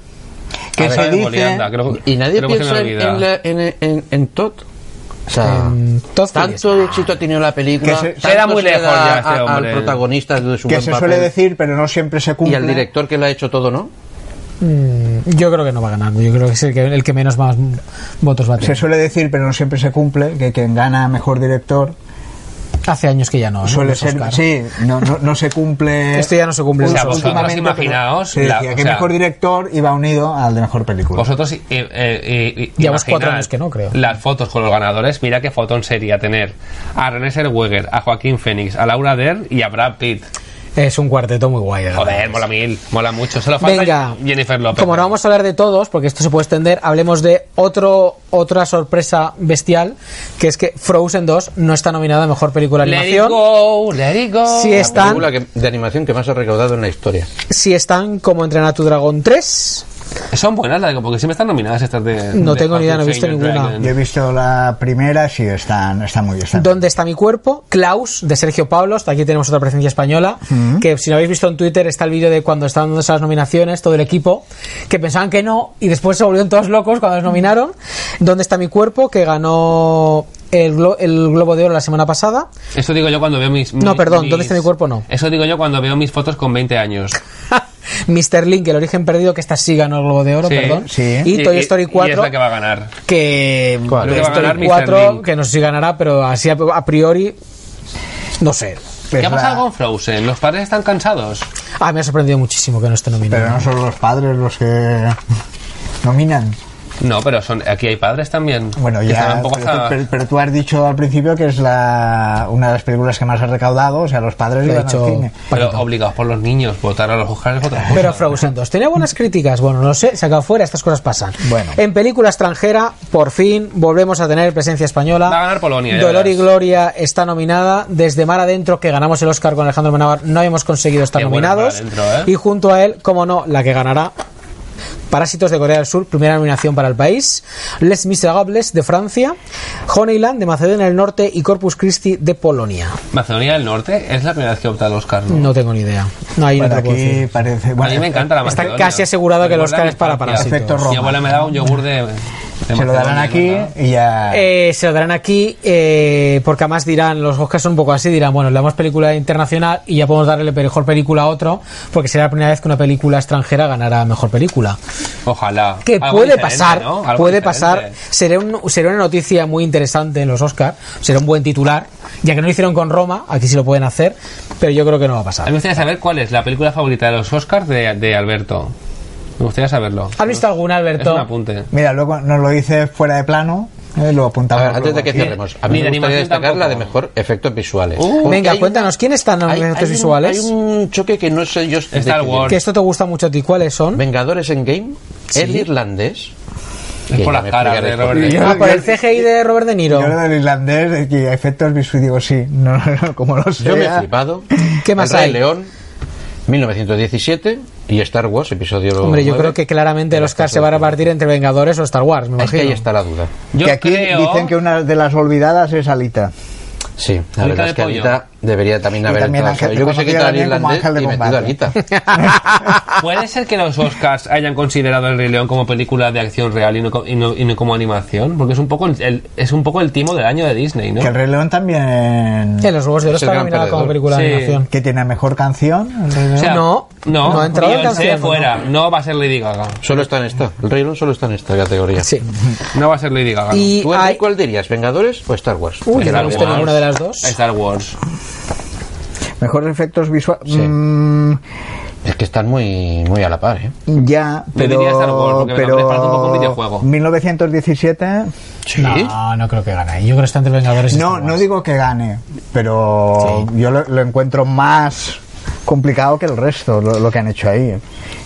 Speaker 1: que
Speaker 2: A ver,
Speaker 1: se dice.
Speaker 2: Golianda, creo-
Speaker 4: Y nadie
Speaker 2: creo que se me
Speaker 4: piensa en,
Speaker 2: olvida.
Speaker 4: en la- en- en- en Todd. O sea,
Speaker 3: Mm, Todd Phillips.
Speaker 4: tanto éxito ha tenido la película.
Speaker 1: Ah. Que se-
Speaker 4: tanto
Speaker 2: Queda muy
Speaker 4: se le
Speaker 2: lejos
Speaker 4: da
Speaker 2: ya este
Speaker 4: a- al
Speaker 2: hombre.
Speaker 4: protagonista de su
Speaker 1: que
Speaker 4: buen
Speaker 1: se
Speaker 4: papel
Speaker 1: suele decir, pero no siempre se
Speaker 4: y
Speaker 1: cumple.
Speaker 4: al director que lo ha hecho todo, ¿no?
Speaker 3: Mm, Yo creo que no va ganando. Yo creo que es el que, el que menos más votos va a
Speaker 1: Se
Speaker 3: tener.
Speaker 1: suele decir, pero no siempre se cumple, que quien gana mejor director
Speaker 3: Hace años que ya
Speaker 2: Ah,
Speaker 3: no. ¿no?
Speaker 1: suele
Speaker 3: Los
Speaker 1: ser.
Speaker 3: Oscar.
Speaker 1: Sí, no, no, no se
Speaker 3: [laughs]
Speaker 1: cumple.
Speaker 3: Esto Este ya no se cumple.
Speaker 2: O
Speaker 3: los
Speaker 2: sea, vosotros
Speaker 3: Oscar.
Speaker 1: Últimamente,
Speaker 2: imaginaos
Speaker 1: pero se
Speaker 2: la-
Speaker 1: decía
Speaker 2: o
Speaker 1: que
Speaker 2: sea-
Speaker 1: mejor director iba unido al de mejor película.
Speaker 2: Vosotros eh, eh, eh,
Speaker 3: Llevamos cuatro
Speaker 2: imaginad
Speaker 3: años que no, creo.
Speaker 2: Las fotos con los ganadores, mira qué fotón sería tener a René Zellweger, a Joaquín Phoenix, a Laura Dern y a Brad Pitt.
Speaker 3: Es un cuarteto muy guay. de verdad.
Speaker 2: Joder, mola mil, mola mucho. Solo falta
Speaker 3: Venga,
Speaker 2: Jennifer López.
Speaker 3: como no vamos a hablar de todos, porque esto se puede extender, hablemos de otro otra sorpresa bestial, que es que Frozen 2 no está nominada a Mejor Película de
Speaker 2: Let it
Speaker 3: Animación.
Speaker 2: go, let it go.
Speaker 3: Sí es- Están-
Speaker 4: La película que- de animación que más ha recaudado en la historia.
Speaker 3: Si están como Entrenar a tu Dragón 3,
Speaker 2: Son buenas, las- porque siempre están nominadas estas de.
Speaker 3: eh. No
Speaker 2: de
Speaker 3: tengo ni idea, no he
Speaker 2: How to
Speaker 3: visto
Speaker 2: Train Your
Speaker 3: ninguna.
Speaker 2: Dragon.
Speaker 1: Yo he visto la primera, sí, está, está muy bien. está bien.
Speaker 3: ¿Dónde está mi cuerpo? Klaus, de Sergio Pablos. Aquí tenemos otra presencia española.
Speaker 1: Mm.
Speaker 3: Que si lo habéis visto en Twitter, está el vídeo de cuando estaban dándose las nominaciones, todo el equipo, que pensaban que no, y después se volvieron todos locos cuando los nominaron. ¿Dónde está mi cuerpo? Que ganó el, Glo- el Globo de Oro la
Speaker 1: [laughs]
Speaker 3: semana pasada.
Speaker 2: Eso digo yo cuando veo mis.
Speaker 3: No,
Speaker 2: mis-
Speaker 3: perdón,
Speaker 2: mis-
Speaker 3: ¿dónde está mi cuerpo? No.
Speaker 2: Eso digo yo cuando veo mis fotos con 20 años.
Speaker 3: Mr. Link, el origen perdido, que esta sí ganó el Globo de Oro,
Speaker 2: Sí,
Speaker 3: perdón.
Speaker 1: sí.
Speaker 3: Y, Toy Story 4.
Speaker 2: Y es la que va a ganar.
Speaker 3: que
Speaker 4: ¿Cuál?
Speaker 3: Toy
Speaker 4: Creo que
Speaker 2: va a ganar Mr.
Speaker 3: Story 4,
Speaker 2: Link.
Speaker 3: que no sé si ganará, pero así a, a priori, no sé.
Speaker 1: Pues
Speaker 2: ¿Qué ha
Speaker 1: la-
Speaker 2: pasado con Frozen? ¿Los padres están cansados?
Speaker 3: Ah, me ha sorprendido muchísimo que no esté nominado.
Speaker 1: Pero no son los padres los que nominan.
Speaker 2: No, pero son aquí hay padres también.
Speaker 1: Bueno,
Speaker 2: Que están
Speaker 1: ya.
Speaker 2: un poco
Speaker 1: Pero,
Speaker 2: hasta-
Speaker 1: pero- pero tú has dicho al principio que es la, una de las películas que más ha recaudado, o sea, los padres
Speaker 3: Lo he
Speaker 1: iban
Speaker 3: dicho-
Speaker 1: al cine.
Speaker 2: pero obligados por los niños, votar a los Oscars es otra cosa.
Speaker 3: Pero Frozen 2 tenía buenas críticas. Bueno, no sé, se acabó fuera, estas cosas pasan.
Speaker 1: Bueno.
Speaker 3: En película extranjera, por fin volvemos a tener presencia española.
Speaker 2: Va a ganar Polonia, ya
Speaker 3: Dolor y
Speaker 2: verás.
Speaker 3: Gloria está nominada. Desde Mar Adentro, que ganamos el Oscar con Alejandro Manavar, no hemos conseguido estar
Speaker 2: Qué bueno
Speaker 3: nominados.
Speaker 2: Mar Adentro, ¿eh?
Speaker 3: Y junto a él, como no, la que ganará. Parásitos de Corea del Sur, primera nominación para el país. Les Miserables de Francia. Honeyland de Macedonia del Norte y Corpus Christi de Polonia.
Speaker 2: Macedonia del Norte es la primera vez que opta al Oscar. ¿no?
Speaker 3: No tengo ni idea. No, ahí no
Speaker 1: Bueno,
Speaker 3: te puedo decir.
Speaker 1: aquí parece.
Speaker 2: a
Speaker 1: Bueno,
Speaker 2: mí me encanta la
Speaker 3: está
Speaker 2: Macedonia.
Speaker 3: casi asegurado que el
Speaker 2: Recuerda
Speaker 3: Oscar
Speaker 2: mi
Speaker 3: es para
Speaker 2: infancia.
Speaker 1: Parásitos. Efecto
Speaker 2: Mi
Speaker 1: Roma.
Speaker 2: abuela me daba un yogur de. de
Speaker 1: Se lo
Speaker 2: Macedonia,
Speaker 1: darán aquí
Speaker 2: ¿verdad?
Speaker 1: y ya.
Speaker 3: Eh, se lo darán aquí eh, porque además dirán, los Oscars son un poco así, dirán, bueno, le damos película internacional y ya podemos darle mejor película a otro porque será la primera vez que una película extranjera ganará mejor película.
Speaker 2: Ojalá.
Speaker 3: Que
Speaker 2: Algo
Speaker 3: puede
Speaker 2: diferente,
Speaker 3: pasar,
Speaker 2: ¿no? Algo
Speaker 3: puede
Speaker 2: diferente.
Speaker 3: pasar, será, un- será una noticia muy interesante en los Oscars, será un buen titular, ya que no lo hicieron con Roma, aquí sí lo pueden hacer, pero yo creo que no va
Speaker 2: A
Speaker 3: a
Speaker 2: mí
Speaker 3: pasar.
Speaker 2: me gustaría saber cuál es la película favorita de los Oscars de, de Alberto. Me gustaría saberlo.
Speaker 3: ¿Has visto alguna,
Speaker 2: Es un
Speaker 3: Alberto?
Speaker 2: apunte.
Speaker 1: Mira, luego nos lo dice fuera de plano, eh, lo
Speaker 4: A
Speaker 1: apuntamos.
Speaker 4: ver, antes
Speaker 1: luego
Speaker 4: de que
Speaker 1: aquí.
Speaker 4: cerremos, a mí
Speaker 2: Ni de
Speaker 4: me gustaría
Speaker 2: animación
Speaker 4: destacar la de
Speaker 2: tampoco.
Speaker 4: mejor efectos visuales.
Speaker 2: Uh,
Speaker 4: Porque
Speaker 3: Venga,
Speaker 4: hay
Speaker 3: cuéntanos,
Speaker 4: una-
Speaker 3: ¿quiénes están
Speaker 4: hay-
Speaker 3: nominados
Speaker 4: hay un-
Speaker 3: visuales?
Speaker 4: Hay un choque que no sé yo.
Speaker 2: Star
Speaker 4: decidir.
Speaker 2: Wars.
Speaker 3: Que esto te gusta mucho a ti, ¿cuáles
Speaker 2: ¿Mm?
Speaker 3: son?
Speaker 4: Vengadores en Game, el irlandés.
Speaker 2: Es
Speaker 4: que
Speaker 2: por
Speaker 4: ya
Speaker 2: las
Speaker 4: me
Speaker 2: caras
Speaker 4: explicaré
Speaker 2: de
Speaker 4: por
Speaker 2: Robert
Speaker 4: qué.
Speaker 2: De
Speaker 1: Yo-
Speaker 3: Ah, por
Speaker 1: yo-
Speaker 3: el CGI de Robert De Niro.
Speaker 1: Yo era del irlandés, y efectos visuales, digo, sí, no, [laughs] no, no, como lo sé.
Speaker 4: Yo me he [laughs] flipado.
Speaker 3: ¿Qué más
Speaker 4: El Rey
Speaker 3: hay?
Speaker 4: León, 1917 y Star Wars, episodio.
Speaker 3: Hombre, yo
Speaker 4: nueve.
Speaker 3: creo que claramente el Oscar se va a repartir entre Vengadores o Star Wars, me
Speaker 4: pues Es que
Speaker 3: imagino.
Speaker 4: ahí está la duda.
Speaker 2: Yo
Speaker 1: que aquí
Speaker 2: creo-
Speaker 1: dicen que una de las olvidadas es Alita.
Speaker 4: Sí, la
Speaker 2: Mica
Speaker 4: verdad
Speaker 2: de
Speaker 4: es que
Speaker 2: pollo.
Speaker 4: Anita debería también haber
Speaker 1: también
Speaker 4: entrado.
Speaker 1: Ángel, te
Speaker 4: Yo pensé
Speaker 1: conocí
Speaker 4: que
Speaker 1: a
Speaker 4: estaba en
Speaker 1: Daniel como
Speaker 4: irlandés
Speaker 1: Ángel de
Speaker 4: y metido a Anita.
Speaker 1: combate.
Speaker 2: ¿Puede ser que los Oscars hayan considerado El Rey León como película de acción real y no, co- y no- y no como animación? Porque es un poco el, el- es un poco el timo del año de Disney, ¿no?
Speaker 1: Que el Rey León también.
Speaker 3: En los Globos de Oro
Speaker 4: Es el
Speaker 3: está
Speaker 4: gran
Speaker 3: nominada como
Speaker 4: perdedor.
Speaker 3: película de
Speaker 2: Sí.
Speaker 3: animación.
Speaker 1: Que tiene mejor canción. el Rey León.
Speaker 2: O sea,
Speaker 3: No,
Speaker 2: no,
Speaker 3: no ha entrado en
Speaker 2: Beyoncé
Speaker 3: canción, ¿no?
Speaker 2: fuera. No. va a ser Lady Gaga.
Speaker 4: [laughs] Solo está en esta. El Rey León solo está en esta categoría.
Speaker 3: Sí.
Speaker 2: No va a ser Lady Gaga.
Speaker 3: Y
Speaker 4: ¿Tú
Speaker 3: hay-
Speaker 4: Enrique, cuál dirías? ¿Vengadores o Star Wars?
Speaker 3: Uy,
Speaker 4: Porque
Speaker 3: yo no
Speaker 4: la
Speaker 3: he visto
Speaker 4: verdad-
Speaker 3: ninguna de las dos.
Speaker 2: Star Wars.
Speaker 1: Mejores efectos mm, visuales.
Speaker 4: Sí. Es que están muy, muy a la par, ¿eh?
Speaker 1: ya, pero.
Speaker 2: diría Star Wars, porque me
Speaker 1: pero
Speaker 2: parece un poco un videojuego.
Speaker 1: 1917.
Speaker 4: Sí.
Speaker 3: No, no creo que gane. Yo creo que está entre Vengadores y
Speaker 1: No,
Speaker 3: Star Wars.
Speaker 1: no digo que gane, pero yo lo, lo encuentro más complicado que el resto, lo, lo que han hecho ahí.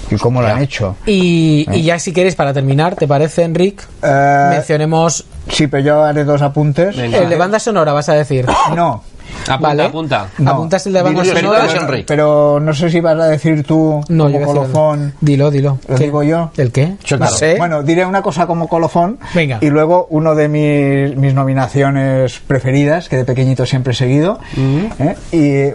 Speaker 1: Y cómo lo han hecho.
Speaker 3: Y,
Speaker 4: Eh.
Speaker 3: y ya si quieres, para terminar, ¿te parece, Enric?
Speaker 1: Eh,
Speaker 3: Mencionemos...
Speaker 1: sí, pero yo haré dos apuntes.
Speaker 2: Venga.
Speaker 3: El de banda sonora, vas a decir.
Speaker 1: No.
Speaker 2: Apunta,
Speaker 3: Vale.
Speaker 2: apunta.
Speaker 1: no.
Speaker 3: ¿Apuntas el de banda
Speaker 4: Digo yo,
Speaker 3: sonora?
Speaker 4: sí, Enric.
Speaker 1: Pero no sé si vas a decir tú
Speaker 3: No,
Speaker 1: como
Speaker 3: yo voy a decir-
Speaker 1: colofón.
Speaker 3: Dilo, dilo.
Speaker 1: ¿Lo digo yo?
Speaker 3: ¿El qué?
Speaker 4: Yo
Speaker 3: no
Speaker 4: claro.
Speaker 3: sé.
Speaker 1: Bueno, diré una cosa como colofón
Speaker 3: Venga.
Speaker 1: y luego uno de mis, mis nominaciones preferidas, que de pequeñito siempre he seguido.
Speaker 3: Mm.
Speaker 1: ¿eh?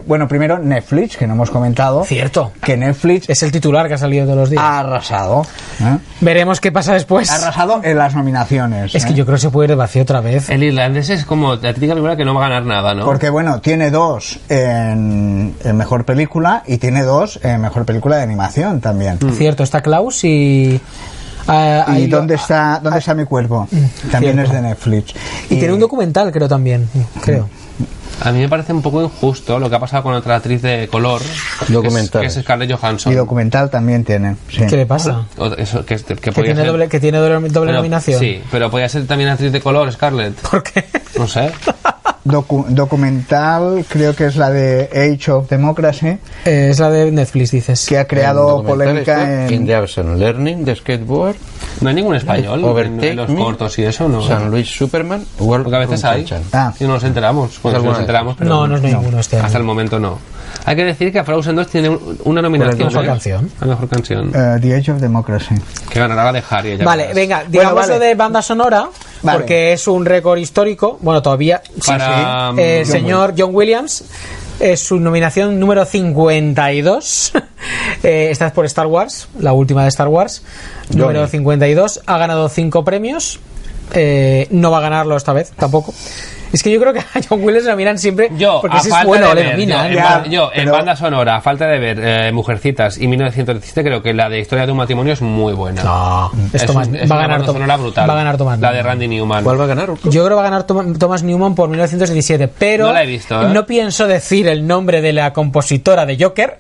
Speaker 1: Y bueno, primero Netflix, que no hemos comentado.
Speaker 3: Cierto.
Speaker 1: Que Netflix
Speaker 3: Es el titular que ha salido todos los días.
Speaker 1: ha arrasado. ¿eh?
Speaker 3: Veremos qué pasa después.
Speaker 1: Ha arrasado en las nominaciones.
Speaker 3: Es que
Speaker 1: ¿eh?
Speaker 3: yo creo que se puede ir de vacío otra vez.
Speaker 2: El irlandés es como la típica película que no va a ganar nada, ¿no?
Speaker 1: Porque bueno, tiene dos en, en mejor película y tiene dos en mejor película de animación también.
Speaker 3: Cierto, está Klaus y... ah,
Speaker 1: Mm. ¿Y
Speaker 3: ahí lo-
Speaker 1: dónde está, dónde está mi cuerpo? También es de Netflix.
Speaker 3: y
Speaker 1: Eh.
Speaker 3: tiene un documental, creo, también. Creo.
Speaker 2: A mí me parece un poco injusto lo que ha pasado con otra actriz de color, que es,
Speaker 4: Documentales.
Speaker 2: que es Scarlett
Speaker 1: y
Speaker 2: Johansson.
Speaker 1: documental también tiene. sí.
Speaker 3: ¿Qué le pasa?
Speaker 2: O- eso, que, es- que
Speaker 3: Que
Speaker 2: podía
Speaker 3: tiene,
Speaker 2: ser-
Speaker 3: doble, que tiene doble, doble
Speaker 2: pero-
Speaker 3: nominación.
Speaker 2: Sí, pero podía ser también actriz de color, Scarlett.
Speaker 3: [laughs] ¿Por qué?
Speaker 2: No sé.
Speaker 1: Docu- documental, creo que es la de Age of Democracy,
Speaker 3: Eh, es la de Netflix, dices.
Speaker 1: que ha creado polémica
Speaker 4: In
Speaker 1: en...
Speaker 4: the Absent Learning, de Skateboard,
Speaker 2: No hay ningún español en,
Speaker 4: Overtake
Speaker 2: en los
Speaker 4: Me,
Speaker 2: cortos y eso, ¿no?
Speaker 4: San Luis Superman, World
Speaker 2: Porque a veces
Speaker 4: of
Speaker 2: hay.
Speaker 4: Sunshine.
Speaker 1: Ah.
Speaker 2: Y no nos enteramos. Bueno, sí
Speaker 4: Alguna
Speaker 2: nos
Speaker 4: vez.
Speaker 2: enteramos, pero
Speaker 3: no, no es ninguno este año.
Speaker 2: hasta el momento no. Hay que decir que a Frozen 2 tiene un- una nominación.
Speaker 3: mejor
Speaker 2: ¿eh?
Speaker 3: canción.
Speaker 2: La mejor canción.
Speaker 1: eh, the Age of Democracy.
Speaker 2: Que ganará la de Harry. ya
Speaker 3: Vale,
Speaker 2: verás.
Speaker 3: venga,
Speaker 1: Bueno,
Speaker 3: digamos
Speaker 1: vale.
Speaker 3: lo de banda sonora,
Speaker 1: Vale.
Speaker 3: porque es un récord histórico. Bueno, todavía. sí,
Speaker 2: Para,
Speaker 3: sí. Eh,
Speaker 2: um,
Speaker 3: el señor John Williams, es su nominación número 52. [laughs] Eh, esta es por Star Wars, la última de Star Wars. Número 52. Ha ganado 5 premios. Eh, no va a ganarlo esta vez, tampoco. Es que yo creo que a John Williams lo miran siempre.
Speaker 2: Yo,
Speaker 3: porque
Speaker 2: a
Speaker 3: si es
Speaker 2: falta
Speaker 3: bueno,
Speaker 2: de
Speaker 3: le
Speaker 2: ver,
Speaker 3: nominan.
Speaker 2: yo, en,
Speaker 1: Ya,
Speaker 2: ban- yo, en
Speaker 1: pero-
Speaker 2: banda sonora, a falta de ver eh, Mujercitas y 1917, creo que la de Historia de un matrimonio es muy buena.
Speaker 3: No,
Speaker 2: es,
Speaker 3: es Thomas-
Speaker 2: un- es
Speaker 3: va a
Speaker 2: una
Speaker 3: ganar
Speaker 2: banda
Speaker 3: Tom-
Speaker 2: sonora brutal.
Speaker 3: va a ganar Thomas
Speaker 2: La de
Speaker 3: Newman.
Speaker 2: Randy Newman.
Speaker 4: ¿Cuál va a ganar? Urco?
Speaker 3: Yo creo que va a ganar Tom- Thomas Newman por 1917, pero
Speaker 2: No la he visto, ¿eh?
Speaker 3: no pienso decir el nombre de la compositora de Joker.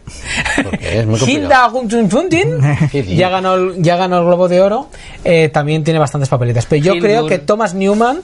Speaker 4: Porque es muy
Speaker 3: Hilda
Speaker 4: complicado.
Speaker 3: Guntunfuntin
Speaker 4: [laughs] Qué bien.
Speaker 3: ya ganó el, ya ganó el Globo de Oro. eh, también tiene bastantes papeletas, pero yo
Speaker 2: Hildur.
Speaker 3: creo que Thomas Newman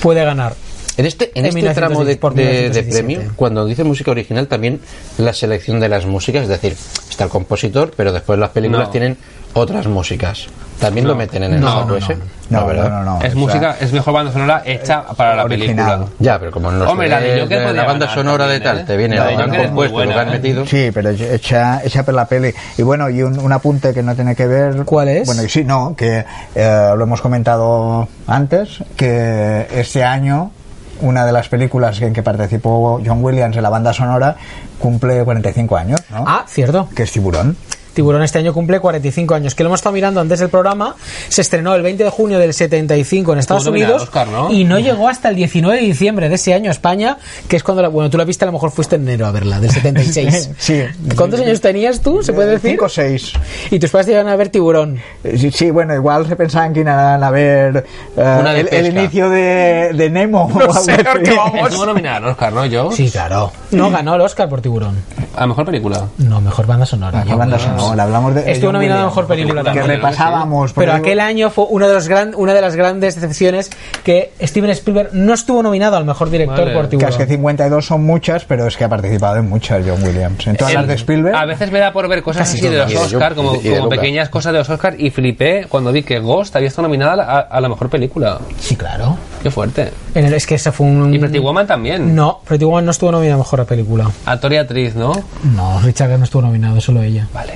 Speaker 3: puede ganar.
Speaker 4: En este, en
Speaker 3: En
Speaker 4: este tramo de,
Speaker 3: 1910 por
Speaker 4: de- de
Speaker 3: 1917.
Speaker 4: premio, cuando dice música original, también la selección de las músicas, es decir, está el compositor, pero después las películas
Speaker 2: No.
Speaker 4: tienen otras músicas. También lo meten en el
Speaker 2: No,
Speaker 4: saco
Speaker 2: no,
Speaker 4: ese.
Speaker 1: No,
Speaker 4: La verdad.
Speaker 1: no, no, no,
Speaker 2: es
Speaker 1: o sea,
Speaker 2: música, es mejor banda sonora hecha para la
Speaker 1: original.
Speaker 2: película.
Speaker 4: Ya, pero como no
Speaker 2: Hombre, la de Joker podría
Speaker 4: la banda
Speaker 2: ganar
Speaker 4: sonora
Speaker 2: también,
Speaker 4: de tal,
Speaker 2: ¿eh?
Speaker 4: te viene
Speaker 2: La de
Speaker 4: lo que han
Speaker 2: Joker es muy
Speaker 4: compuesto, lo que
Speaker 2: buena,
Speaker 4: han
Speaker 2: ¿eh?
Speaker 4: metido. Pues
Speaker 1: Sí, pero hecha, hecha por la peli. Y bueno, y un, un apunte que no tiene que ver...
Speaker 3: ¿Cuál es?
Speaker 1: Bueno, y sí, no, que eh, lo hemos comentado antes, que este año una de las películas en que participó John Williams en la banda sonora cumple 45 años, ¿no?
Speaker 3: Ah, cierto.
Speaker 1: Que es Tiburón.
Speaker 3: Tiburón este año cumple 45 años, que lo hemos estado mirando antes del programa. Se estrenó el 20 de junio del 75 en Estados
Speaker 2: Estuvo nominado
Speaker 3: Unidos
Speaker 2: al Oscar, ¿no?
Speaker 3: y no llegó hasta el 19 de diciembre de ese año a España, que es cuando la, bueno, tú la viste, a lo mejor fuiste en enero a verla, del 76.
Speaker 1: Sí.
Speaker 3: ¿Cuántos años tenías tú, se puede decir?
Speaker 1: 5 Eh, o 6.
Speaker 3: Y tus padres te iban a ver Tiburón.
Speaker 1: Eh, Sí, sí, bueno, igual se pensaban que iban a ver eh,
Speaker 4: Una de
Speaker 1: el, el
Speaker 4: pesca.
Speaker 1: inicio de, de Nemo. o algo
Speaker 3: sé,
Speaker 1: así.
Speaker 3: porque vamos.
Speaker 2: Estuvo nominada al Oscar, ¿no? Yo,
Speaker 3: Sí, claro. No ganó el Oscar por Tiburón.
Speaker 2: a mejor película.
Speaker 3: No, mejor banda
Speaker 1: [laughs]
Speaker 3: sonora.
Speaker 1: La banda sonora, hablamos de. de
Speaker 3: Estuvo
Speaker 1: John
Speaker 3: nominada a
Speaker 1: Williams,
Speaker 3: mejor película
Speaker 1: Que
Speaker 3: también.
Speaker 1: repasábamos.
Speaker 3: Pero
Speaker 1: porque
Speaker 3: aquel año fue uno de los gran, una de las grandes decepciones que Steven Spielberg no estuvo nominado al mejor director
Speaker 2: Vale.
Speaker 3: por
Speaker 1: digo Que es
Speaker 3: Tiburón.
Speaker 1: que 52 son muchas, pero es que ha participado en muchas John Williams. En todas
Speaker 2: El-
Speaker 1: las de Spielberg.
Speaker 2: A veces me da por ver cosas así de
Speaker 4: todas.
Speaker 2: los
Speaker 4: Y de
Speaker 2: Oscar,
Speaker 4: Joker,
Speaker 2: como,
Speaker 4: y de
Speaker 2: como
Speaker 4: Lucas.
Speaker 2: pequeñas cosas de los Oscar, y flipé cuando vi que Ghost había estado nominada a, a la mejor película.
Speaker 3: Sí, claro.
Speaker 2: Qué fuerte.
Speaker 3: En el- es que ese fue un...
Speaker 2: Y Pretty Woman también.
Speaker 3: Mm. No, Pretty Woman no estuvo nominada a mejor película.
Speaker 2: Actor y actriz, ¿no?
Speaker 3: No, Richard no estuvo nominado, solo ella.
Speaker 2: Vale.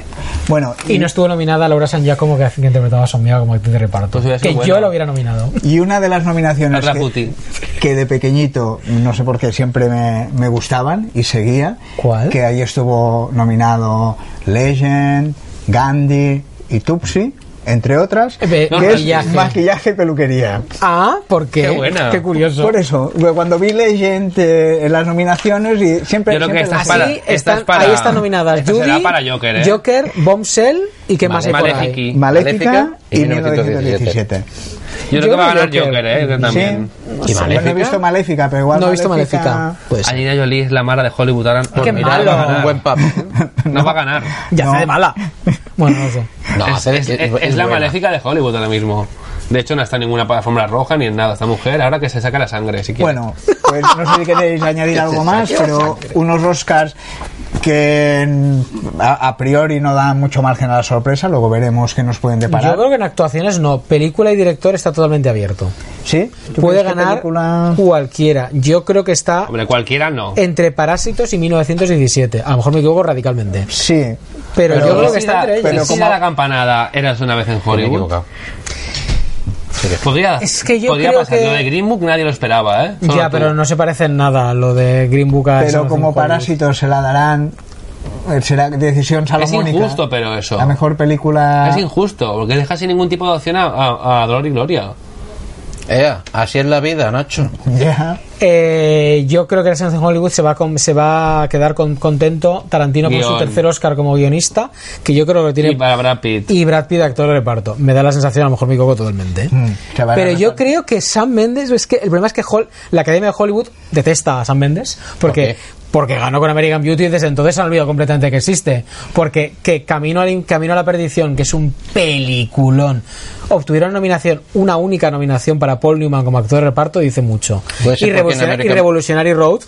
Speaker 1: Bueno,
Speaker 3: Y no estuvo nominada Laura San Giacomo, que que interpretaba a su amiga como actriz de reparto.
Speaker 2: Pues hubiera sido
Speaker 3: que
Speaker 2: buena.
Speaker 3: yo la hubiera nominado.
Speaker 1: Y una de las nominaciones
Speaker 2: Otra
Speaker 1: que,
Speaker 2: Putin.
Speaker 1: que de pequeñito, no sé por qué, siempre me, me gustaban y seguía.
Speaker 3: ¿Cuál?
Speaker 1: Que ahí estuvo nominado Legend, Gandhi y Tupsi, entre otras.
Speaker 3: Eh,
Speaker 1: que
Speaker 3: maquillaje.
Speaker 1: es maquillaje y peluquería.
Speaker 3: Ah, porque.
Speaker 2: Qué buena.
Speaker 3: Qué curioso.
Speaker 1: Por eso, cuando vi Legend eh, en las nominaciones y siempre...
Speaker 2: Yo creo que
Speaker 1: siempre
Speaker 2: esta es
Speaker 3: Así
Speaker 1: la-
Speaker 2: para-
Speaker 3: están,
Speaker 2: esta es para-
Speaker 3: ahí están nominadas
Speaker 2: esta
Speaker 3: Judy,
Speaker 2: será para Joker, ¿eh?
Speaker 3: Bombshell y qué más hay por ahí.
Speaker 2: Malefiki.
Speaker 1: Maléfica
Speaker 4: Maléfica
Speaker 1: y
Speaker 4: y
Speaker 1: 1917.
Speaker 2: Yo creo
Speaker 3: Yo
Speaker 2: que va a
Speaker 3: creo
Speaker 2: ganar
Speaker 3: que-
Speaker 2: Joker, ¿eh? Yo también.
Speaker 1: Sí.
Speaker 4: ¿Y
Speaker 1: Bueno,
Speaker 4: Maléfica?
Speaker 1: he visto Maléfica, pero igual
Speaker 3: No he visto Maléfica. Pues
Speaker 2: Angelina Jolie es la mala de Hollywood ahora. por
Speaker 3: qué
Speaker 2: mirar,
Speaker 3: malo.
Speaker 2: va a ganar.
Speaker 4: Un buen papel.
Speaker 2: No va a ganar.
Speaker 3: ya
Speaker 1: No.
Speaker 3: hace de mala. [laughs] Bueno, no sé.
Speaker 4: No,
Speaker 2: es,
Speaker 4: hace-
Speaker 2: es- es- es la
Speaker 4: buena.
Speaker 2: maléfica de Hollywood ahora mismo. De hecho, no está en ninguna alfombra roja ni en nada esta mujer. Ahora que se saca la sangre, si quiere.
Speaker 1: Bueno, pues no sé si
Speaker 3: [laughs]
Speaker 1: queréis añadir algo más, pero unos Oscars que mm, a, a priori no dan mucho margen a la sorpresa, luego veremos qué nos pueden
Speaker 3: Yo
Speaker 1: deparar.
Speaker 3: creo que en actuaciones no. Película y director está totalmente abierto.
Speaker 1: ¿Sí? Uh, ¿Tú
Speaker 3: Puede
Speaker 1: crees que
Speaker 3: ganar
Speaker 1: película-
Speaker 3: cualquiera. Yo creo que está
Speaker 2: Hombre, cualquiera no.
Speaker 3: entre Parásitos y 1917. A lo mejor me equivoco radicalmente.
Speaker 1: Sí.
Speaker 3: Pero,
Speaker 1: Pero
Speaker 3: yo creo
Speaker 1: sí
Speaker 3: que está
Speaker 1: pero
Speaker 3: entre ellos.
Speaker 2: Pero
Speaker 1: como-
Speaker 2: como la campanada eras una vez en
Speaker 4: Me he
Speaker 2: Hollywood.
Speaker 4: equivocado.
Speaker 2: Podría,
Speaker 3: Es que yo
Speaker 2: podría
Speaker 3: creo
Speaker 2: pasar.
Speaker 3: que-
Speaker 2: Lo de Green Book nadie lo esperaba, ¿eh? Solo
Speaker 3: ya,
Speaker 2: tú.
Speaker 3: pero no se parece en nada lo de Green Book a
Speaker 1: Pero
Speaker 3: 1917.
Speaker 1: como parásitos se la darán, eh, será decisión
Speaker 2: Es
Speaker 1: salomónica.
Speaker 2: injusto, pero eso.
Speaker 1: La mejor película...
Speaker 2: Es injusto, porque deja sin ningún tipo de opción a, a, a Dolor y Gloria.
Speaker 4: Ea, así es la vida, Nacho.
Speaker 1: [laughs] Ya.
Speaker 3: Eh, yo creo que la en Hollywood se va, con- se va a quedar con- contento Tarantino con su
Speaker 2: Guión.
Speaker 3: tercer Oscar como guionista, que yo creo que tiene.
Speaker 2: Y para Brad Pitt.
Speaker 3: y Brad Pitt actor de reparto. Me da la sensación, a lo mejor me equivoco totalmente. ¿eh?
Speaker 1: Mm, se van a
Speaker 3: Pero yo
Speaker 1: arrasar.
Speaker 3: creo que Sam Mendes, es que el problema es que Hol- la Academia de Hollywood detesta a Sam Mendes porque,
Speaker 4: ¿Por qué?
Speaker 3: porque ganó con American Beauty y desde entonces se han olvidado completamente que existe. Porque que Camino, al In- Camino a la Perdición, que es un peliculón, obtuvieron nominación, una única nominación para Paul Newman como actor de reparto, dice mucho.
Speaker 4: Puede ser
Speaker 3: Y,
Speaker 4: porque en
Speaker 3: Revolucion- y
Speaker 4: American-
Speaker 3: Revolutionary Road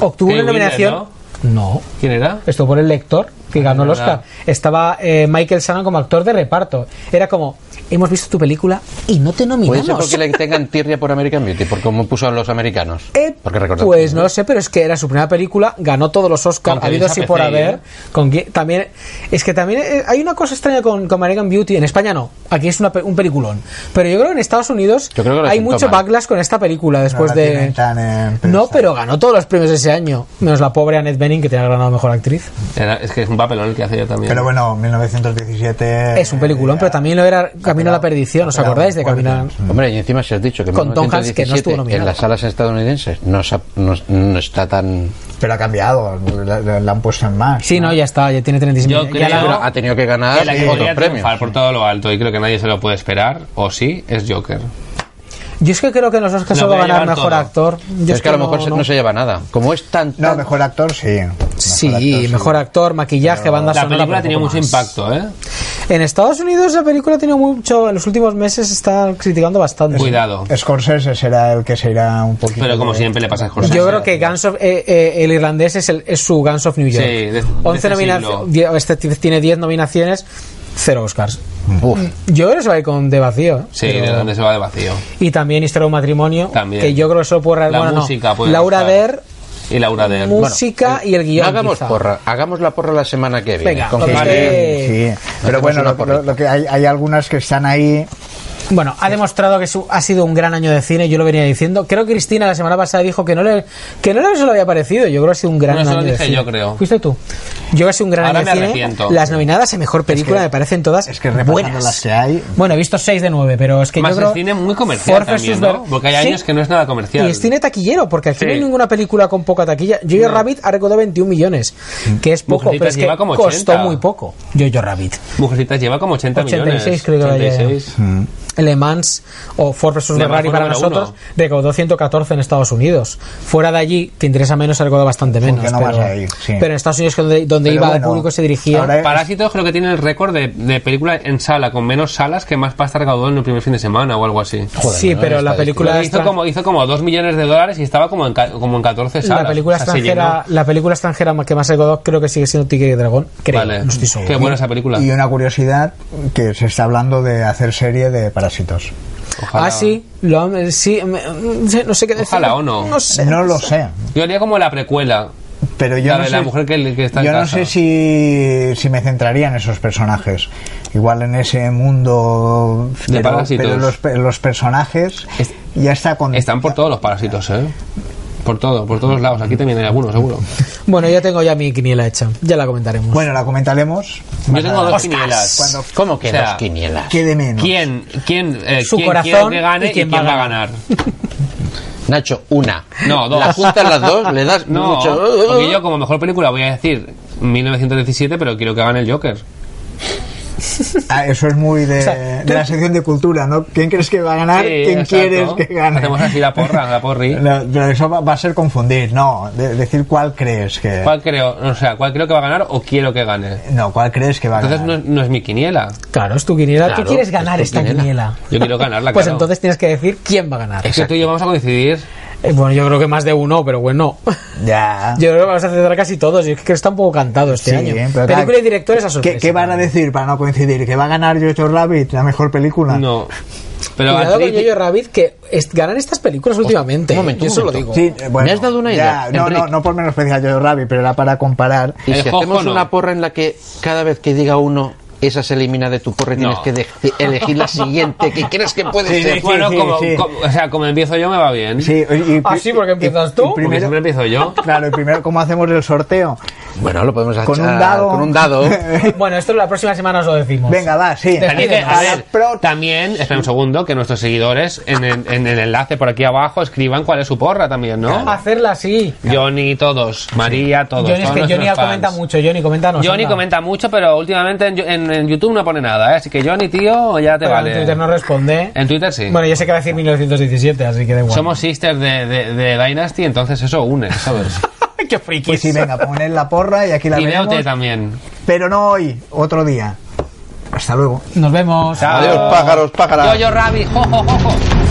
Speaker 3: obtuvo
Speaker 2: Kate
Speaker 3: una nominación.
Speaker 2: Winslet,
Speaker 3: no.
Speaker 2: ¿Quién era?
Speaker 3: Estuvo por el lector que
Speaker 4: Ah,
Speaker 3: ganó el
Speaker 2: verdad.
Speaker 3: Oscar. Estaba eh, Michael Shannon como actor de reparto. Era como, hemos visto tu película y no te
Speaker 4: Puede ser porque
Speaker 3: nominamos.
Speaker 4: le tengan tirria por American Beauty, por cómo puso a los americanos.
Speaker 3: Eh,
Speaker 4: porque recordad-
Speaker 3: pues no lo sé, pero es que era su primera película, ganó todos los Oscars,
Speaker 2: Aunque
Speaker 3: habido
Speaker 2: Lisa
Speaker 3: sí por
Speaker 2: Pecey,
Speaker 3: haber.
Speaker 2: ¿eh?
Speaker 3: Con que- también es que también eh, hay una cosa extraña con, con American Beauty. En España no, aquí es una pe- un peliculón. Pero yo creo que en Estados Unidos
Speaker 4: Yo creo que lo
Speaker 3: hay
Speaker 4: sentó
Speaker 3: mucho
Speaker 4: mal.
Speaker 3: backlash con esta película después
Speaker 1: No la
Speaker 3: pues de.
Speaker 1: tienen tan en
Speaker 3: no,
Speaker 1: pensar.
Speaker 3: pero ganó todos los premios ese año, menos la pobre Annette Bening que tenía ganado mejor actriz.
Speaker 2: Era- es que es un papelón el que hace yo también.
Speaker 1: Pero bueno, 1917...
Speaker 3: Es un peliculón,
Speaker 1: eh,
Speaker 3: pero también lo era Camino a la
Speaker 1: pegado-
Speaker 3: Perdición. ¿Os
Speaker 1: ha pegado
Speaker 3: acordáis de
Speaker 1: fuerte.
Speaker 3: Camino a
Speaker 4: Hombre, y encima se os ha dicho que
Speaker 3: Con Tom Hanks, que no
Speaker 4: 1917
Speaker 3: estuvo nominado.
Speaker 4: en las salas estadounidenses no, se ha- no- no está tan...
Speaker 1: Pero ha cambiado, la, la- la han puesto en más.
Speaker 3: Sí, no, ya está, ya tiene 35
Speaker 2: Yo
Speaker 3: ya
Speaker 2: creo-
Speaker 3: la-
Speaker 4: Pero ha tenido que
Speaker 2: Que
Speaker 4: ganar
Speaker 2: la que
Speaker 4: otros
Speaker 2: podría
Speaker 4: premios.
Speaker 2: triunfar por todo lo alto y creo que nadie se lo puede esperar, o sí, es Joker.
Speaker 3: Yo es que creo que en los Oscars
Speaker 2: Lo
Speaker 3: solo va
Speaker 2: voy
Speaker 3: a
Speaker 2: a llevar
Speaker 3: ganar mejor
Speaker 2: todo.
Speaker 3: actor. Yo
Speaker 4: Pero es que a lo
Speaker 3: no-
Speaker 4: mejor se- no,
Speaker 3: no.
Speaker 4: se lleva nada. Como es tan...
Speaker 1: No,
Speaker 4: tan-
Speaker 1: mejor actor sí. Mejor
Speaker 3: Sí,
Speaker 1: actor,
Speaker 3: mejor actor, maquillaje, banda
Speaker 2: La
Speaker 3: sonora.
Speaker 2: película ha
Speaker 3: pero
Speaker 2: tenido
Speaker 3: poco
Speaker 2: mucho
Speaker 3: más.
Speaker 2: impacto, ¿eh?
Speaker 3: En Estados Unidos la película ha tenido mucho. En los últimos meses está criticando bastante.
Speaker 2: Cuidado.
Speaker 1: Scorsese será el que se irá un poquito.
Speaker 2: Pero como
Speaker 1: de-
Speaker 2: siempre le pasa a Scorsese.
Speaker 3: Yo creo que Guns of- eh, eh, el irlandés es, el- es su Guns of New York.
Speaker 2: Sí, de- de
Speaker 3: 11
Speaker 2: este siglo.
Speaker 3: nominaciones. Este t- tiene 10 nominaciones, cero Oscars.
Speaker 4: Uf,
Speaker 3: Yo creo que se va a ir con de vacío. ¿eh?
Speaker 2: Sí,
Speaker 3: Pero-
Speaker 2: de donde se va de vacío.
Speaker 3: Y también Historia de un matrimonio.
Speaker 2: También.
Speaker 3: Que yo creo que solo puede
Speaker 2: La
Speaker 3: bueno, no.
Speaker 2: música puede
Speaker 3: Laura
Speaker 2: gustar. eh,
Speaker 3: Der,
Speaker 2: Y Laura de
Speaker 3: música y el guión.
Speaker 4: no hagamos
Speaker 3: quizá.
Speaker 4: porra. Hagamos la porra la semana que viene.
Speaker 3: Venga,
Speaker 4: Con
Speaker 3: porque-
Speaker 4: Cristian.
Speaker 1: Sí, pero
Speaker 4: Hacemos
Speaker 1: bueno,
Speaker 4: una
Speaker 1: lo,
Speaker 4: porrita.
Speaker 1: lo- lo que hay, hay algunas que están ahí.
Speaker 3: Bueno, ha demostrado que su- ha sido un gran año de cine, yo lo venía diciendo. Creo que Cristina la semana pasada dijo que no le, que no le se lo había parecido. Yo creo que ha sido un gran
Speaker 2: No, eso
Speaker 3: año
Speaker 2: lo
Speaker 3: de
Speaker 2: dije
Speaker 3: cine.
Speaker 2: yo, creo.
Speaker 3: Fuiste tú. Yo creo que ha sido un gran
Speaker 2: Ahora
Speaker 3: año de
Speaker 2: me
Speaker 3: cine.
Speaker 2: arrepiento.
Speaker 3: Las nominadas a mejor película me parecen todas
Speaker 1: es que repasando
Speaker 3: buenas.
Speaker 1: las que hay-
Speaker 3: Bueno, he visto 6 de 9, pero es que
Speaker 2: Más
Speaker 3: yo creo
Speaker 2: el cine muy comercial
Speaker 3: Ford
Speaker 2: también,
Speaker 3: versus
Speaker 2: ¿no?
Speaker 3: Ver-
Speaker 2: Porque hay
Speaker 3: Sí.
Speaker 2: años que no es nada comercial.
Speaker 3: Y es cine taquillero, porque aquí
Speaker 2: Sí.
Speaker 3: no hay ninguna película con poca taquilla. Jojo Rabbit ha recaudado 21 millones, que es poco,
Speaker 2: Mujercitas
Speaker 3: pero es que
Speaker 2: lleva como
Speaker 3: costó
Speaker 2: 80.
Speaker 3: muy poco. Jojo Rabbit.
Speaker 2: Mujercitas lleva como 80
Speaker 3: 86
Speaker 2: millones.
Speaker 3: creo que era ya.
Speaker 2: 86.
Speaker 1: mm,
Speaker 3: Le Mans o Ford vs.
Speaker 2: Le Mans
Speaker 3: Ferrari
Speaker 2: fue
Speaker 3: para
Speaker 2: número
Speaker 3: nosotros
Speaker 2: uno.
Speaker 3: recaudó 114 en Estados Unidos. Fuera de allí, te interesa menos, ha recaudado bastante menos.
Speaker 1: Funcionó
Speaker 3: Pero,
Speaker 1: más ahí, sí.
Speaker 3: pero en Estados Unidos, que donde, donde
Speaker 1: Pero
Speaker 3: iba el
Speaker 1: bueno,
Speaker 3: público, se dirigía.
Speaker 1: ahora-
Speaker 2: Parásitos creo que tiene el récord de, de película en sala, con menos salas que más pasta recaudó en el primer fin de semana o algo así.
Speaker 4: Joder,
Speaker 3: sí,
Speaker 4: no,
Speaker 3: pero la
Speaker 4: estadística.
Speaker 3: película,
Speaker 2: Pero hizo,
Speaker 3: extran-
Speaker 2: como, hizo como 2 millones de dólares y estaba como en, ca- como en 14 salas.
Speaker 3: la película
Speaker 2: O sea, se
Speaker 3: extranjera, la película extranjera que más ha recaudado creo que sigue siendo Tigre y Dragón. Creo,
Speaker 2: llenó. Vale.
Speaker 3: no estoy seguro.
Speaker 2: Qué buena esa película.
Speaker 1: Y una curiosidad que se está hablando de hacer serie de Parásitos.
Speaker 2: Ojalá.
Speaker 3: Ah, sí, lo han- sí, me- no sé qué decir.
Speaker 2: Ojalá o no.
Speaker 3: No sé.
Speaker 1: No lo sé.
Speaker 2: Yo haría como la precuela.
Speaker 1: Pero yo
Speaker 2: La
Speaker 1: no
Speaker 2: de
Speaker 1: sé,
Speaker 2: la mujer que- que está en
Speaker 1: yo no
Speaker 2: casa.
Speaker 1: sé si, si me centraría en esos personajes. Igual en ese mundo.
Speaker 2: De
Speaker 1: pero,
Speaker 2: parásitos.
Speaker 1: pero los, pe- los personajes
Speaker 2: Es-
Speaker 1: ya está con.
Speaker 2: Están por todos los parásitos, ¿eh? Por todo, por todos lados. Aquí también hay algunos, seguro.
Speaker 3: Bueno, ya tengo ya mi quiniela hecha. Ya la comentaremos.
Speaker 1: Bueno, la comentaremos.
Speaker 2: Yo tengo dos quinielas.
Speaker 1: Cuando
Speaker 4: ¿Cómo que
Speaker 2: O sea,
Speaker 4: dos quinielas?
Speaker 1: quede menos.
Speaker 2: ¿Quién, quién, eh,
Speaker 3: Su
Speaker 2: quién
Speaker 3: corazón
Speaker 2: quiere que gane
Speaker 3: y
Speaker 2: y
Speaker 3: quién
Speaker 2: quién,
Speaker 3: va a
Speaker 2: va a ganar?
Speaker 4: Nacho, una.
Speaker 2: No, dos.
Speaker 4: Las juntas las dos, le das
Speaker 2: No,
Speaker 4: mucho.
Speaker 2: porque yo como mejor película voy a decir 1917, pero quiero que gane el Joker.
Speaker 1: Ah, eso es muy de,
Speaker 3: sea,
Speaker 1: de la sección de cultura, ¿no? ¿Quién crees que va a ganar?
Speaker 2: Sí,
Speaker 1: ¿Quién
Speaker 2: exacto.
Speaker 1: quieres que gane?
Speaker 2: Hacemos así la porra, [laughs] la
Speaker 1: [laughs]
Speaker 2: porri.
Speaker 1: No, pero eso va, va a ser confundir, no. de- decir cuál crees que.
Speaker 2: ¿Cuál creo, o sea, cuál creo que va a ganar o quiero que gane?
Speaker 1: No, cuál crees que va a
Speaker 2: Entonces no
Speaker 1: ganar.
Speaker 2: es, no es mi quiniela.
Speaker 3: Claro, es tu quiniela. ¿Qué
Speaker 4: Claro,
Speaker 3: quieres
Speaker 4: es
Speaker 3: ganar
Speaker 4: tu
Speaker 3: esta quiniela?
Speaker 4: quiniela.
Speaker 2: Yo quiero ganarla,
Speaker 3: [laughs] Pues
Speaker 2: claro.
Speaker 3: entonces tienes que decir quién va a ganar.
Speaker 2: Es que tú y yo vamos a coincidir.
Speaker 3: Eh, bueno, yo creo que más de uno, pero bueno. [laughs]
Speaker 1: Ya.
Speaker 3: Yo creo que vamos a acertar casi todos. Yo creo que está un poco cantado este
Speaker 1: Sí,
Speaker 3: año.
Speaker 1: ¿eh? Pero
Speaker 3: Película
Speaker 1: tal-
Speaker 3: y directores a sorpresa.
Speaker 1: ¿Qué, qué van a decir para no coincidir? ¿Que va a ganar Jojo Rabbit, la mejor película?
Speaker 2: No. Pero
Speaker 3: Cuidado con
Speaker 2: actriz-
Speaker 3: Jojo Rabbit, que es- ganan estas películas últimamente.
Speaker 4: un momento,
Speaker 3: Yo
Speaker 4: un
Speaker 3: eso lo
Speaker 4: momento.
Speaker 3: digo.
Speaker 1: Sí, eh, bueno,
Speaker 4: Me has dado una idea,
Speaker 1: ya, no,
Speaker 4: Enric.
Speaker 1: no, no por menospreciar a Jojo Rabbit, pero era para comparar.
Speaker 4: Y
Speaker 2: El
Speaker 4: si
Speaker 2: jojo
Speaker 4: hacemos
Speaker 2: no.
Speaker 4: una porra en la que cada vez que diga uno, esa se elimina de tu porra y
Speaker 2: No.
Speaker 4: tienes que de- elegir la siguiente que crees que puede
Speaker 1: Sí,
Speaker 4: ser.
Speaker 1: sí,
Speaker 2: Bueno,
Speaker 1: sí,
Speaker 2: como,
Speaker 1: sí.
Speaker 2: como- o sea, como empiezo yo me va bien.
Speaker 1: Sí, y- y-
Speaker 3: Ah, sí, porque empiezas tú. Porque
Speaker 2: Porque
Speaker 1: primero-
Speaker 2: siempre empiezo
Speaker 3: [laughs]
Speaker 2: yo.
Speaker 1: Claro, y primero, ¿cómo hacemos el sorteo?
Speaker 4: Bueno, lo podemos hacer
Speaker 1: Con un dado.
Speaker 4: Ah, Con un dado.
Speaker 3: [laughs] Bueno, esto la próxima semana os lo
Speaker 1: [laughs]
Speaker 3: decimos.
Speaker 1: Venga, va, sí.
Speaker 2: También, que- a
Speaker 1: A la
Speaker 2: ver,
Speaker 1: pro-
Speaker 2: también, espera un segundo, que nuestros seguidores en el, en el enlace por aquí abajo escriban cuál es su porra también, ¿no?
Speaker 3: Hacerla así.
Speaker 2: Johnny, todos, María, todos.
Speaker 3: Johnny, es
Speaker 2: todos
Speaker 3: que Johnny ya
Speaker 2: nuestros
Speaker 3: comenta
Speaker 2: fans.
Speaker 3: mucho. Johnny, coméntanos.
Speaker 2: Johnny
Speaker 3: anda.
Speaker 2: comenta mucho, pero últimamente en, en- en YouTube no pone nada, ¿eh? así que Johnny, tío, ya te
Speaker 3: Pero
Speaker 2: vale.
Speaker 3: En Twitter no responde.
Speaker 2: En Twitter sí.
Speaker 3: Bueno, yo sé que va a decir 1917, así que da igual.
Speaker 2: Somos sisters de, de- de Dynasty, entonces eso une, ¿sabes?
Speaker 3: Qué friki.
Speaker 1: Pues sí, venga, poned la porra y aquí la
Speaker 2: y
Speaker 1: veremos.
Speaker 2: Neote también.
Speaker 1: Pero no hoy, otro día. Hasta luego.
Speaker 3: Nos vemos.
Speaker 2: Chao.
Speaker 4: Adiós, pájaros, pájaras.
Speaker 2: Yo, yo, Rabi, jo, jo, jo, jo.